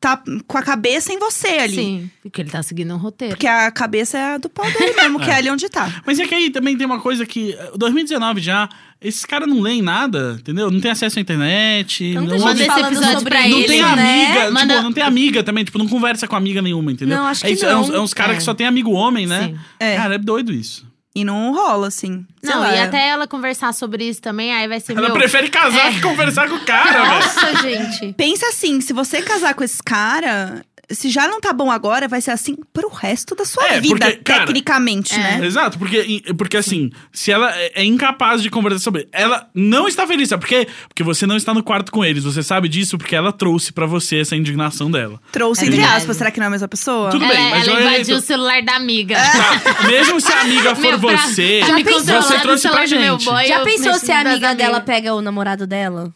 Speaker 1: tá com a cabeça em você ali.
Speaker 2: Sim, porque ele tá seguindo um roteiro.
Speaker 1: Porque a cabeça é a do pau dele mesmo, que é ali onde tá.
Speaker 3: Mas é que aí também tem uma coisa que. eh, 2019 já, esses caras não leem nada, entendeu? Não tem acesso à internet.
Speaker 2: Então
Speaker 4: Tanta
Speaker 3: não
Speaker 4: gente
Speaker 2: Manda esse
Speaker 4: falando
Speaker 2: episódio
Speaker 4: sobre
Speaker 2: pra
Speaker 3: não
Speaker 4: isso,
Speaker 2: ele,
Speaker 3: tem
Speaker 4: né?
Speaker 3: amiga, tipo,
Speaker 2: Manda-
Speaker 3: não tem amiga também, tipo, não conversa com amiga nenhuma, entendeu?
Speaker 4: Não, acho
Speaker 3: é
Speaker 4: que
Speaker 3: isso, É uns,
Speaker 4: não.
Speaker 3: é uns caras
Speaker 2: É.
Speaker 3: que só tem amigo homem, né?
Speaker 2: Sim.
Speaker 1: É.
Speaker 3: Cara, é doido isso.
Speaker 1: E não rola, assim. Sei
Speaker 2: Não,
Speaker 1: lá,
Speaker 2: e
Speaker 1: é.
Speaker 2: até ela conversar sobre isso também, aí vai ser
Speaker 3: Ela
Speaker 2: meu...
Speaker 3: prefere
Speaker 2: É.
Speaker 3: casar que conversar com o cara, velho.
Speaker 4: Nossa, gente.
Speaker 1: Pensa assim, se você casar com esse cara, se já não tá bom agora, vai ser assim pro resto da sua
Speaker 3: É,
Speaker 1: vida,
Speaker 3: porque, cara,
Speaker 1: tecnicamente,
Speaker 2: é.
Speaker 1: né?
Speaker 3: Exato, porque, porque assim, se ela é é incapaz de conversar sobre. Ela não está feliz, sabe por quê? Porque você não está no quarto com eles. Você sabe disso porque ela trouxe pra você essa indignação dela.
Speaker 1: Trouxe,
Speaker 2: É
Speaker 1: entre
Speaker 2: verdade.
Speaker 1: aspas, será que não é a mesma pessoa?
Speaker 3: Tudo
Speaker 2: Ela,
Speaker 3: bem, mas
Speaker 2: ela
Speaker 3: eu-
Speaker 2: invadiu o celular da amiga.
Speaker 1: É.
Speaker 3: Tá? Mesmo se a amiga for
Speaker 2: Meu, pra-
Speaker 3: você,
Speaker 2: pra me controlar
Speaker 3: você
Speaker 2: no
Speaker 3: trouxe
Speaker 2: celular
Speaker 3: pra
Speaker 2: do
Speaker 3: gente.
Speaker 2: meu boy,
Speaker 4: Já
Speaker 2: eu
Speaker 4: pensou
Speaker 2: mexi
Speaker 4: se a
Speaker 2: no das
Speaker 4: amiga
Speaker 2: amigas.
Speaker 4: dela pega o namorado dela?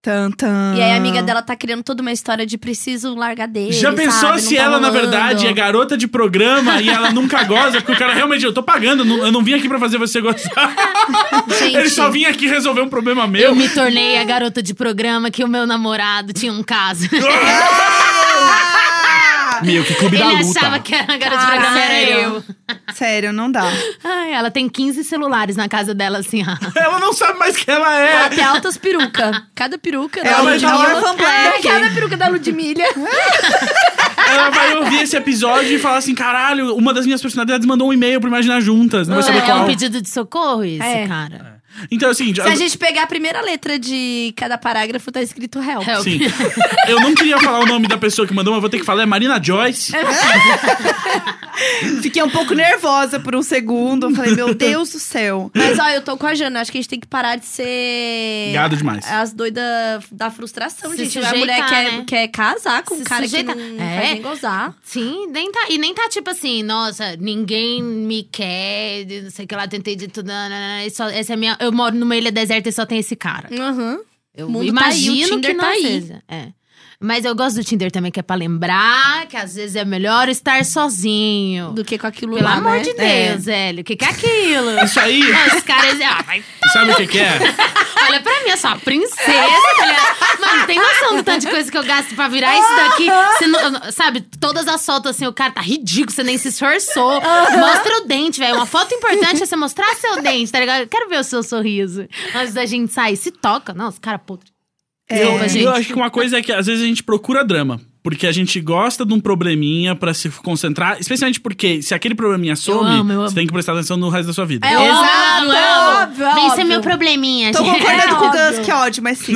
Speaker 1: Tantan.
Speaker 4: E aí a amiga dela tá criando toda uma história de preciso largar dele.
Speaker 3: Já pensou
Speaker 4: sabe? Não
Speaker 3: se
Speaker 4: tá
Speaker 3: ela, na
Speaker 4: rolando.
Speaker 3: verdade, é garota de programa e ela nunca goza, porque o cara realmente, eu tô pagando, eu não- eu não vim aqui pra fazer você gozar.
Speaker 4: Gente,
Speaker 3: Ele só vinha aqui resolver um problema
Speaker 2: Eu
Speaker 3: meu.
Speaker 2: me tornei a garota de programa que o meu namorado tinha um caso.
Speaker 7: Meu, que clube
Speaker 2: Ele
Speaker 7: da luta.
Speaker 2: achava que era a garota de programa, era
Speaker 4: Caralho.
Speaker 2: eu.
Speaker 1: Sério, não dá.
Speaker 2: Ai, ela tem 15 celulares na casa dela, assim. ó.
Speaker 3: Ela não sabe mais quem ela
Speaker 4: Ela
Speaker 3: é.
Speaker 4: tem altas perucas. Cada peruca
Speaker 1: É
Speaker 4: da
Speaker 1: uma
Speaker 4: Ludmilla.
Speaker 1: Orphan Black.
Speaker 4: É, cada peruca da Ludmilla.
Speaker 2: É.
Speaker 3: Ela vai ouvir esse episódio e falar assim: caralho, uma das minhas personalidades mandou um e-mail pra imaginar juntas. Não vai saber
Speaker 2: É um
Speaker 3: qual.
Speaker 2: pedido de socorro esse,
Speaker 4: É.
Speaker 2: cara.
Speaker 3: Então, assim,
Speaker 4: Se a gente pegar a primeira letra de cada parágrafo, tá escrito help.
Speaker 2: Help.
Speaker 3: É. Sim. Eu não queria falar o nome da pessoa que mandou, mas vou ter que falar. É Marina Joyce.
Speaker 1: Fiquei um pouco nervosa por um segundo. Eu falei, meu Deus do céu.
Speaker 4: Mas, ó, eu tô com a Jana. Acho que a gente tem que parar de ser...
Speaker 3: Gado demais.
Speaker 4: As doidas da frustração,
Speaker 2: Se
Speaker 4: gente.
Speaker 2: sujeitar,
Speaker 4: a mulher quer,
Speaker 2: né?
Speaker 4: quer casar com
Speaker 2: Se
Speaker 4: um cara
Speaker 2: sujeitar.
Speaker 4: que não
Speaker 2: É.
Speaker 4: faz nem gozar.
Speaker 2: Sim, nem tá, e nem tá tipo assim, nossa, ninguém me quer, de não sei o que lá, tentei de tudo. nananã, e só- essa é a minha, eu moro numa ilha deserta e só tem esse cara.
Speaker 4: Uhum.
Speaker 2: Eu
Speaker 4: O mundo tá aí, o
Speaker 2: imagino
Speaker 4: Tinder
Speaker 2: que não
Speaker 4: tá aí.
Speaker 2: seja. É. Mas eu gosto do Tinder também, que é pra lembrar que às vezes é melhor estar sozinho.
Speaker 4: Do que com aquilo
Speaker 2: Pelo
Speaker 4: lá,
Speaker 2: amor
Speaker 4: né?
Speaker 2: de Deus, velho. O que, que é aquilo?
Speaker 3: Isso aí.
Speaker 2: Ah, Os caras. Ah, vai-
Speaker 3: Sabe o que, que é?
Speaker 2: olha pra mim, eu sou uma princesa, mulher. Mano, tem noção do tanto de coisa que eu gasto pra virar isso daqui. Você não- sabe, todas as fotos assim, o cara tá ridículo, você nem se esforçou. Mostra o dente, velho. Uma foto importante é você mostrar seu dente, tá ligado? Eu Quero ver o seu sorriso. Antes da gente sair, se toca. Não, os caras podre.
Speaker 3: Eu,
Speaker 4: É.
Speaker 2: Desculpa, gente.
Speaker 3: eu acho que uma coisa é que às vezes a gente procura drama. Porque a gente gosta de um probleminha pra se concentrar. Especialmente porque se aquele probleminha some,
Speaker 2: amo, eu amo.
Speaker 3: você tem que prestar atenção no resto da sua vida.
Speaker 4: É
Speaker 2: Eu amo,
Speaker 4: Exato,
Speaker 2: amo.
Speaker 4: óbvio,
Speaker 2: Vem ser
Speaker 4: óbvio.
Speaker 2: é meu probleminha,
Speaker 1: Tô
Speaker 2: gente.
Speaker 1: concordando
Speaker 4: É
Speaker 1: com o Gus,
Speaker 4: óbvio.
Speaker 1: que ódio, mas sim.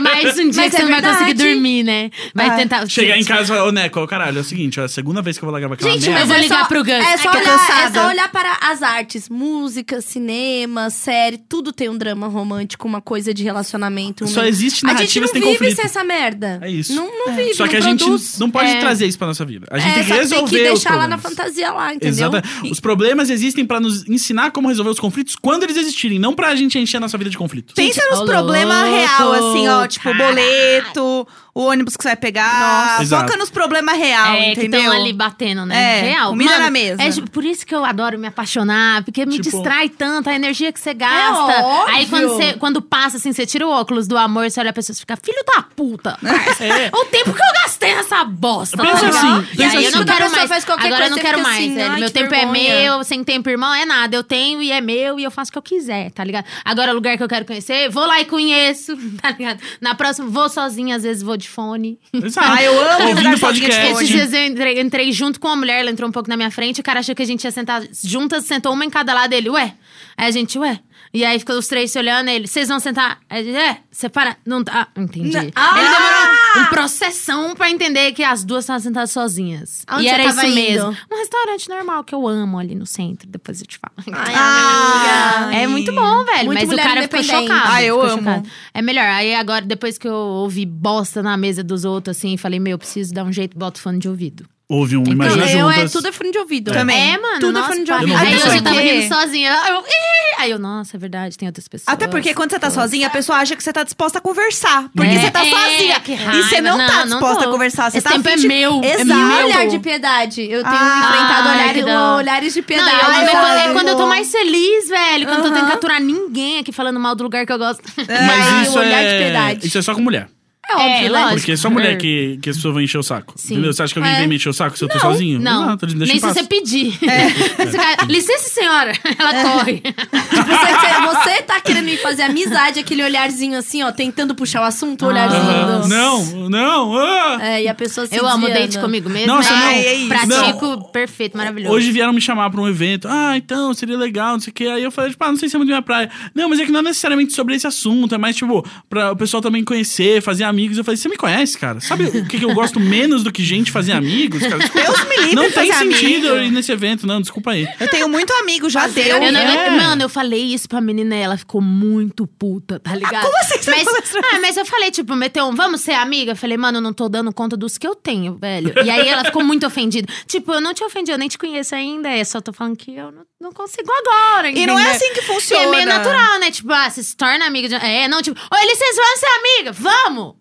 Speaker 2: Mas um dia que
Speaker 4: Mas
Speaker 2: você
Speaker 4: é
Speaker 2: não vai conseguir
Speaker 4: verdade.
Speaker 2: dormir, né? Vai
Speaker 1: É.
Speaker 2: tentar.
Speaker 3: Chegar em casa e falar, ô Neco, ô, caralho, é o seguinte, ó, é a segunda vez que eu vou lá gravar aquela
Speaker 2: Gente,
Speaker 3: merda.
Speaker 2: mas eu vou
Speaker 4: é
Speaker 2: ligar
Speaker 4: só-
Speaker 2: pro Gus. Ai,
Speaker 4: É só,
Speaker 2: tô
Speaker 4: olhar, é
Speaker 2: cansada.
Speaker 4: só olhar para as artes. Música, cinema, série. Tudo tem um drama romântico, uma coisa de relacionamento. um-
Speaker 3: Só existe
Speaker 4: A gente não
Speaker 3: narrativas que
Speaker 4: vive
Speaker 3: tem conflito.
Speaker 4: sem essa merda.
Speaker 3: É isso.
Speaker 4: Não, não vive,
Speaker 3: Só que a
Speaker 4: não
Speaker 3: gente
Speaker 4: produz.
Speaker 3: não pode
Speaker 2: É.
Speaker 3: trazer isso pra nossa vida. A gente
Speaker 4: É,
Speaker 3: tem que
Speaker 4: só que
Speaker 3: resolver
Speaker 4: tem que
Speaker 3: os
Speaker 4: deixar lá
Speaker 3: problemas.
Speaker 4: na fantasia lá, entendeu?
Speaker 3: Exata. Os problemas existem pra nos ensinar como resolver os conflitos quando eles existirem, não pra gente encher a nossa vida de conflito.
Speaker 1: Pensa
Speaker 2: ô,
Speaker 1: nos problemas
Speaker 2: louco,
Speaker 1: real, assim, ó. Tipo,
Speaker 2: cara.
Speaker 1: boleto, o ônibus que você vai pegar.
Speaker 3: Nossa.
Speaker 1: Foca
Speaker 3: Exato.
Speaker 1: nos problemas real,
Speaker 2: É, que
Speaker 1: entendeu?
Speaker 2: estão ali batendo, né?
Speaker 1: É,
Speaker 2: Real.
Speaker 1: comida na mesa.
Speaker 2: É tipo, por isso que eu adoro me apaixonar, porque me
Speaker 3: Tipo-
Speaker 2: distrai tanto a energia que você gasta.
Speaker 4: é óbvio.
Speaker 2: Aí quando, você, quando passa, assim, você tira o óculos do amor, você olha a pessoa e fica, filho da puta.
Speaker 3: É.
Speaker 4: É.
Speaker 2: O tempo que eu gastei nessa bosta.
Speaker 3: Pensa
Speaker 2: tá ligado?
Speaker 3: assim,
Speaker 2: E aí
Speaker 3: pensa
Speaker 2: eu não
Speaker 3: assim.
Speaker 4: Quando a
Speaker 2: quero
Speaker 4: pessoa
Speaker 2: mais.
Speaker 4: faz qualquer
Speaker 2: Agora eu
Speaker 4: coisa,
Speaker 2: não
Speaker 4: você
Speaker 2: quero
Speaker 4: fica
Speaker 2: mais.
Speaker 4: assim,
Speaker 2: velho.
Speaker 4: "Ai,
Speaker 2: meu
Speaker 4: que
Speaker 2: tempo é
Speaker 4: vergonha."
Speaker 2: meu, sem tempo, irmão, é nada. Eu tenho e é meu e eu faço o que eu quiser, tá ligado? Agora, o lugar que eu quero conhecer, vou lá e conheço, tá ligado? Na próxima, vou sozinha, às vezes vou de fone.
Speaker 3: Exato.
Speaker 1: Ah, eu amo
Speaker 3: Ouvindo
Speaker 1: conversar com gente que
Speaker 3: podcast.
Speaker 2: Esses dias eu entrei, entrei junto com uma mulher, ela entrou um pouco na minha frente, o cara achou que a gente ia sentar juntas, sentou uma em cada lado dele, ué. Aí a gente, ué. E aí ficou os três se olhando, ele, vocês vão sentar? Aí ele, é, separa. Não tá. Ah, entendi. Ele demorou um processão pra entender que as duas estavam sentadas sozinhas.
Speaker 4: Aonde
Speaker 2: e
Speaker 4: você
Speaker 2: era isso
Speaker 4: tava indo?
Speaker 2: mesmo. Um restaurante normal que eu amo ali no centro, depois eu te falo.
Speaker 4: Ai,
Speaker 1: Ah,
Speaker 2: É muito bom, velho.
Speaker 4: Muito
Speaker 2: mas o
Speaker 4: mulher
Speaker 2: cara ficou
Speaker 4: independente.
Speaker 2: chocado.
Speaker 1: Ah, eu
Speaker 2: ficou
Speaker 1: amo.
Speaker 2: chocado. É melhor. Aí agora, depois que eu ouvi bosta na mesa dos outros, assim, falei, meu, preciso dar um jeito, boto fone de ouvido.
Speaker 3: Houve um
Speaker 4: Não,
Speaker 3: Imagina
Speaker 4: eu é
Speaker 3: Juntas.
Speaker 4: tudo é fone de ouvido.
Speaker 1: Também.
Speaker 2: É, mano.
Speaker 4: Tudo
Speaker 2: nossa,
Speaker 4: fone de
Speaker 2: pá.
Speaker 4: ouvido.
Speaker 3: Eu não
Speaker 2: Aí
Speaker 3: vi
Speaker 2: hoje eu
Speaker 3: isso
Speaker 2: tava
Speaker 1: aqui.
Speaker 2: rindo sozinha. Eu, "Ih!" aí eu, nossa, é verdade, tem outras pessoas.
Speaker 1: Até porque quando você tá sozinha, a pessoa acha que você tá disposta a conversar. Porque
Speaker 2: É.
Speaker 1: você tá
Speaker 2: É,
Speaker 1: sozinha.
Speaker 2: que
Speaker 1: e
Speaker 2: raiva.
Speaker 1: você não, tá
Speaker 2: Não, não
Speaker 1: disposta
Speaker 2: tô.
Speaker 1: a conversar. Você
Speaker 2: Esse
Speaker 1: tá
Speaker 2: tempo é
Speaker 1: afim de-
Speaker 2: meu, é
Speaker 1: Exato.
Speaker 4: Meu olhar de piedade. Eu tenho
Speaker 1: Ah,
Speaker 4: enfrentado
Speaker 2: ai,
Speaker 4: olhar-
Speaker 2: que dó.
Speaker 4: olhares de
Speaker 2: Não, eu
Speaker 4: piedade.
Speaker 2: amo é
Speaker 4: sabe?
Speaker 2: quando- é quando eu tô mais feliz, velho. Quando eu tô tentando
Speaker 4: Aham.
Speaker 2: capturar ninguém aqui falando mal do lugar que eu gosto.
Speaker 3: É,
Speaker 4: Ai,
Speaker 3: Mas isso
Speaker 4: o olhar de
Speaker 3: é...
Speaker 4: piedade.
Speaker 3: isso é só com mulher.
Speaker 4: É óbvio, né?
Speaker 2: lógico.
Speaker 3: Porque é só mulher que, que as pessoas vão encher o saco.
Speaker 2: Sim.
Speaker 3: Entendeu? Você acha que alguém
Speaker 4: É.
Speaker 3: vem me encher o saco se eu tô sozinho?
Speaker 2: Não,
Speaker 3: Exato, deixa
Speaker 2: nem
Speaker 3: em
Speaker 2: se
Speaker 3: paz.
Speaker 2: você pedir. Você fala, Licença, senhora. Ela corre.
Speaker 4: Você, você tá querendo me fazer amizade, aquele olharzinho assim, ó, tentando puxar o assunto, o olharzinho.
Speaker 2: Aham.
Speaker 4: do-
Speaker 3: Não, não. ah!
Speaker 4: É, e a pessoa se
Speaker 2: Eu amo
Speaker 4: desviando.
Speaker 2: date comigo mesmo.
Speaker 3: Nossa,
Speaker 2: né?
Speaker 3: não.
Speaker 1: Ai, é isso.
Speaker 2: Pratico perfeito, maravilhoso.
Speaker 3: Hoje vieram me chamar pra um evento. Ah, então, seria legal, não sei o quê. Aí eu falei, tipo, ah, não sei se é muito minha praia. Não, mas é que não é necessariamente sobre esse assunto. É mais, tipo, pra o pessoal também conhecer, fazer amigos. Eu falei, você me conhece, cara? Sabe o que, que eu gosto menos do que gente fazer amigos? Cara,
Speaker 1: Deus me livre
Speaker 3: não tem
Speaker 1: fazer amigo.
Speaker 3: sentido eu ir nesse evento, não, desculpa aí.
Speaker 1: Eu tenho muito amigo, já deu.
Speaker 2: Eu não
Speaker 3: É.
Speaker 2: aguento- Mano, eu falei isso pra menina e ela ficou muito puta, tá ligado?
Speaker 1: como assim você
Speaker 2: mas,
Speaker 1: falou isso pra
Speaker 2: Ah, mas eu falei, tipo, meteu um, vamos ser amiga? Eu falei, mano, eu não tô dando conta dos que eu tenho, velho. E aí ela ficou muito ofendida. Tipo, eu não te ofendi, eu nem te conheço ainda. É só tô falando que eu não, não não consigo agora,
Speaker 1: E não é
Speaker 2: entendeu?
Speaker 1: assim que
Speaker 2: E
Speaker 1: funciona.
Speaker 2: é meio natural, né? Tipo, ah, você se torna amiga de... É, não, tipo... Ô, Elis, vocês vão ser amiga? Vamos!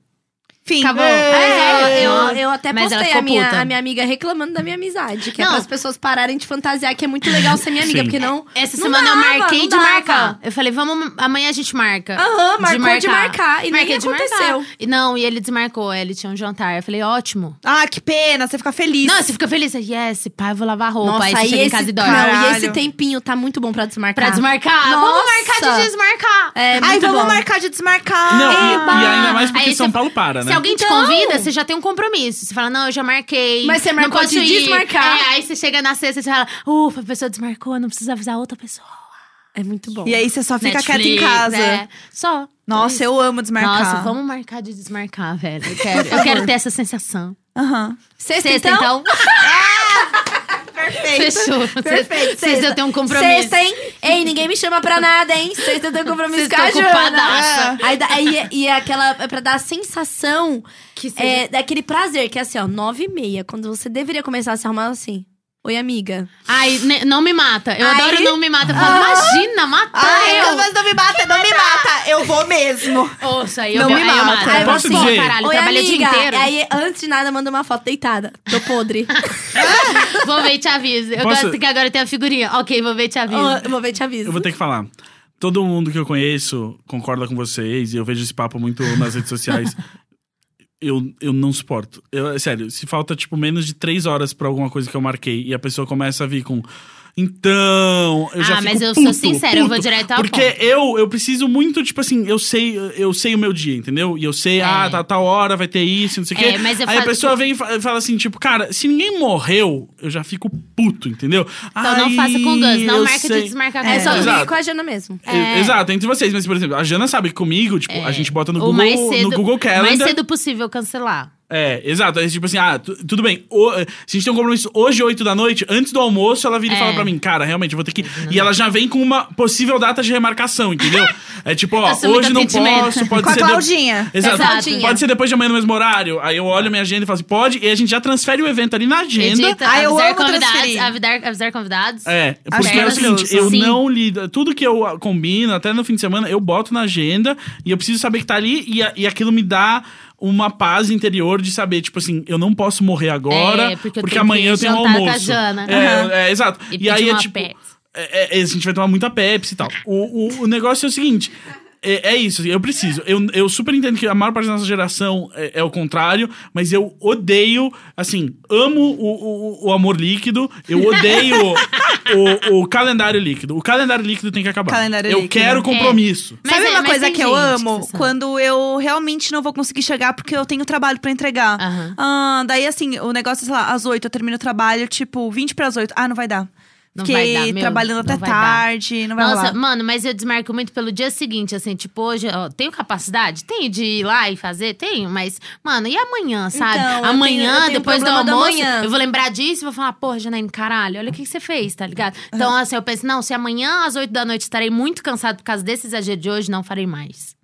Speaker 1: Fim.
Speaker 2: Acabou.
Speaker 4: É,
Speaker 2: É,
Speaker 4: eu,
Speaker 2: ela-
Speaker 4: eu até
Speaker 2: Mas ela
Speaker 4: postei
Speaker 2: ficou
Speaker 4: a minha,
Speaker 2: puta.
Speaker 4: a minha amiga reclamando da minha amizade. Que é
Speaker 2: Não.
Speaker 4: para as pessoas pararem de fantasiar que é muito legal ser minha amiga.
Speaker 3: Sim.
Speaker 4: Porque não...
Speaker 2: É, Essa
Speaker 4: não
Speaker 2: semana
Speaker 4: dava,
Speaker 2: eu marquei
Speaker 4: não
Speaker 2: de
Speaker 4: dava.
Speaker 2: marcar. Eu falei, vamos, amanhã a gente marca.
Speaker 4: Aham, marcou de marcar, e nem
Speaker 2: Marquei de marcar.
Speaker 4: aconteceu.
Speaker 2: E não, e ele desmarcou, é, ele tinha um jantar. Eu falei, ótimo.
Speaker 1: Ah, que pena, você fica feliz.
Speaker 2: Não, você fica feliz. Você, Yes, pai, eu vou lavar roupa.
Speaker 4: Nossa,
Speaker 2: aí você
Speaker 4: aí
Speaker 2: chega
Speaker 4: esse,
Speaker 2: em casa e dorme.
Speaker 4: Não, e
Speaker 1: Caralho.
Speaker 4: esse tempinho tá muito bom pra desmarcar.
Speaker 2: Pra desmarcar. Vamos
Speaker 4: Nossa.
Speaker 2: marcar de desmarcar.
Speaker 4: É,
Speaker 1: Aí
Speaker 4: muito
Speaker 1: vamos
Speaker 4: bom.
Speaker 1: marcar de desmarcar. É.
Speaker 3: Não, e-
Speaker 2: Eba!
Speaker 3: e ainda mais porque
Speaker 2: Aí
Speaker 3: São
Speaker 2: você-
Speaker 3: Paulo para, né?
Speaker 2: Se alguém te
Speaker 4: Então.
Speaker 2: convida, você já tem um compromisso. Você fala, não, eu já marquei.
Speaker 4: Mas você
Speaker 2: não
Speaker 4: marcou
Speaker 2: posso
Speaker 4: de
Speaker 2: ir.
Speaker 4: desmarcar.
Speaker 2: É, aí você chega na sexta e você fala, ufa, a pessoa desmarcou, não precisa avisar outra pessoa.
Speaker 4: É muito bom.
Speaker 1: E aí você só fica
Speaker 2: Netflix,
Speaker 1: quieto em casa.
Speaker 2: é. Só.
Speaker 1: Nossa, eu amo desmarcar.
Speaker 2: Nossa, vamos marcar de desmarcar, velho. Eu quero, eu quero ter essa sensação.
Speaker 1: Aham.
Speaker 4: Sexta,
Speaker 2: Sexta,
Speaker 4: então?
Speaker 2: então.
Speaker 1: Perfeito.
Speaker 2: Fechou.
Speaker 4: Perfeito.
Speaker 2: Vocês eu
Speaker 4: sexta.
Speaker 2: tenho um compromisso.
Speaker 4: Sexta, hein? Ei, ninguém me chama pra nada, hein? Sexta eu tenho compromisso
Speaker 2: Sexta
Speaker 4: com a Jana.
Speaker 2: ocupadaça.
Speaker 4: Aí, dá- aí, é- e é aquela... É pra dar a sensação
Speaker 2: Que seja-
Speaker 4: é, daquele prazer. Que é assim, ó, nove e meia. Quando você deveria começar a se arrumar assim. Oi, amiga.
Speaker 2: Ai, ne- não me mata. Eu
Speaker 4: Ai.
Speaker 2: adoro não me mata. Eu falo, imagina, matar
Speaker 1: Ai, então,
Speaker 2: eu.
Speaker 1: mas não me mata, não me mata. Eu vou mesmo.
Speaker 2: Nossa, aí eu,
Speaker 1: Não
Speaker 2: aí
Speaker 1: me
Speaker 2: eu
Speaker 1: mata.
Speaker 2: mato.
Speaker 1: Aí
Speaker 2: Eu
Speaker 3: você-
Speaker 2: falo, Pô, caralho,
Speaker 4: Oi,
Speaker 2: trabalhei
Speaker 4: amiga.
Speaker 2: o dia inteiro.
Speaker 4: Aí, antes de nada, manda uma foto deitada. Tô podre.
Speaker 2: Vou ver e te aviso. Eu
Speaker 3: Posso-
Speaker 2: gosto que agora tem a figurinha. Ok, vou ver e te aviso.
Speaker 4: Ó, eu vou ver te aviso.
Speaker 3: Eu vou ter que falar. Todo mundo que eu conheço concorda com vocês, e eu vejo esse papo muito nas redes sociais. Eu, eu não suporto. Eu, é sério, se falta, tipo, menos de três horas pra alguma coisa que eu marquei e a pessoa começa a vir com. Então, eu já
Speaker 2: Ah,
Speaker 3: fico
Speaker 2: mas eu
Speaker 3: puto,
Speaker 2: sou sincera, eu
Speaker 3: puto,
Speaker 2: vou direto ao
Speaker 3: Porque eu, eu preciso muito, tipo assim, eu sei, eu sei o meu dia, entendeu? E eu sei, ah, tá tal hora, vai ter isso, não sei o
Speaker 2: É,
Speaker 3: quê.
Speaker 2: mas eu
Speaker 3: Aí a
Speaker 2: falo-
Speaker 3: pessoa vem e fa- fala assim, tipo, cara, se ninguém morreu, eu já fico puto, entendeu?
Speaker 2: Então não faça com Gus, não marca de desmarcar com
Speaker 4: É, só
Speaker 2: Gus.
Speaker 4: comigo
Speaker 3: Exato.
Speaker 4: e com a Jana mesmo.
Speaker 2: É.
Speaker 3: Exato, entre vocês. Mas, por exemplo, a Jana sabe que comigo, tipo, a gente bota no
Speaker 2: O
Speaker 3: Google,
Speaker 2: mais cedo,
Speaker 3: no Google Calendar.
Speaker 2: mais cedo possível cancelar.
Speaker 3: É, exato. Aí, tipo assim, ah, tu- tudo bem. O- se a gente tem um compromisso hoje, 8 da noite, antes do almoço, ela vira e
Speaker 2: É. Uhum.
Speaker 3: fala pra mim, cara, realmente, eu vou ter que. E ela já vem com uma possível data de remarcação, entendeu? é tipo, ó,
Speaker 2: Assumindo
Speaker 3: hoje não
Speaker 2: atendimento.
Speaker 3: posso, pode
Speaker 1: Com a
Speaker 3: ser. de-
Speaker 1: Claudinha.
Speaker 3: Exato.
Speaker 2: Exato.
Speaker 3: Pode ser depois de amanhã no mesmo horário. Aí eu olho minha agenda e falo assim, pode, e a gente já transfere o evento ali na agenda.
Speaker 2: Edita,
Speaker 1: Ah, eu
Speaker 2: avisar
Speaker 1: amo
Speaker 2: convidados.
Speaker 1: transferir.
Speaker 2: Avisar, avisar convidados.
Speaker 3: É,
Speaker 1: Acho
Speaker 3: porque é o seguinte,
Speaker 1: maravilhoso.
Speaker 3: eu
Speaker 2: Sim.
Speaker 3: não lido. Tudo que eu ah, combino, até no fim de semana, eu boto na agenda e eu preciso saber que tá ali e, a- e aquilo me dá uma paz interior de saber, tipo assim, eu não posso morrer agora,
Speaker 2: É, porque
Speaker 3: porque,
Speaker 2: eu tenho
Speaker 3: amanhã
Speaker 2: que
Speaker 3: eu tenho um
Speaker 2: jantar com a
Speaker 3: almoço.
Speaker 2: Jana.
Speaker 3: É,
Speaker 1: Aham.
Speaker 3: é, exato.
Speaker 2: E
Speaker 3: E,
Speaker 2: pedir
Speaker 3: aí é
Speaker 2: uma
Speaker 3: tipo.
Speaker 2: Pepsi.
Speaker 3: é- é, a gente vai tomar muita Pepsi e tal. O, o, o negócio é o seguinte. É, é isso, eu preciso. Eu, eu super entendo que a maior parte da nossa geração é, é o contrário, mas eu odeio, assim, amo o, o, o amor líquido, eu odeio o, o calendário líquido. O calendário líquido tem que acabar.
Speaker 1: Calendário
Speaker 3: eu
Speaker 1: líquido. É.
Speaker 3: quero compromisso.
Speaker 2: Mas
Speaker 1: Sabe
Speaker 2: é-
Speaker 1: uma
Speaker 2: mas
Speaker 1: coisa
Speaker 2: tem
Speaker 1: que eu
Speaker 2: gente
Speaker 1: amo?
Speaker 2: sabe.
Speaker 1: Quando eu realmente não vou conseguir chegar porque eu tenho trabalho pra entregar.
Speaker 2: Aham.
Speaker 1: Ah, daí, assim, o negócio, sei lá, às 8 eu termino o trabalho, tipo, 20 pras 8. Ah, não vai dar.
Speaker 2: Não vai
Speaker 1: Fiquei
Speaker 2: dar, meu,
Speaker 1: trabalhando
Speaker 2: não
Speaker 1: até
Speaker 2: vai dar.
Speaker 1: tarde, não vai
Speaker 2: Nossa,
Speaker 1: rolar.
Speaker 2: mano, mas eu desmarco muito pelo dia seguinte, assim, tipo, hoje, ó, tenho capacidade? Tenho de ir lá e fazer? Tenho, mas, mano, e amanhã, sabe?
Speaker 4: Então, eu
Speaker 2: amanhã,
Speaker 4: tenho- eu tenho
Speaker 2: depois do
Speaker 4: problema do
Speaker 2: almoço,
Speaker 4: amanhã.
Speaker 2: eu vou lembrar disso e vou falar, porra, Janaíne, caralho, olha o que, que você fez, tá ligado? Então, assim, eu penso, não, se amanhã às 8 da noite estarei muito cansado por causa desse exagero de hoje, não farei mais.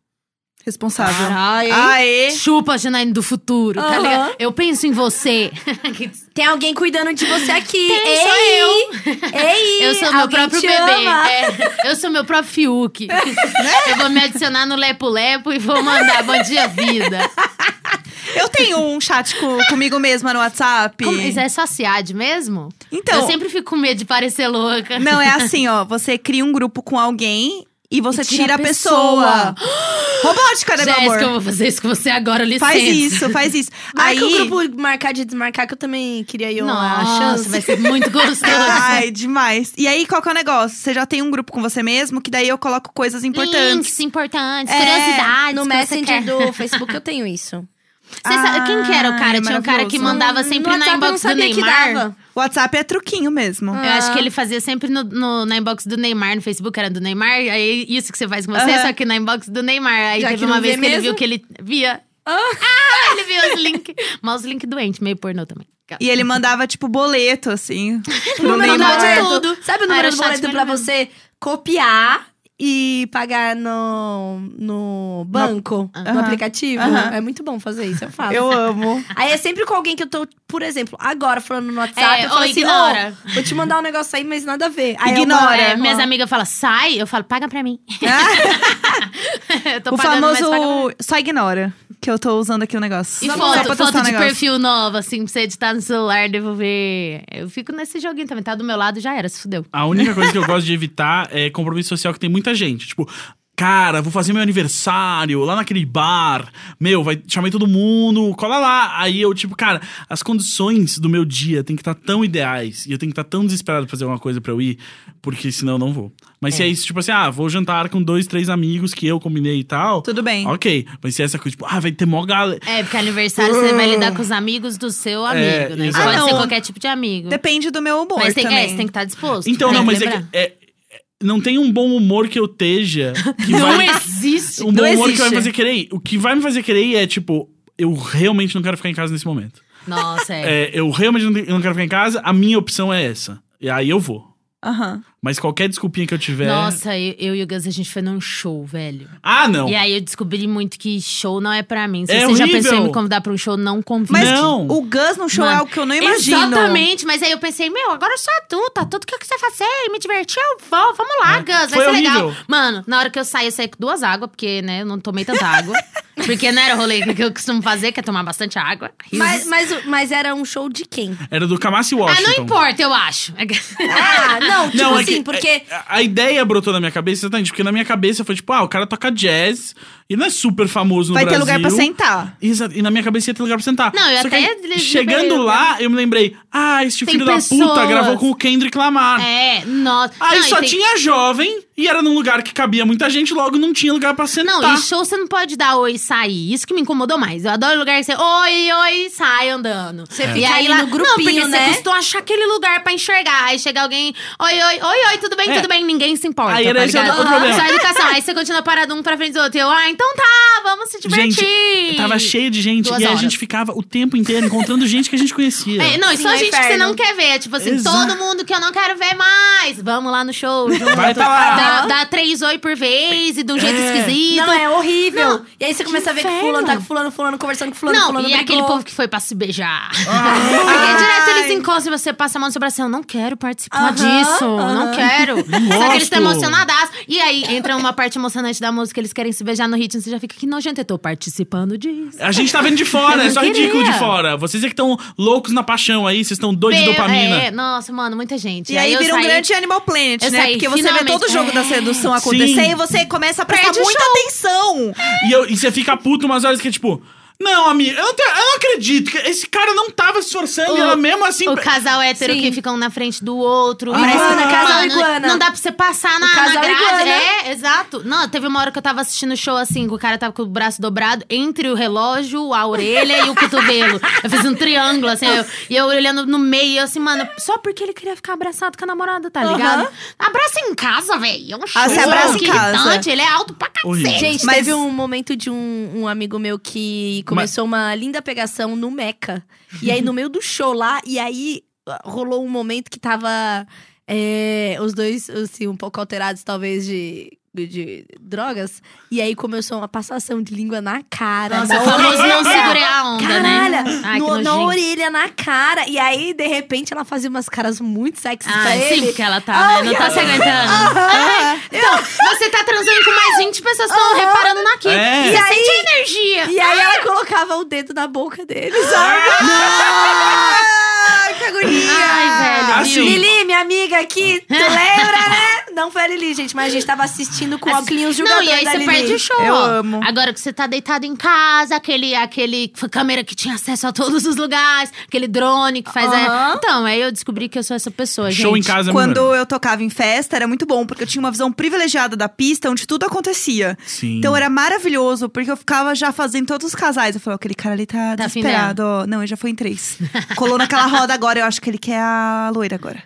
Speaker 1: Responsável.
Speaker 2: Caralho.
Speaker 1: Aê!
Speaker 2: Chupa, Janaíne do futuro, tá
Speaker 4: Aham.
Speaker 2: ligado? Eu penso em você.
Speaker 4: Tem alguém cuidando de você aqui.
Speaker 2: Tem,
Speaker 4: Ei,
Speaker 2: sou
Speaker 4: Ei,
Speaker 2: Eu sou meu
Speaker 4: alguém
Speaker 2: próprio
Speaker 4: te
Speaker 2: bebê.
Speaker 4: ama.
Speaker 2: É, eu sou meu próprio Fiuk. Eu vou me adicionar no Lepo Lepo e vou mandar bom dia, vida.
Speaker 1: Eu tenho um chat co- comigo mesma no WhatsApp.
Speaker 2: Como, isso é só SEAD mesmo?
Speaker 1: Então-
Speaker 2: Eu sempre fico com medo de parecer louca.
Speaker 1: Não, é assim, ó. Você cria um grupo com alguém e você
Speaker 2: E
Speaker 1: tira, a pessoa. Robótica, né, meu
Speaker 2: Jéssica, eu
Speaker 1: amor?
Speaker 2: vou fazer isso com você agora, licença.
Speaker 1: Faz isso, faz isso.
Speaker 4: Marca
Speaker 1: Aí.
Speaker 4: o grupo marcar de desmarcar, que eu assim. Ah, também queria aí uma
Speaker 2: Nossa,
Speaker 4: chance.
Speaker 2: vai ser muito gostoso.
Speaker 4: é
Speaker 1: Ai, demais. E aí, qual que é o negócio? Você já tem um grupo com você mesmo, que daí eu coloco coisas importantes.
Speaker 2: Links importantes,
Speaker 1: É,
Speaker 2: curiosidades.
Speaker 4: No
Speaker 2: que você
Speaker 4: Messenger
Speaker 2: quer.
Speaker 4: do Facebook eu tenho isso.
Speaker 2: Você sabe- quem que era o cara?
Speaker 1: Ai,
Speaker 2: Tinha um cara que
Speaker 1: maravilhoso.
Speaker 2: mandava
Speaker 4: No
Speaker 2: sempre na
Speaker 4: WhatsApp eu não
Speaker 2: inbox do
Speaker 4: sabia que
Speaker 2: Neymar.
Speaker 4: dava. Ah.
Speaker 1: O WhatsApp é truquinho mesmo.
Speaker 2: Eu acho que ele fazia sempre no, no- na inbox do Neymar, no Facebook era do Neymar. Aí isso que você faz com você,
Speaker 1: Aham.
Speaker 2: só que na inbox do Neymar. Aí
Speaker 4: Já
Speaker 2: teve
Speaker 4: que
Speaker 2: uma
Speaker 4: não
Speaker 2: vez
Speaker 4: vê
Speaker 2: que ele
Speaker 4: mesmo?
Speaker 2: viu que ele via. Ah, ele viu os links. Mas os links doente, meio pornô também.
Speaker 1: E ele mandava, tipo, boleto, assim.
Speaker 4: O
Speaker 1: pro
Speaker 4: número do
Speaker 1: Neymar.
Speaker 2: de
Speaker 4: boleto.
Speaker 2: tudo.
Speaker 4: Sabe o
Speaker 2: Ah,
Speaker 4: número
Speaker 2: era
Speaker 4: do
Speaker 2: chat
Speaker 4: boleto
Speaker 2: mesmo.
Speaker 4: pra você copiar e pagar no, no banco, no,
Speaker 1: Aham.
Speaker 4: aplicativo.
Speaker 1: Aham.
Speaker 4: É muito bom fazer isso, eu faço.
Speaker 1: Eu amo.
Speaker 4: Aí é sempre com alguém que eu tô, por exemplo, agora falando no WhatsApp,
Speaker 2: É,
Speaker 4: eu falo
Speaker 2: ou
Speaker 4: assim,
Speaker 2: ignora.
Speaker 4: "Ô, vou te mandar um negócio aí, mas nada a ver. Aí eu-
Speaker 1: Ignora.
Speaker 2: É, minhas amigas falam, sai, eu falo, paga pra mim. eu tô
Speaker 1: o
Speaker 2: pagando, mas
Speaker 1: famoso
Speaker 2: paga pra mim.
Speaker 1: só ignora, que eu tô usando aqui o negócio.
Speaker 2: E
Speaker 1: Só pra
Speaker 2: foto,
Speaker 1: testar
Speaker 2: foto
Speaker 1: o
Speaker 2: de
Speaker 1: negócio.
Speaker 2: perfil nova, assim, pra você editar no celular, devolver. Eu fico nesse joguinho também, tá do meu lado, já era, se fudeu.
Speaker 3: A única coisa que eu gosto de evitar é compromisso social que tem muita gente. Tipo, cara, vou fazer meu aniversário lá naquele bar. Meu, vai chamei todo mundo, cola lá. Aí eu, tipo, cara, as condições do meu dia tem que estar tão ideais e eu tenho que estar tão desesperado pra fazer alguma coisa pra eu ir, porque senão eu não vou. Mas se é isso, tipo assim, ah, vou jantar com dois, três amigos que eu combinei e tal.
Speaker 1: Tudo bem.
Speaker 3: Ok. Mas se é essa coisa, tipo, ah, vai ter mó galera.
Speaker 2: É, porque aniversário você vai lidar com os amigos do seu amigo,
Speaker 3: É,
Speaker 2: né?
Speaker 3: exato.
Speaker 2: Pode
Speaker 1: Ah,
Speaker 2: ser
Speaker 1: não.
Speaker 2: qualquer tipo de amigo.
Speaker 1: Depende do meu humor
Speaker 2: Mas tem,
Speaker 1: também.
Speaker 2: é, você tem que estar disposto.
Speaker 3: Então,
Speaker 2: tem
Speaker 3: não,
Speaker 2: que
Speaker 3: mas é
Speaker 2: lembrar.
Speaker 3: que. é- é- não tem um bom humor que eu esteja que
Speaker 2: Não é
Speaker 3: vai
Speaker 2: existe.
Speaker 3: Um bom
Speaker 1: Não
Speaker 3: humor que
Speaker 1: existe.
Speaker 3: vai me fazer querer ir. O que vai me fazer querer ir é, tipo, eu realmente não quero ficar em casa nesse momento.
Speaker 2: Nossa, é.
Speaker 3: É, eu realmente não, não quero ficar em casa, a minha opção é essa. E aí eu vou.
Speaker 1: Aham.
Speaker 3: Mas qualquer desculpinha que eu tiver.
Speaker 2: Nossa, eu, eu e o Gus, a gente foi num show, velho.
Speaker 3: Ah, não!
Speaker 2: E aí eu descobri muito que show não é pra mim. Se
Speaker 3: É
Speaker 2: você já
Speaker 3: horrível.
Speaker 2: pensou em me convidar pra um show, não convide.
Speaker 1: Mas
Speaker 3: Não.
Speaker 1: o Gus no show
Speaker 2: Mano,
Speaker 1: é algo que eu não imagino.
Speaker 2: Exatamente, mas aí eu pensei, meu, agora eu sou adulta, tudo que eu quiser fazer e me divertir, eu vou, vamos lá, Gus, vai
Speaker 3: É. Foi
Speaker 2: ser
Speaker 3: horrível.
Speaker 2: legal. Mano, na hora que eu saí, eu saí com duas águas, porque, né, eu não tomei tanta água. porque não era o rolê que eu costumo fazer, que é tomar bastante água.
Speaker 4: Mas, mas, o- mas era um show de quem?
Speaker 3: Era do Kamasi
Speaker 2: ah,
Speaker 3: Washington.
Speaker 2: não importa, eu acho.
Speaker 4: Ah, não, tipo
Speaker 3: Não, é
Speaker 4: assim,
Speaker 3: que-
Speaker 4: porque...
Speaker 3: é- a- a ideia brotou na minha cabeça exatamente, porque na minha cabeça foi tipo, ah, o cara toca jazz e não é super famoso no
Speaker 1: Vai ter
Speaker 3: Brasil.
Speaker 1: lugar pra sentar.
Speaker 3: Exato, e na minha cabeça ia ter lugar pra sentar.
Speaker 2: Não, eu
Speaker 3: Só que
Speaker 2: até
Speaker 3: aí,
Speaker 2: lembrei-
Speaker 3: Chegando lá, eu me lembrei, ah, este
Speaker 2: Tem
Speaker 3: filho da puta
Speaker 2: pessoas.
Speaker 3: gravou com o Kendrick Lamar.
Speaker 2: é, nossa.
Speaker 3: Aí
Speaker 2: Não, e
Speaker 3: só
Speaker 2: tem-
Speaker 3: tinha jovem e era num lugar que cabia muita gente, logo não tinha lugar pra sentar.
Speaker 2: Não, e show você não pode dar oi e sair. Isso que me incomodou mais. Eu adoro lugar que você oi, oi, sai andando. Você
Speaker 4: fica ali no
Speaker 2: Não,
Speaker 4: grupinho,
Speaker 2: porque
Speaker 4: né?
Speaker 2: você custou achar aquele lugar pra enxergar. Aí chega alguém, oi, oi, oi, oi, tudo bem,
Speaker 3: É.
Speaker 2: tudo bem. Ninguém se importa,
Speaker 3: Aí
Speaker 2: tá
Speaker 3: era esse
Speaker 2: ligado?
Speaker 3: outro problema.
Speaker 2: Só educação. Aí você continua parado um pra frente do outro. E eu, ah, então tá, vamos se divertir.
Speaker 3: gente, tava cheio de gente
Speaker 2: Duas
Speaker 3: e aí a
Speaker 2: horas.
Speaker 3: gente ficava o tempo inteiro encontrando gente que a gente conhecia.
Speaker 2: É, não, e
Speaker 4: Sim,
Speaker 2: só
Speaker 4: é
Speaker 2: gente que você
Speaker 4: inferno.
Speaker 2: não quer ver. Tipo assim,
Speaker 3: Exato.
Speaker 2: todo mundo que eu não quero ver mais. Vamos lá no show. junto.
Speaker 3: Vai tá lá.
Speaker 2: Dá, dá três oi por vez e de um jeito esquisito.
Speaker 4: Não, é horrível. e aí você começa a ver que
Speaker 2: inferno.
Speaker 4: fulano tá com fulano, fulano conversando com fulano,
Speaker 2: não,
Speaker 4: fulano
Speaker 2: e é aquele
Speaker 4: brigou.
Speaker 2: povo que foi pra se beijar. Porque direto eles encostam e você passa a mão no seu braço. Eu não quero participar
Speaker 4: Aham,
Speaker 2: disso.
Speaker 4: aham.
Speaker 2: Não quero. Só
Speaker 3: gosto.
Speaker 2: que eles estão emocionadaço. E aí entra uma parte emocionante da música, eles querem se beijar no ritmo. Você já fica, que nojento, eu tô participando disso.
Speaker 3: A gente tá vendo de fora,
Speaker 2: Eu
Speaker 3: é só
Speaker 2: queria.
Speaker 3: ridículo de fora. Vocês é que estão loucos na paixão aí, vocês estão doidos de
Speaker 2: Meu,
Speaker 3: dopamina.
Speaker 2: É, nossa, mano, muita gente.
Speaker 1: E aí,
Speaker 2: eu
Speaker 1: vira um
Speaker 2: saí-
Speaker 1: grande Animal Planet,
Speaker 2: eu
Speaker 1: né?
Speaker 2: saí,
Speaker 1: Porque você
Speaker 2: finalmente.
Speaker 1: vê todo o jogo da sedução acontecer
Speaker 3: É. Sim.
Speaker 1: e você começa a prestar
Speaker 2: Perde o
Speaker 1: muita
Speaker 2: show.
Speaker 1: atenção.
Speaker 3: E, eu- e você fica puto umas horas que é tipo. Não, amigo, eu não, te- eu não acredito. que Esse cara não tava se esforçando e ela mesmo assim.
Speaker 2: O casal hétero
Speaker 4: Sim.
Speaker 2: que fica um na frente do outro.
Speaker 3: Iguana,
Speaker 2: Mano,
Speaker 4: casal iguana.
Speaker 2: Não dá pra você passar na,
Speaker 4: O casal
Speaker 2: na grade.
Speaker 4: iguana.
Speaker 2: É, exato. Não, teve uma hora que eu tava assistindo o show assim, que o cara tava com o braço dobrado entre o relógio, a orelha e o cotovelo. Eu fiz um triângulo, assim, eu- e eu olhando no meio, eu assim, mano, só porque ele queria ficar abraçado com a namorada, tá ligado? Abraça em casa, velho. É um show.
Speaker 1: Ah, você abraça em
Speaker 2: que
Speaker 1: casa.
Speaker 2: irritante, Ele é alto pra
Speaker 3: Horrível.
Speaker 2: cacete.
Speaker 4: Gente,
Speaker 1: Mas-
Speaker 4: teve um momento de um, um amigo meu que começou uma linda pegação no Meca. E aí, no meio do show lá, e aí ah, rolou um momento que tava é, os dois, assim, um pouco alterados, talvez, de, de- de drogas. E aí começou uma passação de língua na cara.
Speaker 2: Nossa,
Speaker 4: na
Speaker 2: o famoso não
Speaker 4: orelha.
Speaker 2: segurei a onda, né?
Speaker 4: Caralho!
Speaker 2: Ai, que
Speaker 4: no- na
Speaker 2: nojinho.
Speaker 4: orelha, na cara. E aí, de repente, ela fazia umas caras muito sexys
Speaker 2: Ah,
Speaker 4: pra
Speaker 2: sim,
Speaker 4: ele. Ah,
Speaker 2: porque ela tá, né? Não tá se aguentando. Então, você tá transando com mais 20 pessoas que estão reparando naquilo.
Speaker 3: É.
Speaker 2: E
Speaker 4: E
Speaker 2: você
Speaker 4: aí-
Speaker 2: sente a energia.
Speaker 4: E aí ela colocava o dedo na boca dele, sabe?
Speaker 1: Ai, que agonia!
Speaker 2: Ah! Ai, velho.
Speaker 3: Assim,
Speaker 2: viu?
Speaker 4: Lili, minha amiga aqui, tu lembra, né? Não foi a Lili, gente, mas a gente tava assistindo com o óculos
Speaker 2: Assim, Não,
Speaker 4: jogador
Speaker 2: e aí
Speaker 4: da
Speaker 2: você
Speaker 4: Lili.
Speaker 2: perde o show.
Speaker 1: Eu
Speaker 2: ó.
Speaker 1: amo.
Speaker 2: Agora que você tá deitado em casa, aquele, aquele f- câmera que tinha acesso a todos os lugares, aquele drone que faz.
Speaker 4: Aham.
Speaker 2: A... Então, aí eu descobri que eu sou essa pessoa.
Speaker 3: Show em
Speaker 2: gente.
Speaker 3: casa é
Speaker 1: Quando
Speaker 3: melhor.
Speaker 1: eu tocava em festa, era muito bom, porque eu tinha uma visão privilegiada da pista onde tudo acontecia.
Speaker 3: Sim.
Speaker 1: Então era maravilhoso, porque eu ficava já fazendo todos os casais. Eu falei, ó, aquele cara ali tá,
Speaker 2: Tá
Speaker 1: desesperado. ó. Não, ele já foi em três. Colou naquela roda agora, eu acho que ele quer a loira agora.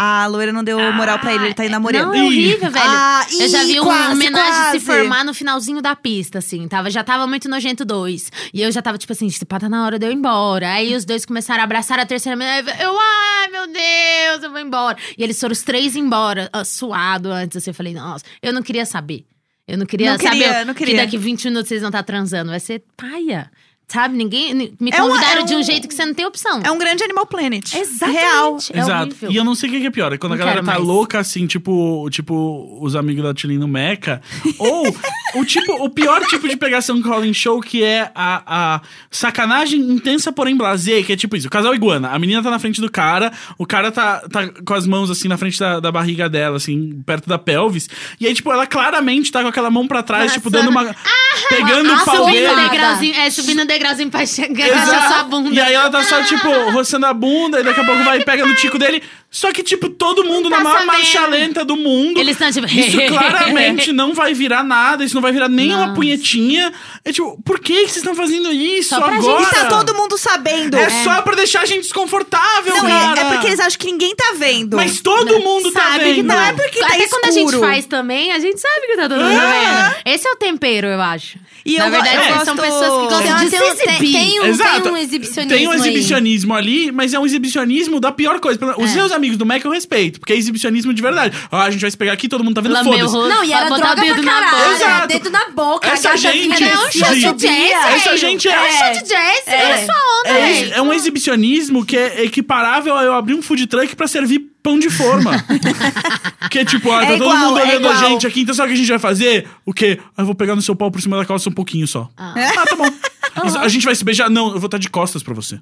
Speaker 1: A loira não deu moral pra ele, ele tá aí
Speaker 2: Não,
Speaker 1: namorando.
Speaker 2: Ah, é horrível, velho.
Speaker 1: Ah,
Speaker 2: eu já
Speaker 1: ih,
Speaker 2: vi
Speaker 1: quase,
Speaker 2: uma homenagem
Speaker 1: quase.
Speaker 2: se formar no finalzinho da pista, assim. Tava, já tava muito nojento dois. E eu já tava, tipo assim, se pá, tá na hora de eu ir embora. Aí os dois começaram a abraçar a terceira mulher. Eu, ai, meu Deus, eu vou embora. E eles foram os três embora, ah, suado antes. Assim, eu falei, nossa, eu não queria saber. Eu não queria
Speaker 1: Não
Speaker 2: saber
Speaker 1: queria, não
Speaker 2: que
Speaker 1: queria.
Speaker 2: daqui 20 minutos vocês vão estar transando. Vai ser paia. Sabe? Ninguém. ni- Me
Speaker 1: É uma-
Speaker 2: convidaram
Speaker 1: é
Speaker 2: de
Speaker 1: um-
Speaker 2: um jeito que você não tem opção.
Speaker 1: É um grande Animal Planet.
Speaker 4: Exatamente.
Speaker 1: Real.
Speaker 4: É
Speaker 3: Exato.
Speaker 4: horrível.
Speaker 3: E eu não sei o que que é pior. É quando a
Speaker 2: Não
Speaker 3: galera
Speaker 2: quero
Speaker 3: tá
Speaker 2: mais.
Speaker 3: louca, assim, tipo, tipo, os amigos da Tilly no Meca. Ou o tipo, o pior tipo de pegação que rola em show, que é a, a sacanagem intensa, porém blasé, que é tipo isso. O casal iguana. A menina tá na frente do cara, o cara tá, tá com as mãos assim na frente da, da barriga dela, assim, perto da pelvis. E aí, tipo, ela claramente tá com aquela mão pra trás, tipo, dando uma. pegando o
Speaker 2: Ah,
Speaker 3: pau
Speaker 2: subindo
Speaker 3: dele.
Speaker 2: o degrauzinho, é, subindo o degrauzinho pra chegar
Speaker 3: Exato.
Speaker 2: a É sua bunda.
Speaker 3: E aí ela tá só, tipo, roçando a bunda, e daqui a pouco vai e pega no tico dele. Só que, tipo, todo mundo na
Speaker 2: tá
Speaker 3: maior
Speaker 2: sabendo.
Speaker 3: marcha lenta do mundo.
Speaker 2: Eles estão tipo.
Speaker 3: Isso claramente não vai virar nada, isso não vai virar nem uma
Speaker 2: Nossa.
Speaker 3: punhetinha. É tipo, por que que vocês estão fazendo isso
Speaker 2: Só É pra
Speaker 3: agora?
Speaker 2: gente-
Speaker 1: E tá todo mundo sabendo.
Speaker 3: É só pra deixar a gente desconfortável,
Speaker 1: Não,
Speaker 3: cara.
Speaker 1: é, é porque eles acham que ninguém tá vendo.
Speaker 3: Mas todo mundo tá
Speaker 2: sabe
Speaker 3: vendo.
Speaker 2: que
Speaker 1: Não é porque tá
Speaker 2: Até quando a gente
Speaker 1: escuro.
Speaker 2: faz também, a gente sabe que tá todo mundo
Speaker 3: É.
Speaker 2: vendo. Esse é o tempero, eu acho.
Speaker 1: E
Speaker 2: Na
Speaker 1: eu go-
Speaker 2: verdade,
Speaker 1: eu
Speaker 2: são
Speaker 1: gosto-
Speaker 2: pessoas que
Speaker 4: Tem,
Speaker 2: gostam
Speaker 4: uma-
Speaker 2: de se
Speaker 4: tem, um- tem,
Speaker 2: exibir.
Speaker 4: tem um,
Speaker 3: Exato.
Speaker 4: tem um exibicionismo.
Speaker 3: Tem um
Speaker 4: aí.
Speaker 3: exibicionismo ali, mas é um exibicionismo da pior coisa. Por exemplo, Os
Speaker 2: É.
Speaker 3: seus amigos do Mac eu respeito, porque é exibicionismo de verdade. Ah, a gente vai se pegar aqui, todo mundo tá vendo,
Speaker 2: Lamber o
Speaker 3: foda-se.
Speaker 2: rosto,
Speaker 4: Não, e era
Speaker 2: botar
Speaker 4: droga
Speaker 2: dedo
Speaker 4: pra
Speaker 2: na boca.
Speaker 4: caralho.
Speaker 3: Exato.
Speaker 4: Dedo na boca.
Speaker 3: Essa
Speaker 4: gatazinha
Speaker 3: gente
Speaker 4: na
Speaker 2: É um
Speaker 4: pia,
Speaker 2: show
Speaker 3: Sim.
Speaker 2: de jazz,
Speaker 3: Essa
Speaker 2: velho.
Speaker 3: gente é-
Speaker 2: um show de jazz, é,
Speaker 4: É.
Speaker 2: a sua onda,
Speaker 3: É,
Speaker 1: né?
Speaker 2: velho.
Speaker 3: ex- é um exibicionismo que é equiparável a eu abrir um food truck pra servir pão de forma. que é tipo, ah, tá
Speaker 1: É
Speaker 3: todo
Speaker 1: igual,
Speaker 3: mundo
Speaker 1: é
Speaker 3: olhando a
Speaker 1: igual.
Speaker 3: gente aqui, então sabe o que a gente vai fazer? O quê? Ah, eu vou pegar no seu pau por cima da calça um pouquinho só. Ah,
Speaker 1: É.
Speaker 3: tá bom. Isso- A gente vai se beijar? Não, eu vou estar de costas pra você.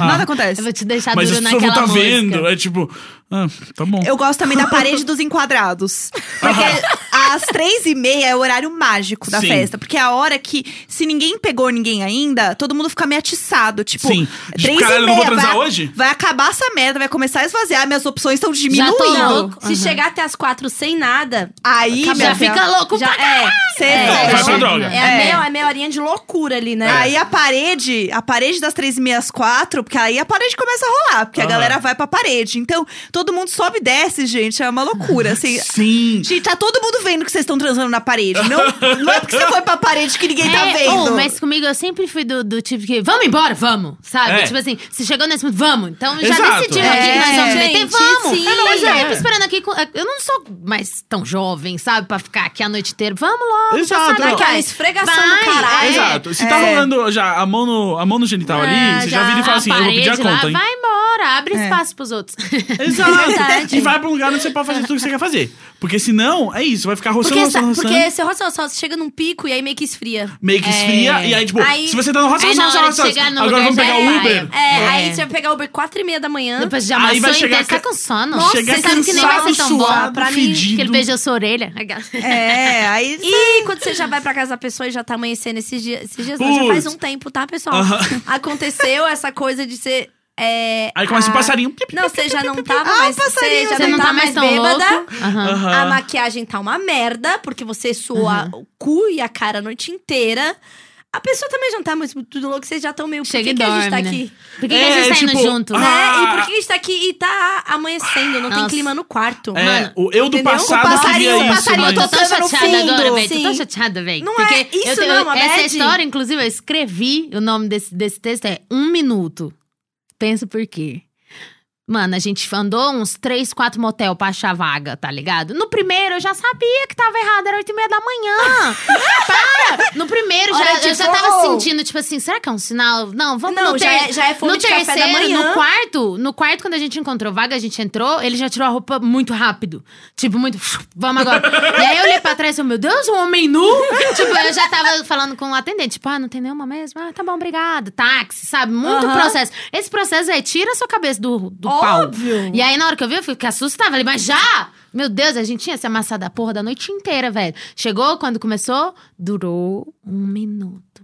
Speaker 3: Ah,
Speaker 1: Nada acontece.
Speaker 2: Eu vou te deixar
Speaker 3: mas as
Speaker 2: Tá duro
Speaker 3: pessoas vão
Speaker 2: naquela
Speaker 3: estar
Speaker 2: música.
Speaker 3: vendo. É tipo, ah, tá bom.
Speaker 1: Eu gosto também da parede dos enquadrados. Porque às três e meia é o horário mágico da
Speaker 3: Sim.
Speaker 1: festa. Porque é a hora que, se ninguém pegou ninguém ainda, todo mundo fica meio atiçado. Tipo,
Speaker 3: Sim.
Speaker 1: três
Speaker 3: Tipo,
Speaker 1: e
Speaker 3: caralho, eu não vou
Speaker 1: meia,
Speaker 3: transar
Speaker 1: vai,
Speaker 3: hoje?
Speaker 1: Vai acabar essa merda, vai começar a esvaziar, minhas opções estão
Speaker 2: Já tô
Speaker 1: diminuindo.
Speaker 2: louco.
Speaker 4: Se chegar até as quatro sem nada,
Speaker 1: Aí,
Speaker 4: Acabou.
Speaker 1: minha
Speaker 2: Já
Speaker 1: filha,
Speaker 2: fica louco
Speaker 4: já
Speaker 2: pra
Speaker 4: é.
Speaker 1: Cê
Speaker 4: é,
Speaker 1: vai.
Speaker 3: Vai pra
Speaker 4: é,
Speaker 3: droga.
Speaker 4: É, a
Speaker 1: É.
Speaker 4: meia- é a meia horinha de loucura ali,
Speaker 2: É.
Speaker 4: né?
Speaker 1: Aí a parede, a parede das três e meia às quatro, porque aí a parede começa a rolar, porque
Speaker 3: Aham.
Speaker 1: a galera vai pra parede. Então, todo mundo sobe e desce, gente, é uma loucura, assim.
Speaker 3: Sim.
Speaker 1: Gente, tá todo mundo vendo que vocês estão transando na parede. Não, não é porque você foi pra parede que ninguém tá
Speaker 2: É,
Speaker 1: vendo.
Speaker 2: ou, mas comigo eu sempre fui do, do tipo que, vamos embora, vamos, sabe?
Speaker 3: É.
Speaker 2: Tipo assim, se chegou nesse momento, vamos. Então já
Speaker 3: Exato.
Speaker 2: decidimos
Speaker 3: É,
Speaker 2: aqui que nós vamos meter,
Speaker 4: gente,
Speaker 2: vamos.
Speaker 4: sim.
Speaker 2: Eu não, eu já
Speaker 3: É.
Speaker 2: fico esperando aqui, com- eu não sou mais tão jovem, sabe? Pra ficar aqui a noite inteira, vamos logo.
Speaker 3: Exato.
Speaker 2: passar daqui a-
Speaker 4: Aquela esfregação no
Speaker 2: é. Vai,
Speaker 4: caralho.
Speaker 2: é.
Speaker 3: Exato. Se tá
Speaker 1: É.
Speaker 3: rolando já a mão no, a mão no genital
Speaker 4: É,
Speaker 3: ali, você já,
Speaker 4: já.
Speaker 3: vira e fala assim, eu vou pedir a
Speaker 2: parede lá,
Speaker 3: conta, hein?
Speaker 2: vai embora, abre
Speaker 1: É.
Speaker 2: espaço pros outros. É
Speaker 3: Exato.
Speaker 4: Verdade.
Speaker 3: E vai pra um lugar onde você pode fazer tudo que você quer fazer. Porque senão, é isso, vai ficar roçando,
Speaker 4: Porque,
Speaker 3: roçando,
Speaker 4: sa-
Speaker 3: roçando.
Speaker 4: porque você roça só, você chega num pico e aí meio que esfria.
Speaker 3: Meio que esfria, e aí, tipo,
Speaker 4: Aí-
Speaker 3: se você tá no roça,
Speaker 2: é. aí é
Speaker 3: roça,
Speaker 2: na
Speaker 3: roça,
Speaker 2: hora de
Speaker 3: roça, roça.
Speaker 2: chegar no
Speaker 3: agora
Speaker 2: lugar
Speaker 3: vamos
Speaker 2: já
Speaker 3: pegar o
Speaker 2: é
Speaker 3: Uber.
Speaker 2: paia.
Speaker 4: É,
Speaker 2: É.
Speaker 4: aí você vai pegar Uber quatro e meia da manhã.
Speaker 2: Depois já
Speaker 3: Aí vai
Speaker 2: amassou
Speaker 3: chegar
Speaker 2: inteiro, você tá
Speaker 3: ca-
Speaker 2: com sono.
Speaker 4: Nossa,
Speaker 3: chegar
Speaker 2: você sabe que nem vai
Speaker 3: cansado,
Speaker 2: ser tão bom.
Speaker 3: suado,
Speaker 4: pra mim,
Speaker 3: fedido.
Speaker 2: Que ele beijou sua orelha.
Speaker 1: É, aí.
Speaker 4: E quando você já vai pra casa da pessoa e já tá amanhecendo esses dias. Esses dias não, já
Speaker 3: Putz.
Speaker 4: faz um tempo, tá, pessoal?
Speaker 3: Aham.
Speaker 4: Aconteceu essa coisa de ser. é,
Speaker 3: Aí começa
Speaker 4: a-
Speaker 2: Ah.
Speaker 3: o passarinho. pip, pip.
Speaker 4: Não, você já não tava mais. Você já
Speaker 2: Você
Speaker 4: não,
Speaker 2: não
Speaker 4: tá,
Speaker 2: tá mais
Speaker 4: mais
Speaker 2: tão
Speaker 4: bêbada.
Speaker 2: louco. Aham.
Speaker 3: Ah, Aham.
Speaker 4: A maquiagem tá uma merda, porque você sua o cu e a cara a noite inteira. A pessoa também já não tá mais tudo louco, vocês já estão meio.
Speaker 2: Chega
Speaker 4: por
Speaker 2: e
Speaker 4: que, que a gente
Speaker 2: dorme,
Speaker 4: tá
Speaker 2: né?
Speaker 4: aqui?
Speaker 2: Por que, que
Speaker 3: É,
Speaker 2: a gente tá indo
Speaker 3: tipo,
Speaker 2: junto?
Speaker 3: ah,
Speaker 4: Né? E por que a gente tá aqui e tá amanhecendo? Não tem
Speaker 2: Nossa.
Speaker 4: clima no quarto.
Speaker 3: É,
Speaker 2: Mano,
Speaker 3: o eu do
Speaker 4: entendeu?
Speaker 3: passado
Speaker 1: O
Speaker 3: que
Speaker 1: passarinho,
Speaker 4: um
Speaker 3: via
Speaker 1: o
Speaker 3: isso.
Speaker 1: passarinho
Speaker 2: eu tô
Speaker 3: mas-
Speaker 2: tão
Speaker 1: tocando no
Speaker 2: chateada
Speaker 1: fundo.
Speaker 2: agora, velho. Tô tão
Speaker 4: Sim.
Speaker 2: chateada, velho.
Speaker 4: Não
Speaker 2: Porque
Speaker 4: é isso,
Speaker 2: eu tenho-
Speaker 4: não, a
Speaker 2: Essa
Speaker 4: bad.
Speaker 2: história, inclusive, eu escrevi o nome desse, desse texto é Um Minuto. Pensa por quê. Mano, a gente andou uns três, quatro motel pra achar vaga, tá ligado? No primeiro eu já sabia que tava errado, era oito e meia da manhã. Para! No primeiro já,
Speaker 4: Olha,
Speaker 2: eu já
Speaker 4: tipo,
Speaker 2: tava
Speaker 4: oh.
Speaker 2: sentindo, tipo assim, será que é um sinal? Não, vamos
Speaker 4: Não,
Speaker 2: no
Speaker 4: já
Speaker 2: ter-
Speaker 4: é- já é fome
Speaker 2: no
Speaker 4: de café da
Speaker 2: terceiro,
Speaker 4: manhã.
Speaker 2: No quarto, no quarto, quando a gente encontrou vaga, a gente entrou, ele já tirou a roupa muito rápido. Tipo, muito. Vamos agora. e aí eu olhei pra trás e falei, meu Deus, um homem nu? tipo, eu já tava falando com o atendente, tipo, ah, não tem nenhuma mesmo? Ah, tá bom, obrigado. Táxi, sabe? Muito
Speaker 4: Aham.
Speaker 2: processo. Esse processo é tira a sua cabeça do, do pau.
Speaker 4: Óbvio.
Speaker 2: E aí, na hora que eu vi, eu fiquei assustada. Falei, mas já? Meu Deus, a gente tinha se amassado a porra da noite inteira, velho. Chegou quando começou, durou um minuto.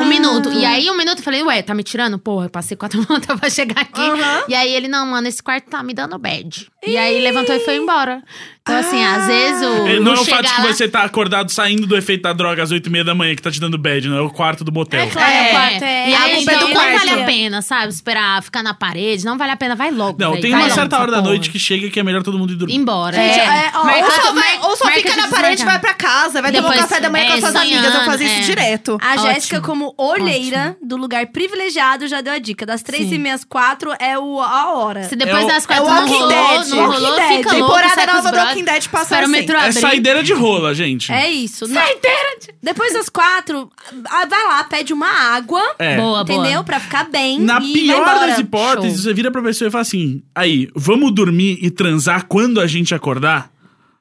Speaker 2: Um minuto. E
Speaker 1: Ah.
Speaker 2: aí, um minuto, eu falei, ué, tá me tirando? Porra, eu passei quatro minutos pra chegar aqui.
Speaker 4: Aham.
Speaker 2: E aí, ele, não, mano, esse quarto tá me dando bad. E aí, levantou e foi embora. Então, assim, às vezes o.
Speaker 3: É, não é o
Speaker 2: chegar
Speaker 3: fato de que
Speaker 2: lá-
Speaker 3: você tá acordado saindo do efeito da droga às 8 e meia da manhã que tá te dando bad, não é o quarto do motel.
Speaker 4: claro. É, quarto, é.
Speaker 2: E
Speaker 4: A
Speaker 2: aí,
Speaker 4: culpa
Speaker 1: um é
Speaker 2: então,
Speaker 1: do
Speaker 2: não
Speaker 1: quarto.
Speaker 2: vale a pena, sabe? Esperar ficar na parede, não vale a pena, vai logo.
Speaker 3: Não,
Speaker 2: véi,
Speaker 3: tem
Speaker 2: vai
Speaker 3: uma
Speaker 2: logo,
Speaker 3: certa
Speaker 2: essa
Speaker 3: hora da
Speaker 2: porra.
Speaker 3: noite que chega que é melhor todo mundo ir
Speaker 2: Ir
Speaker 3: dormir.
Speaker 2: Embora.
Speaker 4: Gente,
Speaker 2: é.
Speaker 4: é,
Speaker 1: ó, ou
Speaker 2: Mercado-
Speaker 1: só, vai- ou só
Speaker 2: marca
Speaker 1: fica
Speaker 2: de
Speaker 1: na parede e vai
Speaker 2: desmarcar.
Speaker 1: pra casa, vai
Speaker 2: Depois-
Speaker 1: tomar um café da manhã
Speaker 2: é,
Speaker 1: com as suas
Speaker 2: sonhando,
Speaker 1: amigas. Eu fazia
Speaker 2: é.
Speaker 1: isso direto.
Speaker 4: A
Speaker 2: Ótimo.
Speaker 4: Jéssica, como olheira do lugar privilegiado, já deu a dica. Das três
Speaker 2: Sim.
Speaker 4: e meia às quatro é o, a hora.
Speaker 2: Se depois
Speaker 3: É o-
Speaker 2: das
Speaker 1: É o
Speaker 2: quatro não
Speaker 1: Walking
Speaker 2: rolou,
Speaker 1: Dead.
Speaker 2: não rolou,
Speaker 4: Walking
Speaker 2: fica
Speaker 4: Dead.
Speaker 2: louco, sai
Speaker 1: Temporada
Speaker 2: com os
Speaker 1: nova do
Speaker 2: brother.
Speaker 1: Walking Dead passou
Speaker 2: Espera o
Speaker 1: assim.
Speaker 2: metrô
Speaker 3: É
Speaker 2: abrir.
Speaker 3: saideira de rola, gente.
Speaker 4: É isso. Não. Depois das quatro, ah, vai lá, pede uma água,
Speaker 3: É.
Speaker 2: Boa, boa.
Speaker 4: entendeu? Pra ficar bem
Speaker 3: Na
Speaker 4: e
Speaker 3: pior
Speaker 4: vai embora.
Speaker 3: das hipóteses,
Speaker 2: Show.
Speaker 3: você vira pra pessoa e fala assim: aí, vamos dormir e transar quando a gente acordar?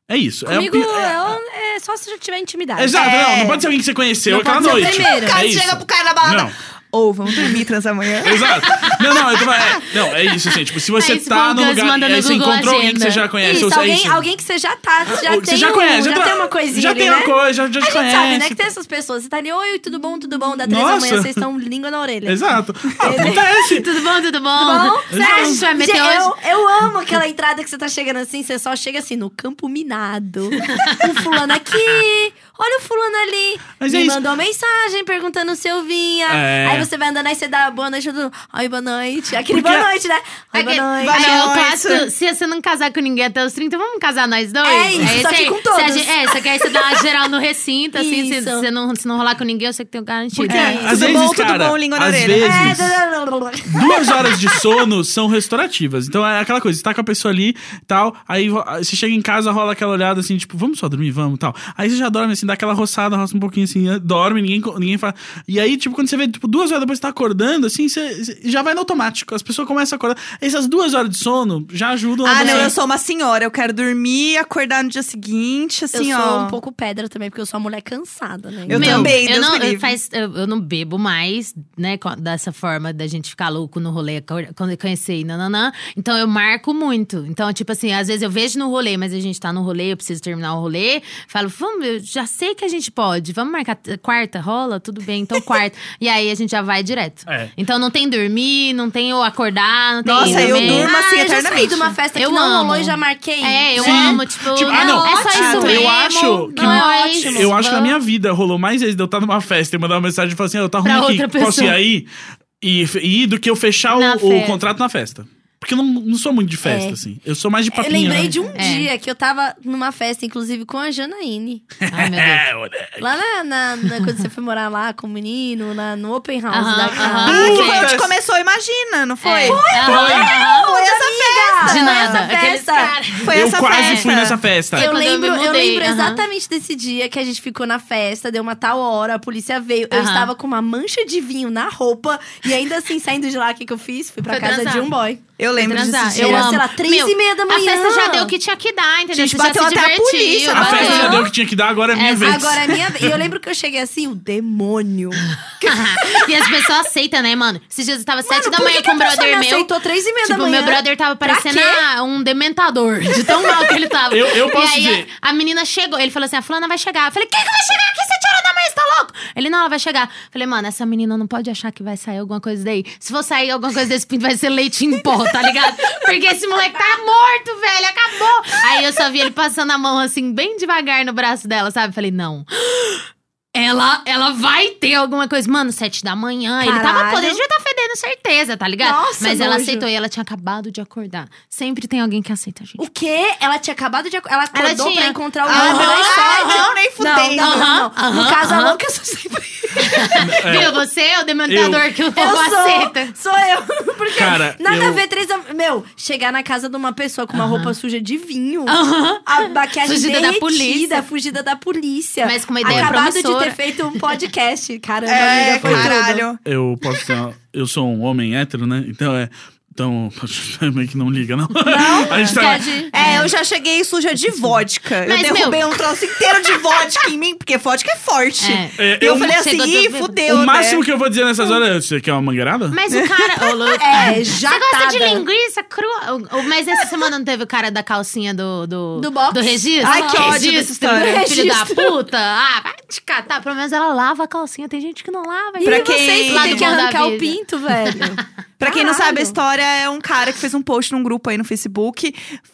Speaker 3: É isso.
Speaker 4: Comigo,
Speaker 3: é o pi- é-
Speaker 4: eu- é só se já tiver intimidade.
Speaker 3: Exato,
Speaker 1: É.
Speaker 3: não, não pode ser alguém que você conheceu
Speaker 4: Não
Speaker 3: aquela
Speaker 4: pode ser o
Speaker 3: noite.
Speaker 4: primeiro.
Speaker 1: O cara
Speaker 3: É isso.
Speaker 1: chega pro cara na balada.
Speaker 3: Não.
Speaker 1: Ou vamos dormir trans amanhã.
Speaker 3: Exato. Não, não, eu tô falando- é, não, é isso, assim. Tipo, se você
Speaker 2: Aí, se for
Speaker 3: tá
Speaker 2: o
Speaker 3: no
Speaker 2: Gus,
Speaker 3: lugar
Speaker 2: manda
Speaker 3: e aí
Speaker 2: no
Speaker 3: você
Speaker 2: Google
Speaker 3: encontrou alguém que você
Speaker 2: Agenda.
Speaker 3: já conhece,
Speaker 4: Isso,
Speaker 3: ou seja, é
Speaker 4: alguém,
Speaker 3: isso.
Speaker 4: alguém que você já tá, você já
Speaker 3: Ou-
Speaker 4: tem,
Speaker 3: você já
Speaker 4: um-
Speaker 3: conhece,
Speaker 4: já
Speaker 3: tá-
Speaker 4: tem uma coisinha
Speaker 3: Já
Speaker 4: ali,
Speaker 3: tem
Speaker 4: né?
Speaker 3: uma coisa, já, já
Speaker 4: A
Speaker 3: te
Speaker 4: gente
Speaker 3: conhece.
Speaker 4: sabe, né? Que tem essas pessoas. Você tá ali, oi, tudo bom, tudo bom. Da três da
Speaker 3: Nossa.
Speaker 4: manhã, vocês estão língua na orelha.
Speaker 3: Exato. Ah, acontece.
Speaker 2: Tudo bom, tudo bom?
Speaker 4: Bom,
Speaker 2: Você acha que vai meter hoje?
Speaker 4: Gente, eu, eu amo aquela entrada que você tá chegando assim, você só chega assim, no campo minado. o fulano aqui, olha o fulano ali.
Speaker 3: Mas
Speaker 4: Me
Speaker 3: é isso.
Speaker 4: mandou mensagem perguntando se eu vinha.
Speaker 3: É.
Speaker 4: Aí você vai andando, aí você dá boa noite. eu dou, Ai, boa noite. Aquele
Speaker 3: Porque-
Speaker 4: boa noite, né? Ai,
Speaker 2: Aquele-
Speaker 4: boa
Speaker 1: Vai
Speaker 4: noite.
Speaker 2: Aí é o
Speaker 1: noite.
Speaker 2: clássico, se você não casar com ninguém até os 30, vamos casar nós dois?
Speaker 4: É isso,
Speaker 2: Aí
Speaker 4: só
Speaker 2: você-
Speaker 4: que com
Speaker 2: se
Speaker 4: todos.
Speaker 2: a gente- É, só que aí você dá uma geral no recinto, assim, se,
Speaker 4: Isso.
Speaker 2: se, não, se não rolar com ninguém, eu sei que tem um garantido.
Speaker 4: Porque-
Speaker 2: É.
Speaker 3: Às
Speaker 1: Tudo
Speaker 3: vezes,
Speaker 1: bom, tudo
Speaker 3: cara,
Speaker 1: bom, língua na
Speaker 3: às
Speaker 1: orelha.
Speaker 3: vezes,
Speaker 4: É,
Speaker 3: duas horas de sono são restaurativas. Então é aquela coisa, você tá com a pessoa ali, tal, aí vo- ah, você chega em casa, rola aquela olhada assim, tipo, vamos só dormir, vamos, tal. Aí você já dorme assim, dá aquela roçada, roça um pouquinho assim, eh, dorme, ninguém, co- ninguém fala. E aí, tipo, quando você vê, tipo, duas horas depois você tá acordando, assim, você você já vai no automático. As pessoas começam a acordar. Essas duas horas de sono já ajudam a
Speaker 1: Ah, não,
Speaker 3: você-
Speaker 1: eu sou uma senhora. Eu quero dormir e acordar no dia seguinte,
Speaker 4: Eu
Speaker 1: assim,
Speaker 4: sou
Speaker 1: ó.
Speaker 4: um pouco pedra também, porque eu sou uma mulher cansada, né?
Speaker 1: Eu também, Deus
Speaker 2: eu não,
Speaker 1: me
Speaker 2: eu
Speaker 1: livre.
Speaker 2: faz- eu- eu não bebo mais, né? co- Dessa forma da gente ficar louco no rolê, co- quando eu conheci e nananã. Então eu marco muito. Então, tipo assim, às vezes eu vejo no rolê, mas a gente tá no rolê, eu preciso terminar o rolê. Falo, vamos, eu já sei que a gente pode. Vamos marcar t- quarta, rola? Tudo bem, então quarta. e aí a gente já vai direto.
Speaker 3: É.
Speaker 2: Então não tem dormir, não tem eu acordar, não tem.
Speaker 1: Nossa,
Speaker 2: ir
Speaker 1: eu
Speaker 2: também.
Speaker 1: durmo assim
Speaker 4: ah, eu já saí
Speaker 1: eternamente.
Speaker 4: de uma festa que
Speaker 2: Eu
Speaker 4: não rolou
Speaker 2: amo.
Speaker 4: e já marquei.
Speaker 2: É, eu
Speaker 3: Sim.
Speaker 2: amo, tipo,
Speaker 3: Tipo, ah, não,
Speaker 2: é só
Speaker 3: ótimo.
Speaker 2: isso
Speaker 3: Eu
Speaker 2: mesmo.
Speaker 3: acho que-
Speaker 2: não é
Speaker 4: Ótimo.
Speaker 2: isso.
Speaker 3: Eu acho que na
Speaker 2: Vamos.
Speaker 3: minha vida rolou mais vezes de eu estar numa festa e mandar uma mensagem e falar assim: "Ah, eu tá ruim
Speaker 2: Pra
Speaker 3: aqui,
Speaker 2: outra
Speaker 3: posso ir
Speaker 2: pessoa.
Speaker 3: aí? E, f- e ir do que eu fechar
Speaker 2: Na
Speaker 3: o- o,
Speaker 2: festa.
Speaker 3: contrato na festa. Porque eu não, não sou muito de festa,
Speaker 4: É.
Speaker 3: assim. Eu sou mais de
Speaker 4: Eu
Speaker 3: papinha.
Speaker 4: lembrei
Speaker 3: né?
Speaker 4: de um
Speaker 2: É.
Speaker 4: dia que eu tava numa festa, inclusive, com a Janaíne.
Speaker 2: Ai, meu Deus.
Speaker 3: É, olha.
Speaker 4: Lá na, na- na- quando você foi morar lá com o menino, na, no open house
Speaker 2: Aham,
Speaker 4: da
Speaker 2: aham.
Speaker 1: Ah,
Speaker 4: casa.
Speaker 1: que foi
Speaker 3: Puta.
Speaker 1: onde começou, imagina, não foi?
Speaker 2: É. Aham, aham.
Speaker 1: Foi essa festa!
Speaker 2: De nada.
Speaker 4: Essa
Speaker 2: Aqueles
Speaker 4: festa.
Speaker 2: caras.
Speaker 1: Foi
Speaker 3: eu
Speaker 1: essa
Speaker 3: quase
Speaker 1: festa.
Speaker 3: fui nessa festa.
Speaker 2: Foi
Speaker 4: Eu
Speaker 2: É quando eu me
Speaker 4: lembro, eu,
Speaker 2: mudei,
Speaker 4: lembro
Speaker 2: aham.
Speaker 4: exatamente desse dia que a gente ficou na festa, deu uma tal hora, a polícia veio. Eu
Speaker 2: Aham.
Speaker 4: estava com uma mancha de vinho na roupa e ainda assim, saindo de lá, o que, que eu fiz? Fui pra
Speaker 2: Foi
Speaker 4: casa
Speaker 2: transar.
Speaker 4: de um boy.
Speaker 1: Eu lembro
Speaker 2: transar.
Speaker 1: disso.
Speaker 4: Eu
Speaker 2: Eu
Speaker 4: Era,
Speaker 2: amo.
Speaker 4: sei lá, três
Speaker 2: Meu,
Speaker 4: e meia da manhã.
Speaker 2: A festa já deu o que tinha que dar, entendeu?
Speaker 1: Gente,
Speaker 2: Você já
Speaker 1: bateu
Speaker 2: se
Speaker 1: até a
Speaker 2: divertiu,
Speaker 1: polícia,
Speaker 3: A
Speaker 1: Aham.
Speaker 3: festa já
Speaker 2: bateu.
Speaker 3: deu o que tinha que dar, agora é a minha
Speaker 2: É,
Speaker 3: vez.
Speaker 4: Agora é minha vez. E eu lembro que eu cheguei assim, o demônio.
Speaker 2: E as pessoas aceitam, né, mano? Esses dias eu tava sete
Speaker 4: Mano,
Speaker 2: da
Speaker 4: por
Speaker 2: manhã
Speaker 4: que que
Speaker 2: com
Speaker 4: a
Speaker 2: um
Speaker 4: pessoa
Speaker 2: brother
Speaker 4: me
Speaker 2: meu.
Speaker 4: aceitou três e meia da
Speaker 2: Tipo,
Speaker 4: manhã?
Speaker 2: meu brother tava
Speaker 4: Pra
Speaker 2: parecendo
Speaker 4: quê?
Speaker 2: ah, um dementador, de tão mal que ele tava.
Speaker 3: Eu- eu posso
Speaker 2: e aí,
Speaker 3: dizer.
Speaker 2: A, a menina chegou, ele falou assim: a fulana vai chegar. Eu falei: quem que vai chegar aqui? Você tira da manhã, você tá louco? Ele: não, ela vai chegar. Eu falei, mano, essa menina não pode achar que vai sair alguma coisa daí. Se for sair alguma coisa desse pinto, vai ser leite em pó, tá ligado? Porque esse moleque tá morto, velho, acabou. Aí eu só vi ele passando a mão assim, bem devagar no braço dela, sabe? Eu Falei: não. Ela, ela vai ter alguma coisa. Mano, sete da manhã. Ele tava
Speaker 4: Caralho.
Speaker 2: podendo, devia estar fedendo certeza, tá ligado?
Speaker 4: Nossa,
Speaker 2: Mas ela
Speaker 4: nojo.
Speaker 2: aceitou e ela tinha acabado de acordar. Sempre tem alguém que aceita a gente.
Speaker 4: O quê? Ela tinha acabado de. ac- Ela acordou
Speaker 2: tinha.
Speaker 4: pra encontrar o
Speaker 1: Aham,
Speaker 4: Lorde da história.
Speaker 1: então nem fudei.
Speaker 4: Não, não, tipo, não, não.
Speaker 2: Aham,
Speaker 4: no
Speaker 2: aham,
Speaker 4: caso, a
Speaker 2: aham.
Speaker 4: louca eu sou sempre.
Speaker 2: Viu? Você é o dementador que o povo
Speaker 4: Eu
Speaker 2: aceita.
Speaker 4: sou, sou eu. Porque
Speaker 3: Cara,
Speaker 4: nada
Speaker 3: eu-
Speaker 4: a ver três. am- Meu, chegar na casa de uma pessoa com uma roupa suja de vinho,
Speaker 2: Aham.
Speaker 4: a maquiagem
Speaker 2: Fugida da
Speaker 4: derretida,
Speaker 2: polícia.
Speaker 4: fugida da polícia.
Speaker 2: Mas com uma ideia
Speaker 4: Acabado de
Speaker 2: promissora.
Speaker 4: ter feito um podcast. Caramba,
Speaker 1: É,
Speaker 4: amiga, foi tudo.
Speaker 1: caralho.
Speaker 3: Eu posso ter. Eu sou um homem hétero, né? Então é. Então, meio que não liga, não. Não, a gente tá...
Speaker 4: Pode-
Speaker 1: É, eu já cheguei suja de vodka.
Speaker 2: Mas,
Speaker 1: eu
Speaker 2: meu-
Speaker 1: derrubei um troço inteiro de vodka em mim, porque vodka é forte.
Speaker 2: É.
Speaker 3: É,
Speaker 1: E eu,
Speaker 3: eu-
Speaker 1: falei assim,
Speaker 2: Chegou
Speaker 1: ih,
Speaker 2: teu-
Speaker 1: fudeu,
Speaker 3: o máximo
Speaker 1: né?
Speaker 3: que eu vou dizer nessas horas é: você quer uma mangueirada?
Speaker 2: Mas o cara. Ô, tá louco.
Speaker 4: É, já
Speaker 2: Você gosta de
Speaker 4: tada.
Speaker 2: linguiça crua? O- o- Mas essa semana não teve o cara da calcinha do. Do,
Speaker 4: Do box.
Speaker 2: registro?
Speaker 1: Ai, que
Speaker 2: Do
Speaker 1: ódio
Speaker 2: registro,
Speaker 1: dessa história.
Speaker 2: do Filho da
Speaker 4: Registro.
Speaker 2: puta. Ah, vai te catar. Pelo menos ela lava a calcinha. Tem gente que não lava.
Speaker 4: E
Speaker 1: Pra
Speaker 2: Ih,
Speaker 1: quem-
Speaker 4: vocês
Speaker 2: Lá
Speaker 4: que tem
Speaker 2: do
Speaker 4: que
Speaker 2: Bom da
Speaker 4: arrancar o
Speaker 2: Vida.
Speaker 4: pinto, velho.
Speaker 1: Pra quem não
Speaker 4: Caralho.
Speaker 1: sabe, a história é um cara que fez um post num grupo aí no Facebook,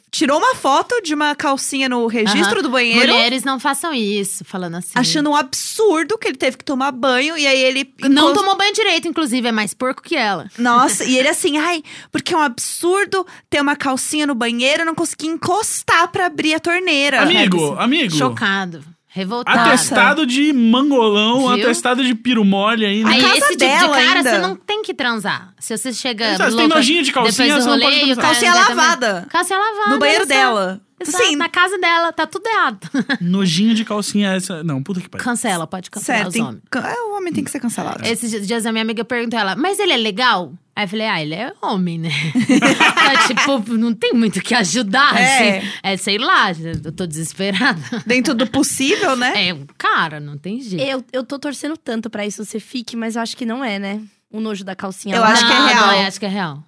Speaker 1: tirou uma foto de uma calcinha no registro
Speaker 2: Aham.
Speaker 1: do banheiro,
Speaker 2: Mulheres não façam isso, falando assim.
Speaker 1: achando um absurdo que ele teve que tomar banho, e aí ele...
Speaker 2: Não
Speaker 1: encos-
Speaker 2: tomou banho direito, inclusive. É mais porco que ela.
Speaker 1: Nossa, e ele assim, ai, porque é um absurdo ter uma calcinha no banheiro, eu não consegui encostar pra abrir a torneira.
Speaker 3: Amigo, amigo.
Speaker 2: Chocado. Revoltado.
Speaker 3: Atestado de mangolão,
Speaker 2: Tá, Viu?
Speaker 3: atestado de piro mole né? ainda.
Speaker 2: Aí
Speaker 1: casa
Speaker 2: esse tipo de
Speaker 1: dela
Speaker 2: cara,
Speaker 1: ainda.
Speaker 2: você não tem que transar. Se você chega.
Speaker 3: Exato, você tem
Speaker 2: louca,
Speaker 3: nojinho de calcinha,
Speaker 2: depois do
Speaker 3: você não pode
Speaker 2: rolê,
Speaker 3: transar.
Speaker 2: o cara
Speaker 1: Calcinha
Speaker 2: não quer também.
Speaker 1: lavada.
Speaker 2: Calcinha lavada.
Speaker 1: No banheiro
Speaker 2: exato.
Speaker 1: dela.
Speaker 2: Exato,
Speaker 1: Sim.
Speaker 2: na casa dela, tá tudo errado.
Speaker 3: Nojinho de calcinha essa. Não, puta que pariu.
Speaker 2: Cancela, pode cancelar
Speaker 1: Certo,
Speaker 2: os
Speaker 1: tem-
Speaker 2: homens.
Speaker 1: é, o homem tem que ser cancelado.
Speaker 2: Esses dias- dias a minha amiga perguntou ela, mas ele é legal? Aí eu falei, ah, ele é homem, né? Então, tipo, não tem muito o que ajudar,
Speaker 1: É.
Speaker 2: assim. É, sei lá, eu tô desesperada.
Speaker 1: Dentro do possível, né?
Speaker 2: É, cara, não tem jeito.
Speaker 4: Eu, eu tô torcendo tanto pra isso ser fique, mas eu acho que não é, né? O nojo da calcinha.
Speaker 1: Eu
Speaker 4: lá.
Speaker 1: acho que é
Speaker 2: Não,
Speaker 1: real.
Speaker 2: não, eu acho que é real.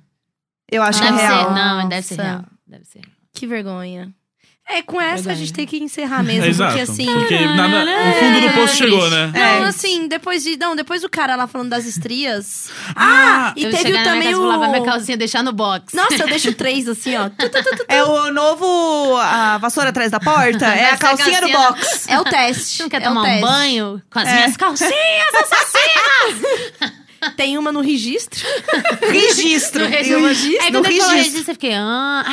Speaker 1: Eu acho
Speaker 2: deve
Speaker 1: que é
Speaker 2: ser, né?
Speaker 1: real.
Speaker 2: não, deve ser
Speaker 4: Nossa.
Speaker 2: real. Deve ser.
Speaker 4: Que vergonha. É, com essa a
Speaker 2: Vergonha.
Speaker 4: gente tem que encerrar mesmo,
Speaker 3: É
Speaker 2: É,
Speaker 3: Exato.
Speaker 4: porque assim.
Speaker 3: porque nada- o fundo do poço chegou, né?
Speaker 4: Não,
Speaker 1: É.
Speaker 4: assim, depois de. Não, depois do cara lá falando das estrias.
Speaker 3: Ah!
Speaker 4: E
Speaker 2: eu
Speaker 4: teve
Speaker 2: chegar na minha
Speaker 4: também
Speaker 2: casa,
Speaker 4: o.
Speaker 2: vou lavar minha calcinha, deixar no box.
Speaker 4: Nossa, eu deixo três, assim, ó. Tu, tu, tu, tu.
Speaker 1: É o novo a vassoura atrás da porta,
Speaker 2: Deve
Speaker 1: é a
Speaker 2: ser
Speaker 1: calcinha no
Speaker 2: calcinha na-
Speaker 1: box.
Speaker 4: É o teste.
Speaker 2: Você não quer
Speaker 4: é o
Speaker 2: tomar um
Speaker 4: teste.
Speaker 2: banho com as
Speaker 1: É.
Speaker 2: minhas calcinhas assassinas?
Speaker 4: Tem uma no registro.
Speaker 1: Registro.
Speaker 2: registro. Aí
Speaker 1: No
Speaker 2: quando ele falou
Speaker 1: registro.
Speaker 2: registro, eu fiquei, ah,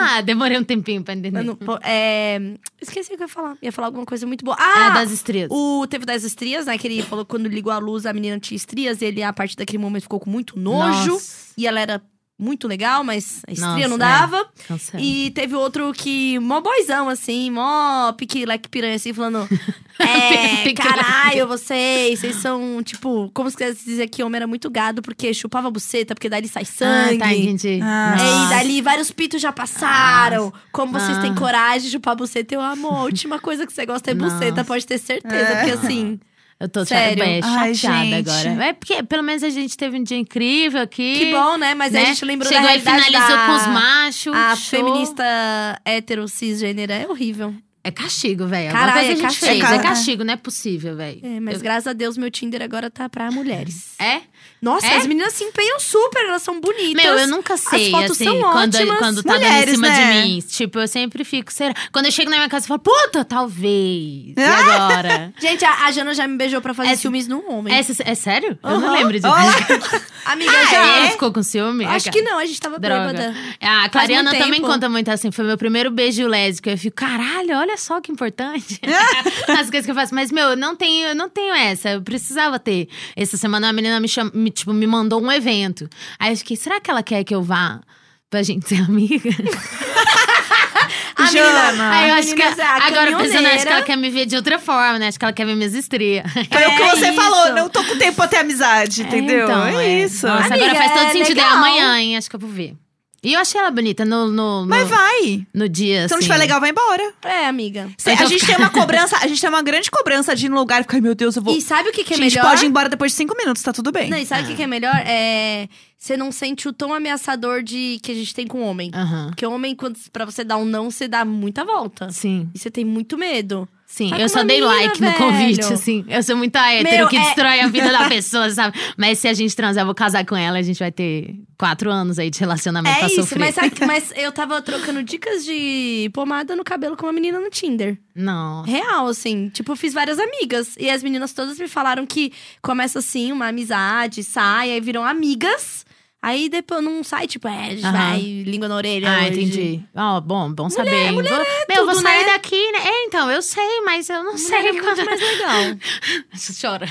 Speaker 2: ah, demorei um tempinho pra entender.
Speaker 4: Eu não- pô, é, Esqueci o que eu ia falar. Ia falar alguma coisa muito boa.
Speaker 2: Ah,
Speaker 4: Ah!
Speaker 2: das estrelas.
Speaker 4: O teve das estrias, né? Que ele falou que quando ligou a luz, a menina tinha estrias. E ele, a partir daquele momento, ficou com muito nojo.
Speaker 2: Nossa,
Speaker 4: E ela era muito legal, mas a estria
Speaker 2: Nossa,
Speaker 4: não
Speaker 2: é.
Speaker 4: dava.
Speaker 2: cancela. Ah,
Speaker 4: E teve outro que, mó boizão, assim, mó pique leque piranha, assim, falando... É,
Speaker 2: Pique leque
Speaker 4: caralho, vocês, vocês são, tipo... Como se quisesse dizer que homem era muito gado, porque chupava a buceta, porque dali sai sangue.
Speaker 2: Ah, tá, entendi.
Speaker 1: Ah.
Speaker 4: É, E
Speaker 2: Nossa.
Speaker 4: dali vários pitos já passaram. Como vocês têm
Speaker 2: Ah.
Speaker 4: coragem de chupar buceta? Eu amo. A última coisa que você gosta é buceta,
Speaker 2: Nossa. É.
Speaker 4: pode ter certeza. Porque assim,
Speaker 2: Eu tô
Speaker 4: Sério?
Speaker 2: Sério? Bem, é
Speaker 1: Ai,
Speaker 2: chateada
Speaker 1: gente.
Speaker 2: agora. É porque pelo menos a gente teve um dia incrível aqui.
Speaker 4: que bom, né? Mas aí a
Speaker 2: né?
Speaker 4: gente lembrou
Speaker 2: Chegou
Speaker 4: da
Speaker 2: e
Speaker 4: realidade
Speaker 2: finalizou
Speaker 4: da...
Speaker 2: com os machos.
Speaker 4: A
Speaker 2: show.
Speaker 4: feminista hétero cisgênera é horrível.
Speaker 2: É castigo, velho.
Speaker 4: Caralho,
Speaker 2: Alguma coisa
Speaker 4: é
Speaker 2: a gente
Speaker 4: castigo.
Speaker 2: fez.
Speaker 1: É ca-
Speaker 2: É castigo, não é possível, velho.
Speaker 4: É, mas graças a Deus meu Tinder agora tá pra mulheres.
Speaker 2: É?
Speaker 4: Nossa,
Speaker 2: É?
Speaker 4: as meninas se empenham super, elas são bonitas.
Speaker 2: Meu, eu nunca sei,
Speaker 4: Então, fotos
Speaker 2: assim,
Speaker 4: são
Speaker 2: quando,
Speaker 4: ótimas.
Speaker 2: quando tá
Speaker 1: Mulheres,
Speaker 2: dando em cima
Speaker 1: né?
Speaker 2: de mim. Tipo, eu sempre fico, será? Quando eu chego na minha casa, eu falo, puta, talvez. E agora?
Speaker 4: Gente, a, a Jana já me beijou pra fazer
Speaker 2: É-
Speaker 4: ciúmes num homem.
Speaker 2: é, sé- é sério? Eu não
Speaker 4: Aham.
Speaker 2: lembro disso.
Speaker 1: Olha,
Speaker 4: Amiga,
Speaker 2: Ah,
Speaker 4: já
Speaker 2: ele
Speaker 4: é?
Speaker 2: ficou com ciúme?
Speaker 4: Acho
Speaker 2: Ah,
Speaker 4: que não, a gente tava
Speaker 2: Droga.
Speaker 4: bêbada.
Speaker 2: Ah, a Clariana
Speaker 4: muito
Speaker 2: também
Speaker 4: tempo.
Speaker 2: conta muito assim. Foi meu primeiro beijo lésbico. Eu fico, caralho, olha só que importante. As coisas que eu faço. Mas, meu, eu não tenho, eu não tenho essa. Eu precisava ter. Essa semana uma menina me, cham... me, tipo, me mandou um evento. Aí eu fiquei, será que ela quer que eu vá pra gente ser amiga?
Speaker 4: A
Speaker 1: Jana.
Speaker 4: menina-
Speaker 2: Aí eu
Speaker 4: a
Speaker 2: acho que.
Speaker 4: menina é a
Speaker 2: Agora pensando, eu acho que
Speaker 4: caminhoneira.
Speaker 2: ela quer me ver de outra forma, né? Acho que ela quer ver minhas estrias.
Speaker 1: foi o que
Speaker 4: É
Speaker 1: você falou,
Speaker 4: isso.
Speaker 1: não tô com tempo pra ter amizade, entendeu?
Speaker 2: então,
Speaker 1: é, isso.
Speaker 2: Nossa,
Speaker 4: Amiga,
Speaker 2: agora faz todo
Speaker 4: é
Speaker 2: sentido.
Speaker 4: legal.
Speaker 2: É amanhã, hein? Acho que eu vou ver. E eu achei ela bonita no, no, no,
Speaker 1: Mas vai.
Speaker 2: no dia.
Speaker 4: Então,
Speaker 1: Se
Speaker 2: assim.
Speaker 1: não estiver legal, vai embora.
Speaker 4: É, amiga.
Speaker 1: Cê- a
Speaker 2: Então
Speaker 1: gente tem uma cobrança, a gente tem uma grande cobrança de ir num lugar e ficar, "Ai, meu Deus, eu vou.
Speaker 4: E sabe o que, que
Speaker 1: a
Speaker 4: é
Speaker 1: gente
Speaker 4: melhor?
Speaker 1: pode ir embora depois de cinco minutos, tá tudo bem.
Speaker 4: Não, e sabe o que, que é melhor? É. Você não sente o tom ameaçador de que a gente tem com o homem.
Speaker 2: Aham.
Speaker 4: Porque o homem, quando, pra você dar um não, você dá muita volta.
Speaker 2: Sim,
Speaker 4: E você tem muito medo.
Speaker 2: sim.
Speaker 4: Tá
Speaker 2: eu
Speaker 4: com
Speaker 2: só
Speaker 4: uma
Speaker 2: dei
Speaker 4: menina,
Speaker 2: like
Speaker 4: velho.
Speaker 2: no convite, assim. Eu sou muito hétero
Speaker 4: Meu,
Speaker 2: que
Speaker 4: é-
Speaker 2: destrói a vida da pessoa, sabe? Mas se a gente transar, eu vou casar com ela, a gente vai ter quatro anos aí de relacionamento
Speaker 4: é
Speaker 2: pra
Speaker 4: isso,
Speaker 2: sofrer.
Speaker 4: mas, sabe, que- mas eu tava trocando dicas de pomada no cabelo com uma menina no Tinder.
Speaker 2: Não.
Speaker 4: Real, assim. Tipo, eu fiz várias amigas. E as meninas todas me falaram que começa assim, uma amizade, sai, aí viram amigas. Aí depois não sai, tipo, é, a gente
Speaker 2: Aham.
Speaker 4: vai, língua na orelha.
Speaker 2: Ah,
Speaker 4: hoje.
Speaker 2: entendi. Ó, bom, bom saber. hein? vou, meu, eu vou
Speaker 4: tudo,
Speaker 2: sair
Speaker 4: né?
Speaker 2: daqui, né? É, então, eu sei, mas eu não
Speaker 4: Mulher
Speaker 2: sei
Speaker 4: é muito mais legal.
Speaker 2: Chora.